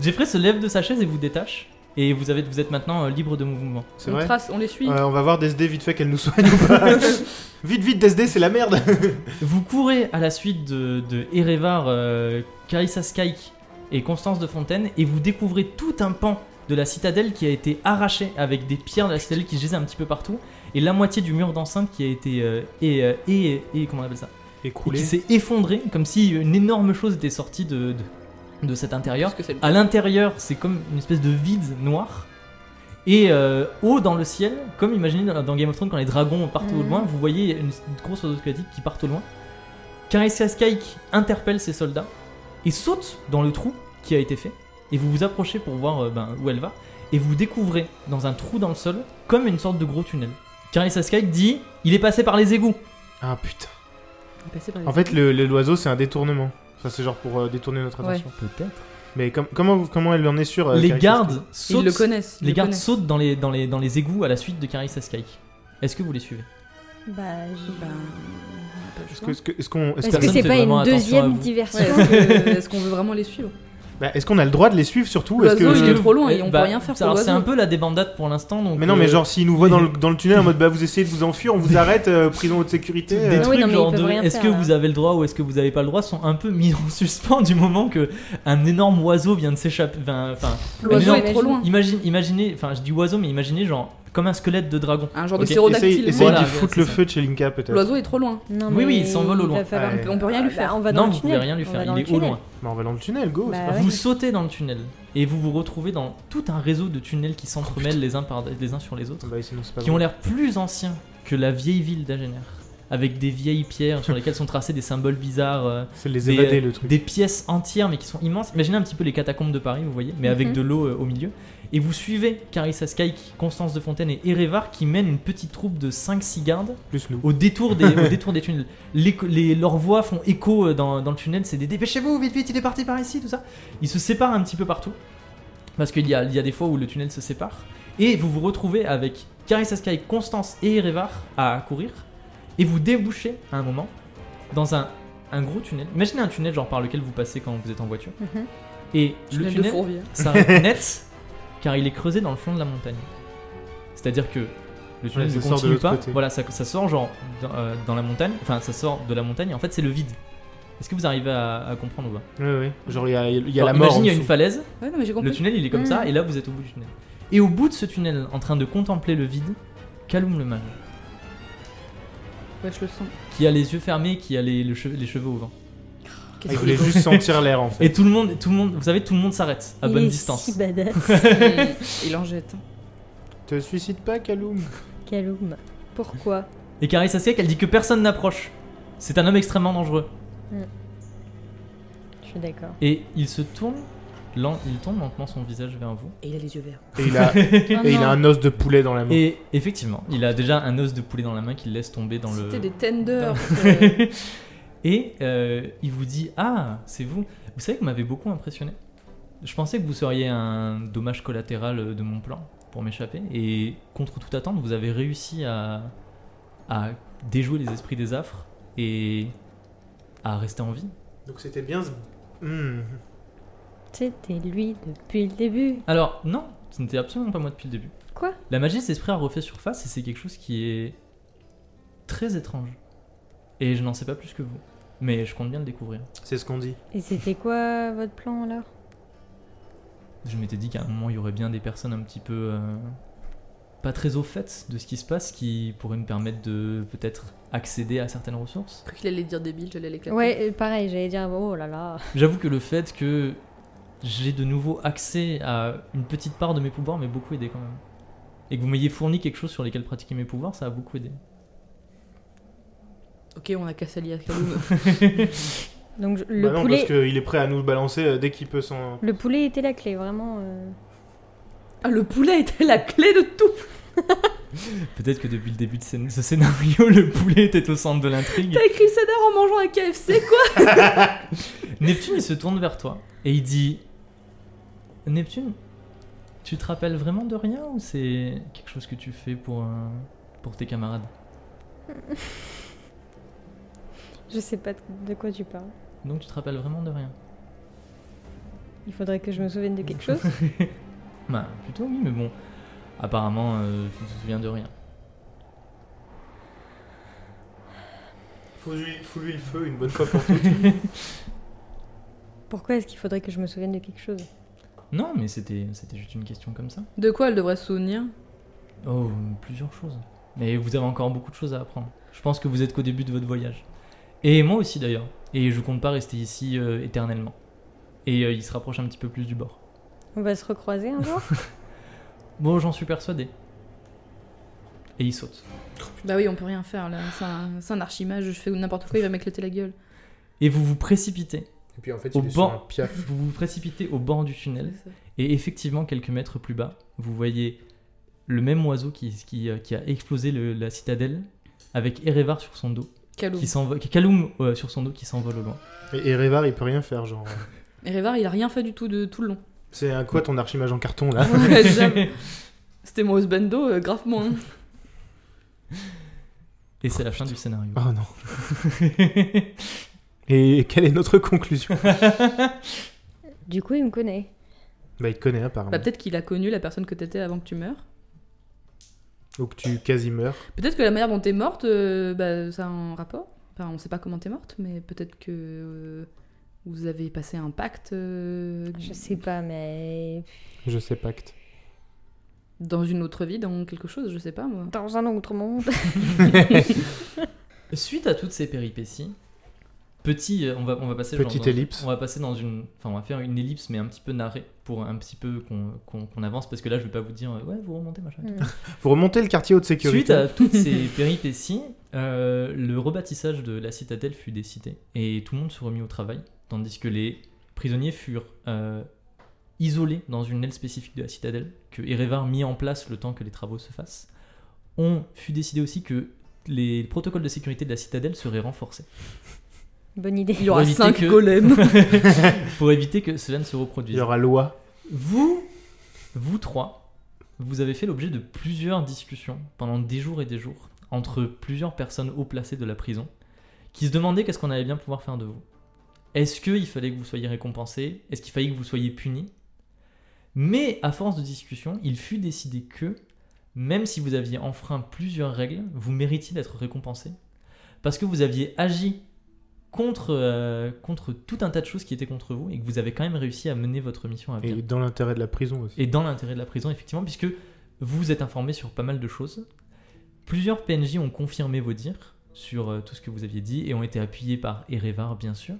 Speaker 1: Jeffrey se lève de sa chaise et vous détache. Et vous, avez, vous êtes maintenant euh, libre de mouvement.
Speaker 2: C'est
Speaker 3: On
Speaker 2: vrai Euh,
Speaker 3: trace, on les suit.
Speaker 2: Ouais, on va voir DSD vite fait qu'elle nous soigne ou [LAUGHS] pas. vite, vite, DSD, c'est la
Speaker 1: [LAUGHS]
Speaker 2: merde.
Speaker 1: Vous courez à la suite de, de Erevar, euh, Carissa Skyke et Constance de Fontaine. Et vous découvrez tout un pan de la citadelle qui a été arraché avec des pierres de la citadelle qui gisaient un petit peu partout. Et la moitié du mur d'enceinte qui a été. euh, et, euh, et, et. Comment on appelle ça Et qui
Speaker 2: Écroulé.
Speaker 1: s'est effondré comme si une énorme chose était sortie de, de, de cet intérieur.
Speaker 3: Parce que c'est le-
Speaker 1: À l'intérieur, c'est comme une espèce de vide noir. Et euh, haut dans le ciel, comme imaginez dans, dans Game of Thrones quand les dragons partent au
Speaker 3: Mm.
Speaker 4: Mhm.
Speaker 1: loin, vous voyez une grosse oiseau squelettique qui part au loin. Carissa Skyke interpelle ses soldats et saute dans le trou qui a été fait. Et vous vous approchez pour voir euh, ben, où elle va. Et vous découvrez dans un trou dans le sol comme une sorte de gros tunnel. Carissa Skyke dit Il est passé par les égouts.
Speaker 2: Ah putain.
Speaker 3: Il est passé par les-
Speaker 2: En fait, le, le- l'oiseau, c'est un détournement. Ça, c'est genre pour euh, détourner notre
Speaker 3: Ouais.
Speaker 2: attention.
Speaker 1: Peut-être.
Speaker 2: Mais com- comment, comment elle en est sûre euh,
Speaker 1: les
Speaker 2: Carissa
Speaker 1: gardes
Speaker 3: ils
Speaker 1: sautent
Speaker 3: le connaissent. ils
Speaker 1: Les
Speaker 3: le
Speaker 1: gardes
Speaker 3: connaissent.
Speaker 1: sautent dans les, dans, les, dans les égouts à la suite de Carissa Skyke. Est-ce que vous les suivez
Speaker 4: Bah, j'ai-
Speaker 3: Bah, on a pas le
Speaker 2: Est-ce
Speaker 3: choix.
Speaker 2: que- est-ce que- est-ce qu'on. est-ce
Speaker 4: Est-ce que
Speaker 1: personne
Speaker 4: c'est
Speaker 1: fait
Speaker 4: pas
Speaker 1: vraiment
Speaker 4: une
Speaker 1: attention à
Speaker 4: deuxième
Speaker 1: vous
Speaker 4: diversion
Speaker 3: Ouais, est-ce que- Est-ce qu'on veut vraiment les suivre
Speaker 2: Bah, Est-ce qu'on a le droit de les suivre surtout Est-ce
Speaker 3: L'oiseau, il est
Speaker 2: que...
Speaker 3: trop loin et
Speaker 1: Eh,
Speaker 3: on peut
Speaker 1: bah,
Speaker 3: rien faire pour
Speaker 1: Alors c'est
Speaker 3: l'oiseau.
Speaker 1: un peu la débandade pour l'instant. donc,
Speaker 2: Mais non, mais
Speaker 1: euh,
Speaker 2: genre s'ils nous voient dans le, dans le tunnel en mode bah vous essayez de vous enfuir, on vous arrête, euh, prison haute sécurité.
Speaker 1: des
Speaker 2: euh.
Speaker 4: Ah oui,
Speaker 1: trucs
Speaker 4: non, mais ils
Speaker 1: genre
Speaker 4: peuvent
Speaker 1: de
Speaker 4: rien
Speaker 1: est-ce que
Speaker 4: faire, hein.
Speaker 1: vous avez le droit ou est-ce que vous n'avez pas le droit sont un peu [LAUGHS] mis en suspens du moment que un énorme oiseau vient de s'échapper. Enfin, enfin,
Speaker 3: L'oiseau
Speaker 1: Mais
Speaker 3: est
Speaker 4: non,
Speaker 3: trop loin.
Speaker 1: imagine, imaginez, enfin je dis oiseau, mais imaginez genre comme un squelette de dragon.
Speaker 3: Un genre
Speaker 1: Ok,
Speaker 3: de
Speaker 2: Essaye,
Speaker 3: sérodactyle.
Speaker 2: essaye
Speaker 1: Voilà,
Speaker 2: d'y foutre
Speaker 1: c'est
Speaker 2: le
Speaker 1: ça.
Speaker 2: feu de chez Linka peut-être.
Speaker 3: L'oiseau est trop loin.
Speaker 4: Non,
Speaker 1: Oui, oui,
Speaker 4: mais
Speaker 1: il s'envole au
Speaker 4: va
Speaker 1: loin.
Speaker 4: falloir-
Speaker 2: Ouais.
Speaker 3: On peut rien lui
Speaker 4: Bah,
Speaker 3: faire.
Speaker 4: on va dans
Speaker 1: non,
Speaker 4: le
Speaker 1: vous
Speaker 4: tunnel.
Speaker 1: pouvez rien lui
Speaker 4: On
Speaker 1: faire.
Speaker 4: va dans
Speaker 1: Il
Speaker 4: le
Speaker 1: est au
Speaker 4: tunnel.
Speaker 1: loin.
Speaker 2: Bah, on va dans le tunnel, go.
Speaker 4: Bah,
Speaker 2: c'est pas
Speaker 4: ouais.
Speaker 2: grave.
Speaker 1: Vous sautez dans le tunnel et vous vous retrouvez dans tout un réseau de tunnels qui s'entremêlent les uns par les uns sur les autres,
Speaker 2: Bah, sinon, c'est pas
Speaker 1: qui ont
Speaker 2: bon.
Speaker 1: l'air plus anciens que la vieille ville d'Agener, avec des vieilles pierres sur lesquelles sont tracés des symboles bizarres. euh,
Speaker 2: C'est les
Speaker 1: des-
Speaker 2: évader le truc.
Speaker 1: des pièces entières mais qui sont immenses. Imaginez un petit peu les catacombes de Paris, vous voyez, mais avec
Speaker 4: Mhm.
Speaker 1: de l'eau euh, au milieu. Et vous suivez Carissa Sky, Constance de Fontaine et Erevar qui mènent une petite troupe de 5-6 gardes
Speaker 2: Plus nous.
Speaker 1: au détour des, au détour des tunnels. Les, les- leurs voix font écho euh, dans, dans le tunnel, c'est des dépêchez-vous, vite, vite, il est parti par ici, tout ça. Ils se séparent un petit peu partout, parce qu'il y a, il y a des fois où le tunnel se sépare. Et vous vous retrouvez avec Carissa Sky, Constance et Erevar à courir, et vous débouchez à un moment dans un, un gros tunnel. Imaginez un tunnel genre par lequel vous passez quand vous êtes en voiture.
Speaker 4: Mhm.
Speaker 1: Et le
Speaker 3: Tunnel de
Speaker 1: tunnel,
Speaker 3: Fourvière.
Speaker 1: s'arrête
Speaker 2: [LAUGHS]
Speaker 1: net, car il est creusé dans le fond de la montagne. C'est-à-dire que le tunnel
Speaker 2: Ouais,
Speaker 1: ne
Speaker 2: ça sort de
Speaker 1: continue
Speaker 2: l'autre
Speaker 1: pas.
Speaker 2: côté.
Speaker 1: Voilà, ça, ça sort genre dans, euh, dans la montagne. Enfin, ça sort de la montagne. et En fait, c'est le vide. Est-ce que vous arrivez à, à comprendre ou pas
Speaker 2: Ouais, ouais. Genre, il y a, il y a
Speaker 1: Genre,
Speaker 2: la mort.
Speaker 1: Imagine, il y a
Speaker 2: en
Speaker 1: une
Speaker 2: dessous.
Speaker 1: falaise.
Speaker 3: Ouais, non, mais j'ai
Speaker 1: Le
Speaker 3: compris.
Speaker 1: tunnel, il est comme
Speaker 4: Mm.
Speaker 1: ça, et là, vous êtes au bout du tunnel. Et au bout de ce tunnel, en train de contempler le vide, Kaloum le mage,
Speaker 3: Ouais, je le sens.
Speaker 1: qui a les yeux fermés, qui a les, le che- les cheveux au vent.
Speaker 2: Ah,
Speaker 3: Qu'est-ce
Speaker 2: Il
Speaker 3: qu'il
Speaker 2: voulait juste sentir l'air en fait.
Speaker 1: Et tout le monde, tout le monde, vous savez, tout le monde s'arrête à
Speaker 4: Il
Speaker 1: bonne
Speaker 4: est
Speaker 1: distance.
Speaker 4: Si
Speaker 1: [LAUGHS]
Speaker 4: badass.
Speaker 3: est [LAUGHS]
Speaker 2: [LAUGHS]
Speaker 3: Il en jette.
Speaker 2: Te suicide pas, Kaloum.
Speaker 4: Kaloum. Pourquoi
Speaker 1: Et Carissa Sky, elle dit que personne n'approche. C'est un homme extrêmement dangereux.
Speaker 4: Je suis d'accord.
Speaker 1: Et il se tourne, lent- il tourne lentement son visage vers vous.
Speaker 3: Et il a les yeux verts.
Speaker 2: Et il a,
Speaker 4: Oh
Speaker 2: et il a
Speaker 4: non.
Speaker 2: un os de poulet dans la main.
Speaker 1: Et effectivement, il a déjà un os de poulet dans la main qu'il laisse tomber dans le.
Speaker 3: C'était des tenders. Euh,
Speaker 1: [LAUGHS] Et euh, il vous dit Ah, c'est vous. Vous savez que vous m'avez beaucoup impressionné. Je pensais que vous seriez un dommage collatéral euh, de mon plan pour m'échapper. Et contre toute attente, vous avez réussi à, à déjouer les esprits des affres et à rester en vie.
Speaker 2: Donc c'était bien ce. Hmm.
Speaker 4: C'était lui depuis le début.
Speaker 1: Alors, non, ce n'était absolument pas moi depuis le début.
Speaker 4: Quoi
Speaker 1: La magie des esprits a refait surface et c'est quelque chose qui est très étrange. Et je n'en sais pas plus que vous. Mais je compte bien le découvrir.
Speaker 2: C'est ce qu'on dit.
Speaker 4: Et c'était quoi votre plan alors
Speaker 1: Je m'étais dit qu'à un moment, il y aurait bien des personnes un petit peu euh, pas très au fait de ce qui se passe qui pourraient me permettre de peut-être accéder à certaines ressources.
Speaker 3: Je crois qu'il allait dire débile, j'allais l'éclater.
Speaker 4: Ouais, euh, pareil, j'allais dire oh là là.
Speaker 1: J'avoue que le fait que j'ai de nouveau accès à une petite part de mes pouvoirs m'a beaucoup aidé quand même. Et que vous m'ayez fourni quelque chose sur lesquels pratiquer mes pouvoirs, ça a beaucoup aidé.
Speaker 3: Ok, on a cassé l'IA Kaloum.
Speaker 4: Donc je- le
Speaker 2: bah non,
Speaker 4: poulet
Speaker 2: parce qu'il est prêt à nous balancer euh, dès qu'il peut son.
Speaker 4: le poulet était la clé vraiment. euh.
Speaker 3: Ah, le poulet était la clé de tout.
Speaker 1: Peut-être que depuis le début de scén- ce scénario, [LAUGHS] le poulet était au centre de l'intrigue.
Speaker 3: [LAUGHS] T'as écrit le scénar en mangeant un KFC, quoi.
Speaker 1: Neptune, il se tourne vers toi et il dit Neptune, tu te rappelles vraiment de rien ou c'est quelque chose que tu fais pour, euh, pour tes camarades
Speaker 4: Je sais pas de quoi tu parles.
Speaker 1: Donc tu te rappelles vraiment de rien
Speaker 4: Il faudrait que je me souvienne de quelque [LAUGHS] chose.
Speaker 1: Bah, plutôt oui, mais bon, apparemment, euh, tu te souviens de rien.
Speaker 2: Fous-lui fous-lui le feu une bonne fois pour toutes.
Speaker 4: Pourquoi est-ce qu'il faudrait que je me souvienne de quelque chose
Speaker 1: Non, mais c'était c'était juste une question comme ça.
Speaker 3: De quoi elle devrait se souvenir
Speaker 1: Oh, plusieurs choses. Mais vous avez encore beaucoup de choses à apprendre. Je pense que vous êtes qu'au début de votre voyage. Et moi aussi d'ailleurs. Et je compte pas rester ici euh, éternellement. Et euh, il se rapproche un petit peu plus du bord.
Speaker 4: On va se recroiser un jour
Speaker 1: Bon, j'en suis persuadé. Et il saute.
Speaker 3: Bah oui, on peut rien faire là. C'est un, c'est un archimage, je fais n'importe quoi, il va m'éclater la gueule.
Speaker 1: Et vous vous précipitez.
Speaker 2: [LAUGHS] Et puis en fait,
Speaker 1: Au
Speaker 2: il est sur
Speaker 1: banc.
Speaker 2: un piaf.
Speaker 1: Vous vous précipitez au bord du tunnel. Et effectivement, quelques mètres plus bas, vous voyez le même oiseau qui, qui, euh, qui a explosé le- la citadelle avec Erevar sur son dos,
Speaker 3: Calou.
Speaker 1: qui s'envole, qui- Kaloum euh, sur son dos qui s'envole au loin.
Speaker 2: Et, et Révar, il peut rien faire, genre.
Speaker 3: Et Révar, il a rien fait du tout de
Speaker 1: [LAUGHS]
Speaker 3: tout le long.
Speaker 2: C'est un quoi ton archimage en carton là
Speaker 3: Ouais, j'avoue. C'était moi Osbando, euh, grave moins.
Speaker 1: Et c'est la fin du scénario.
Speaker 2: [LAUGHS] Oh non. Et quelle est notre conclusion
Speaker 4: [LAUGHS] Du coup, il me connaît.
Speaker 2: Bah, il te connaît apparemment.
Speaker 3: Bah, peut-être qu'il a connu la personne que t'étais avant que tu meures.
Speaker 2: Ou que tu quasi meurs.
Speaker 3: Peut-être que la manière dont t'es morte, euh, bah, ça a un rapport. Enfin, on sait pas comment t'es morte, mais peut-être que euh, vous avez passé un pacte euh,
Speaker 4: Je sais pas, mais
Speaker 2: Je sais pacte.
Speaker 3: dans une autre vie, dans quelque chose, je sais pas moi.
Speaker 4: dans un autre monde.
Speaker 1: [LAUGHS] Suite à toutes ces péripéties, petit, euh, on va, on va passer.
Speaker 2: Petite
Speaker 1: dans-
Speaker 2: ellipse.
Speaker 1: On va passer dans une, enfin, on va faire une ellipse, mais un petit peu narrée pour un petit peu qu'on qu'on- qu'on avance, parce que là, je vais pas vous dire, euh, ouais, vous remontez machin.
Speaker 4: Mm.
Speaker 2: Vous remontez le quartier haute
Speaker 1: Suite
Speaker 2: sécurité.
Speaker 1: à toutes ces [LAUGHS] péripéties, euh, le rebaptissage de la citadelle fut décidé et tout le monde se remit au travail, tandis que les prisonniers furent euh, isolés dans une aile spécifique de la citadelle que Erevar mit en place le temps que les travaux se fassent. On fut décidé aussi que les protocoles de sécurité de la citadelle seraient
Speaker 2: [LAUGHS]
Speaker 1: renforcés
Speaker 4: [LAUGHS] Bonne idée.
Speaker 3: Il y aura
Speaker 1: éviter
Speaker 3: 5
Speaker 1: que-
Speaker 3: golems.
Speaker 1: pour éviter que cela ne se
Speaker 2: Il
Speaker 1: reproduise.
Speaker 2: y aura loi.
Speaker 1: Vous, vous trois, vous avez fait l'objet de plusieurs discussions pendant des jours et des jours entre plusieurs personnes haut placées de la prison qui se demandaient qu'est-ce qu'on allait bien pouvoir faire de vous. Est-ce qu'il fallait que vous soyez récompensé Est-ce qu'il fallait que vous soyez puni Mais à force de discussion, il fut décidé que, même si vous aviez enfreint plusieurs règles, vous méritiez d'être récompensé parce que vous aviez agi contre, euh, contre tout un tas de choses qui étaient contre vous et que vous avez quand même réussi à mener votre mission à bien
Speaker 2: Et dans l'intérêt de la prison aussi.
Speaker 1: et dans l'intérêt de la prison, effectivement, puisque vous vous êtes informé sur pas mal de choses. Plusieurs PNJ ont confirmé vos dires sur euh, tout ce que vous aviez dit et ont été appuyés par Erevar, bien sûr.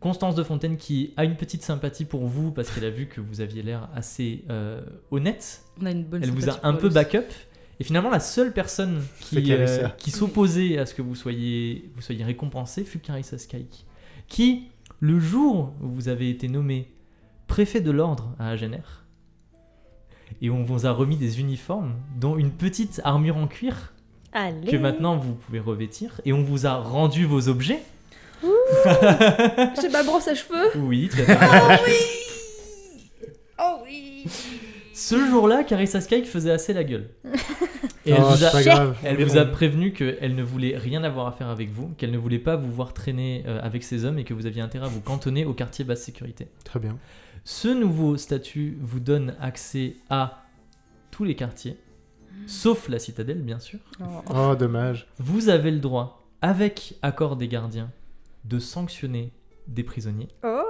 Speaker 1: Constance de Fontaine qui a une petite sympathie pour vous parce qu'elle a vu que vous aviez l'air assez euh, honnête.
Speaker 3: On a une bonne
Speaker 1: Elle vous a
Speaker 3: sympathie
Speaker 1: un
Speaker 3: pour
Speaker 1: peu
Speaker 3: elle
Speaker 1: back-up. Et finalement, la seule personne
Speaker 2: C'est
Speaker 1: qui,
Speaker 2: Clarissa.
Speaker 1: euh, qui s'opposait à ce que vous soyez, vous soyez récompensé fut Clarissa Skyke, qui, le jour où vous avez été nommé préfet de l'ordre à Agener, et on vous a remis des uniformes, dont une petite armure en cuir
Speaker 4: Allez.
Speaker 1: que maintenant vous pouvez revêtir, et on vous a rendu vos objets.
Speaker 3: aussi. [LAUGHS] J'ai ma brosse à cheveux.
Speaker 1: Oui, tu as
Speaker 4: Oh oui.
Speaker 1: Ce jour-là, Clarissa Skyke faisait assez la gueule. Et elle
Speaker 2: Oh,
Speaker 1: vous a-
Speaker 2: c'est pas grave.
Speaker 1: Elle
Speaker 2: Mais
Speaker 1: vous a
Speaker 2: on-
Speaker 1: prévenu qu'elle ne voulait rien avoir à faire avec vous, qu'elle ne voulait pas vous voir traîner euh, avec ces hommes et que vous aviez intérêt à vous cantonner au quartier basse sécurité.
Speaker 2: Très bien.
Speaker 1: Ce nouveau statut vous donne accès à tous les quartiers, sauf la citadelle bien sûr.
Speaker 2: Oh, dommage.
Speaker 1: Vous avez le droit, avec accord des gardiens, de sanctionner des prisonniers.
Speaker 4: Oh.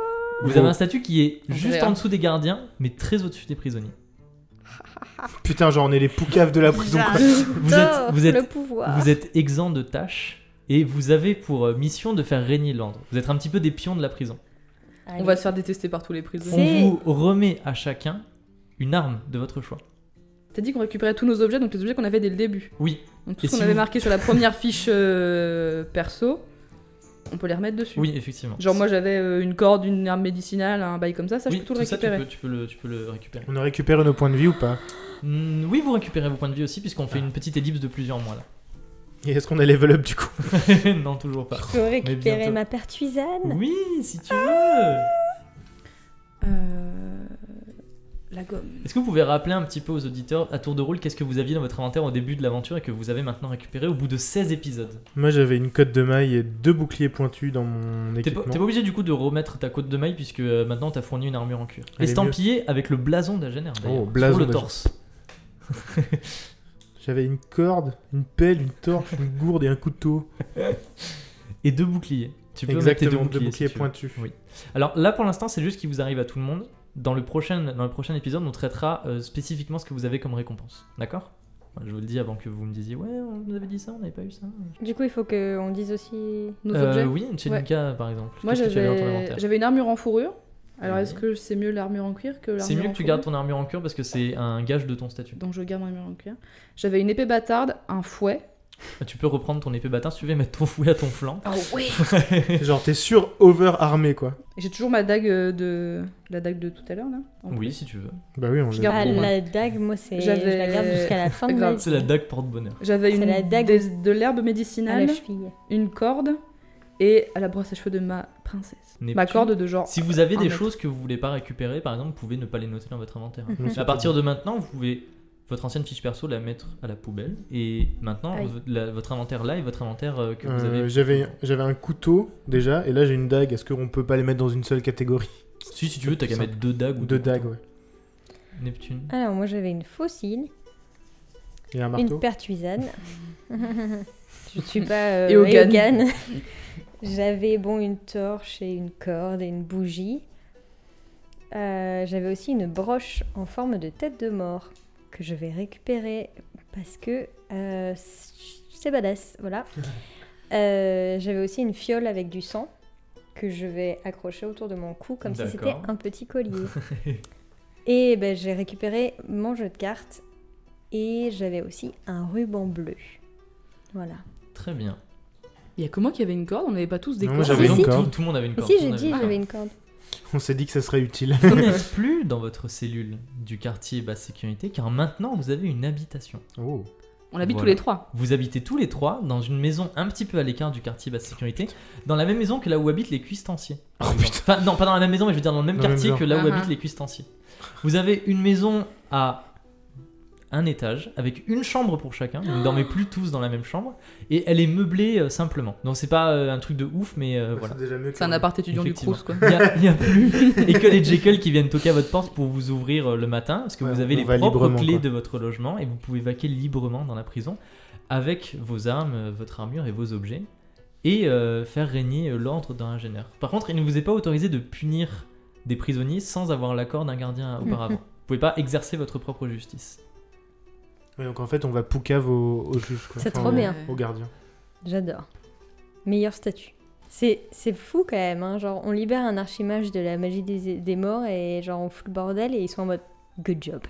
Speaker 1: Vous
Speaker 2: Oh.
Speaker 1: avez un statut qui est
Speaker 3: On
Speaker 1: juste
Speaker 3: verra.
Speaker 1: en dessous des gardiens, mais très au-dessus des prisonniers.
Speaker 2: Putain, genre, on est les poucaves de la prison. quoi.
Speaker 1: Vous êtes, vous êtes
Speaker 4: le pouvoir.
Speaker 1: Vous êtes exempt de tâches et vous avez pour euh, mission de faire régner l'ordre. Vous êtes un petit peu des pions de la prison.
Speaker 4: Allez.
Speaker 3: On va se faire détester par tous les
Speaker 1: On
Speaker 3: prisonniers.
Speaker 4: C'est-
Speaker 1: vous remet à chacun une arme de votre choix.
Speaker 3: T'as dit qu'on récupérait tous nos objets, donc les objets qu'on avait dès le début.
Speaker 1: Oui,
Speaker 3: Donc tout
Speaker 1: Et
Speaker 3: ce qu'on
Speaker 1: si
Speaker 3: avait
Speaker 1: vous-
Speaker 3: marqué sur la première fiche euh, perso, on peut les remettre dessus.
Speaker 1: oui, effectivement.
Speaker 3: Genre moi j'avais euh, une corde, une arme médicinale, un bail comme ça, ça
Speaker 1: Oui,
Speaker 3: je peux tout,
Speaker 1: tout
Speaker 3: le
Speaker 1: ça, tu
Speaker 3: récupérer.
Speaker 1: peux, tu peux le, tu peux le récupérer.
Speaker 2: On a récupéré nos points de vie ou pas
Speaker 1: Mm, oui, vous récupérez vos points de vie aussi, puisqu'on
Speaker 3: Ah.
Speaker 1: fait une petite ellipse de plusieurs mois là.
Speaker 2: Et est-ce qu'on a level up du coup
Speaker 1: [LAUGHS] non, toujours pas.
Speaker 4: Je peux récupérer
Speaker 1: bientôt.
Speaker 4: ma pertuisane.
Speaker 1: Oui, si tu veux.
Speaker 3: Euh, La gomme.
Speaker 1: Est-ce que vous pouvez rappeler un petit peu aux auditeurs, à tour de rôle, qu'est-ce que vous aviez dans votre inventaire au début de l'aventure et que vous avez maintenant récupéré au bout de 16 épisodes
Speaker 2: Moi, j'avais une cotte de maille et deux boucliers pointus dans mon
Speaker 1: T'es pas,
Speaker 2: équipement.
Speaker 1: t'es pas obligé du coup de remettre ta côte de maille puisque euh, maintenant t'as fourni une armure en cuir.
Speaker 2: Elle est
Speaker 1: Estampillée avec le blason d'Agener d'ailleurs.
Speaker 2: Oh, blason
Speaker 1: sur le
Speaker 2: d'Agener.
Speaker 1: torse.
Speaker 2: J'avais une corde, une pelle, une torche, une gourde et un couteau.
Speaker 1: Et deux boucliers. Tu peux
Speaker 2: Exactement,
Speaker 1: mettre tes deux boucliers. si tu veux.
Speaker 2: pointus.
Speaker 1: Oui. Alors là pour l'instant c'est juste ce qui vous arrive à tout le monde. Dans le prochain, dans le prochain épisode on traitera euh, spécifiquement ce que vous avez comme récompense. D'accord Je vous le dis avant que vous me disiez ouais on nous avait dit ça, on n'avait pas eu ça.
Speaker 4: Du coup, il faut qu'on dise aussi.
Speaker 3: Nos
Speaker 1: Euh,
Speaker 3: objets.
Speaker 1: oui, une Chelinka par exemple.
Speaker 3: Moi
Speaker 1: Qu'est-ce que tu avais dans ton
Speaker 3: j'avais
Speaker 1: inventaire
Speaker 3: j'avais une armure en fourrure. Alors
Speaker 1: Oui.
Speaker 3: est-ce que c'est mieux l'armure en cuir que l'armure
Speaker 1: C'est mieux
Speaker 3: en
Speaker 1: que tu
Speaker 3: fourrure
Speaker 1: gardes ton armure en cuir parce que c'est un gage de ton statut.
Speaker 3: Donc je garde mon armure en cuir. J'avais une épée bâtarde, un fouet.
Speaker 1: Ah, Tu peux reprendre ton épée bâtard si tu veux et mettre ton fouet à ton flanc.
Speaker 3: Oh oui
Speaker 2: Genre, t'es sur over armé quoi.
Speaker 3: J'ai toujours ma dague euh, de la dague de tout à l'heure là. en
Speaker 1: Oui
Speaker 3: plus.
Speaker 1: si tu veux.
Speaker 2: Bah oui, on
Speaker 3: Je
Speaker 2: l'a.
Speaker 3: garde
Speaker 4: Ah,
Speaker 3: pour moi.
Speaker 1: hein.
Speaker 4: la dague, moi, c'est. Je
Speaker 3: J'avais-
Speaker 4: la garde jusqu'à la fin de
Speaker 3: Grave.
Speaker 4: ma vie.
Speaker 1: C'est la dague porte-bonheur.
Speaker 3: J'avais
Speaker 4: C'est
Speaker 3: une
Speaker 4: la dague.
Speaker 3: des- de l'herbe
Speaker 4: à
Speaker 3: médicinale,
Speaker 4: la cheville.
Speaker 3: une corde et à la brosse à cheveux de ma princesse. Ma
Speaker 1: Neptune.
Speaker 3: corde de genre
Speaker 1: Si vous avez
Speaker 3: un
Speaker 1: des
Speaker 3: mètre.
Speaker 1: choses que vous voulez pas récupérer, par exemple, vous pouvez ne pas les noter dans votre inventaire.
Speaker 4: Mhm.
Speaker 2: Non, c'est
Speaker 1: À
Speaker 2: pas
Speaker 1: partir de maintenant, vous pouvez votre ancienne fiche perso la mettre à la poubelle et maintenant
Speaker 4: Aïe.
Speaker 1: v- la- votre inventaire là et votre inventaire euh, que
Speaker 2: Euh,
Speaker 1: vous avez.
Speaker 2: J'avais j'avais un couteau déjà, et là j'ai une dague. Est-ce qu'on peut pas les mettre dans une seule catégorie
Speaker 1: Si, si tu veux, t'as qu'à
Speaker 2: Simple.
Speaker 1: mettre deux dagues ou
Speaker 2: Deux dagues, ouais.
Speaker 1: couteaux. Neptune.
Speaker 4: Alors, moi, j'avais une faucille,
Speaker 2: Et un
Speaker 4: une
Speaker 2: marteau.
Speaker 4: pertuisane. [LAUGHS] Je suis pas euh,
Speaker 3: Et Hogan.
Speaker 4: Hogan. [LAUGHS] J'avais, bon, une torche et une corde et une bougie. Euh, J'avais aussi une broche en forme de tête de mort que je vais récupérer parce que euh, c'est badass, voilà. Euh, J'avais aussi une fiole avec du sang que je vais accrocher autour de mon cou comme si c'était
Speaker 1: D'accord.
Speaker 4: un petit collier. et ben, j'ai récupéré mon jeu de cartes et j'avais aussi un ruban bleu. Voilà.
Speaker 1: Très bien.
Speaker 3: Il y a que moi qui avait une corde, on n'avait pas tous des
Speaker 2: Non,
Speaker 3: cordes.
Speaker 2: moi Ah, j'avais
Speaker 4: Si,
Speaker 2: une
Speaker 4: si.
Speaker 1: Tout,
Speaker 2: corde.
Speaker 1: tout le monde avait une
Speaker 4: Mais
Speaker 1: corde.
Speaker 4: si,
Speaker 1: tout le
Speaker 4: j'ai
Speaker 1: monde
Speaker 4: dit,
Speaker 1: avait une
Speaker 4: j'avais
Speaker 1: corde.
Speaker 4: une corde.
Speaker 2: On s'est dit que ça serait utile.
Speaker 1: Ils connaissent plus dans votre cellule du quartier basse sécurité car maintenant vous avez une habitation.
Speaker 2: Oh.
Speaker 3: On habite tous
Speaker 1: Voilà.
Speaker 3: les trois.
Speaker 1: Vous habitez tous les trois dans une maison un petit peu à l'écart du quartier basse sécurité, dans la même maison que là où habitent les cuistanciers. par
Speaker 2: Oh,
Speaker 1: exemple. Enfin, non, pas dans la même maison, mais je veux dire dans le même
Speaker 2: Dans le même
Speaker 1: quartier
Speaker 2: genre.
Speaker 1: que là où
Speaker 3: Ah, ah.
Speaker 1: habitent les cuistanciers. Vous avez une maison à un étage avec une chambre pour chacun. Vous ne
Speaker 3: Oh.
Speaker 1: dormez plus tous dans la même chambre et elle est meublée euh, simplement. Donc c'est pas euh, un truc de ouf, mais euh, voilà.
Speaker 3: C'est un appart étudiant du
Speaker 1: Effectivement.
Speaker 3: Crous, quoi. [LAUGHS]
Speaker 1: Il y a- il y a, plus École et Jekyll qui viennent toquer à votre porte pour vous ouvrir euh, le matin, parce que
Speaker 2: Ouais,
Speaker 1: vous
Speaker 2: on-
Speaker 1: avez
Speaker 2: on
Speaker 1: les
Speaker 2: va
Speaker 1: propres
Speaker 2: librement,
Speaker 1: clés
Speaker 2: quoi.
Speaker 1: de votre logement et vous pouvez vaquer librement dans la prison avec vos armes, euh, votre armure et vos objets et euh, faire régner euh, l'ordre d'un ingénieur. Par contre, il ne vous est pas autorisé de punir des prisonniers sans avoir l'accord d'un gardien auparavant. Vous pouvez pas exercer votre propre justice.
Speaker 2: Ouais, donc en fait, on va poucave au, au juge. quoi.
Speaker 4: C'est
Speaker 2: Enfin,
Speaker 4: trop
Speaker 2: au-
Speaker 4: bien.
Speaker 3: hein.
Speaker 2: Au gardien.
Speaker 4: J'adore. Meilleur statut. C'est c'est fou quand même, hein, genre on libère un archimage de la magie des, des morts et genre on fout le bordel et ils sont en mode good job.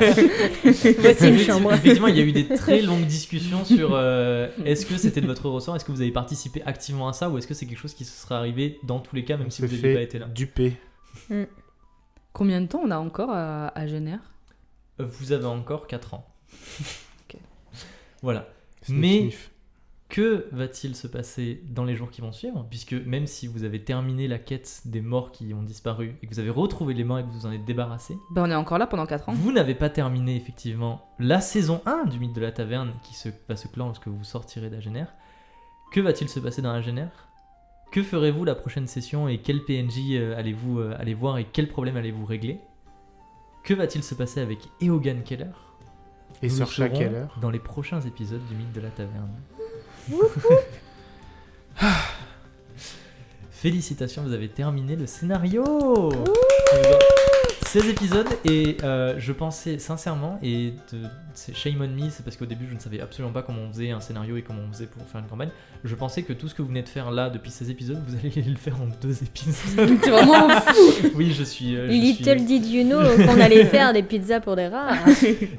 Speaker 4: Voici une
Speaker 1: Effecti- [LAUGHS]
Speaker 4: chambre. [LAUGHS]
Speaker 1: Effectivement, il y a eu des très longues discussions sur euh, est-ce que c'était de votre ressort, est-ce que vous avez participé activement à ça, ou est-ce que c'est quelque chose qui se serait arrivé dans tous les cas, Ah, même
Speaker 2: On
Speaker 1: si
Speaker 2: s'est
Speaker 1: vous n'aviez
Speaker 2: fait
Speaker 1: pas été là.
Speaker 2: duper.
Speaker 3: Combien de temps on a encore à, à Génère
Speaker 1: Euh, Vous avez encore 4
Speaker 4: [LAUGHS]
Speaker 1: ans.
Speaker 3: Ok.
Speaker 1: Voilà.
Speaker 2: Sniff,
Speaker 1: Mais-
Speaker 2: sniff.
Speaker 1: Que va-t-il se passer dans les jours qui vont suivre Puisque même si vous avez terminé la quête des morts qui ont disparu, et que vous avez retrouvé les morts et que vous vous en êtes débarrassé,
Speaker 3: Ben on est encore là pendant 4 ans.
Speaker 1: Vous n'avez pas terminé effectivement la saison 1 du mythe de la taverne qui se, va se clore lorsque vous sortirez d'Agener. Que va-t-il se passer dans Agener Que ferez-vous la prochaine session et quel PNJ euh, allez-vous euh, aller voir et quel problème allez-vous régler Que va-t-il se passer avec Eogan Keller
Speaker 2: Et
Speaker 1: Nous
Speaker 2: sur chaque
Speaker 1: serons
Speaker 2: quelle heure
Speaker 1: Dans les prochains épisodes du mythe de la taverne. [LAUGHS] Félicitations, vous avez terminé le scénario 16 épisodes et euh, je pensais sincèrement, et de- c'est shame on me, c'est parce qu'au début je ne savais absolument pas comment on faisait un scénario et comment on faisait pour faire une campagne, je pensais que tout ce que vous venez de faire là depuis 16 épisodes, vous [LAUGHS] allez le faire en deux
Speaker 2: [LAUGHS]
Speaker 1: épisodes.
Speaker 3: C'est vraiment
Speaker 1: oui, je suis...
Speaker 4: [LAUGHS]
Speaker 1: euh, je
Speaker 4: Little
Speaker 1: suis-
Speaker 4: did you know qu'on allait faire des pizzas pour
Speaker 1: [LAUGHS]
Speaker 4: des rats.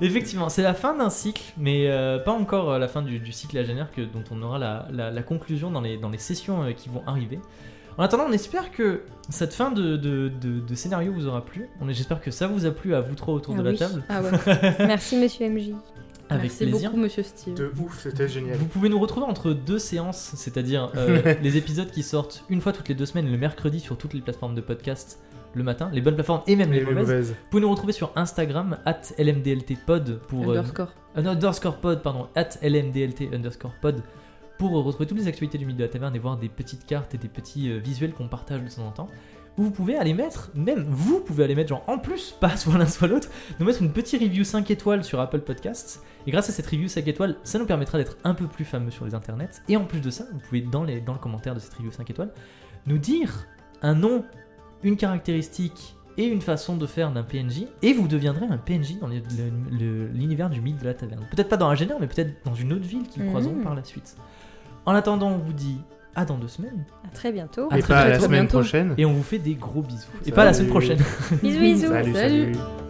Speaker 1: Effectivement, c'est la fin d'un cycle, mais euh, pas encore euh, la fin du, du cycle Agener que dont on aura la, la- la conclusion dans les, dans les sessions euh, qui vont arriver. En attendant, on espère que cette fin de, de- de- de scénario vous aura plu. On- J'espère que ça vous a plu à vous trois autour
Speaker 4: Ah
Speaker 1: de la
Speaker 4: oui.
Speaker 1: table.
Speaker 3: Ah ouais.
Speaker 4: Merci monsieur MJ.
Speaker 1: Avec
Speaker 3: Merci
Speaker 1: plaisir.
Speaker 3: beaucoup, monsieur Steve.
Speaker 2: De ouf, c'était génial.
Speaker 1: Vous pouvez nous retrouver entre deux séances, c'est-à-dire euh, les épisodes qui sortent une fois toutes les deux semaines, le mercredi sur toutes les plateformes de podcast le matin, les bonnes plateformes et même
Speaker 2: Mais
Speaker 1: les
Speaker 2: les
Speaker 1: mauvaises.
Speaker 2: mauvaises.
Speaker 1: Vous pouvez nous retrouver sur Instagram, at lmdltpod, pour euh,
Speaker 3: Underscore.
Speaker 1: un underscore pod, pardon, at lmdlt underscore pod, pour euh, retrouver toutes les actualités du mythe de la taverne et voir des petites cartes et des petits euh, visuels qu'on partage de temps en temps. Ou Vous pouvez aller mettre, même vous pouvez aller mettre, genre en plus, pas [LAUGHS] soit l'un soit l'autre, nous mettre une petite review 5 étoiles sur Apple Podcasts. Et grâce à cette review 5 étoiles, ça nous permettra d'être un peu plus fameux sur les internets. Et en plus de ça, vous pouvez, dans, les, dans le commentaire de cette review 5 étoiles, nous dire un nom, une caractéristique et une façon de faire d'un PNJ, et vous deviendrez un PNJ dans le- le- le- l'univers du mythe de la taverne. Peut-être pas dans un génère, mais peut-être dans une autre ville qu'ils
Speaker 4: Mhm.
Speaker 1: croiseront par la suite. En attendant, on vous dit à dans deux semaines,
Speaker 4: À très bientôt.
Speaker 1: À
Speaker 2: Et
Speaker 1: très,
Speaker 2: pas
Speaker 1: très,
Speaker 2: la
Speaker 1: très
Speaker 2: semaine
Speaker 3: bientôt.
Speaker 2: prochaine.
Speaker 1: et on vous fait des gros bisous. Et pas la semaine
Speaker 2: Salut.
Speaker 1: prochaine.
Speaker 4: Bisous bisous.
Speaker 2: Salut,
Speaker 3: Salut.
Speaker 2: salut.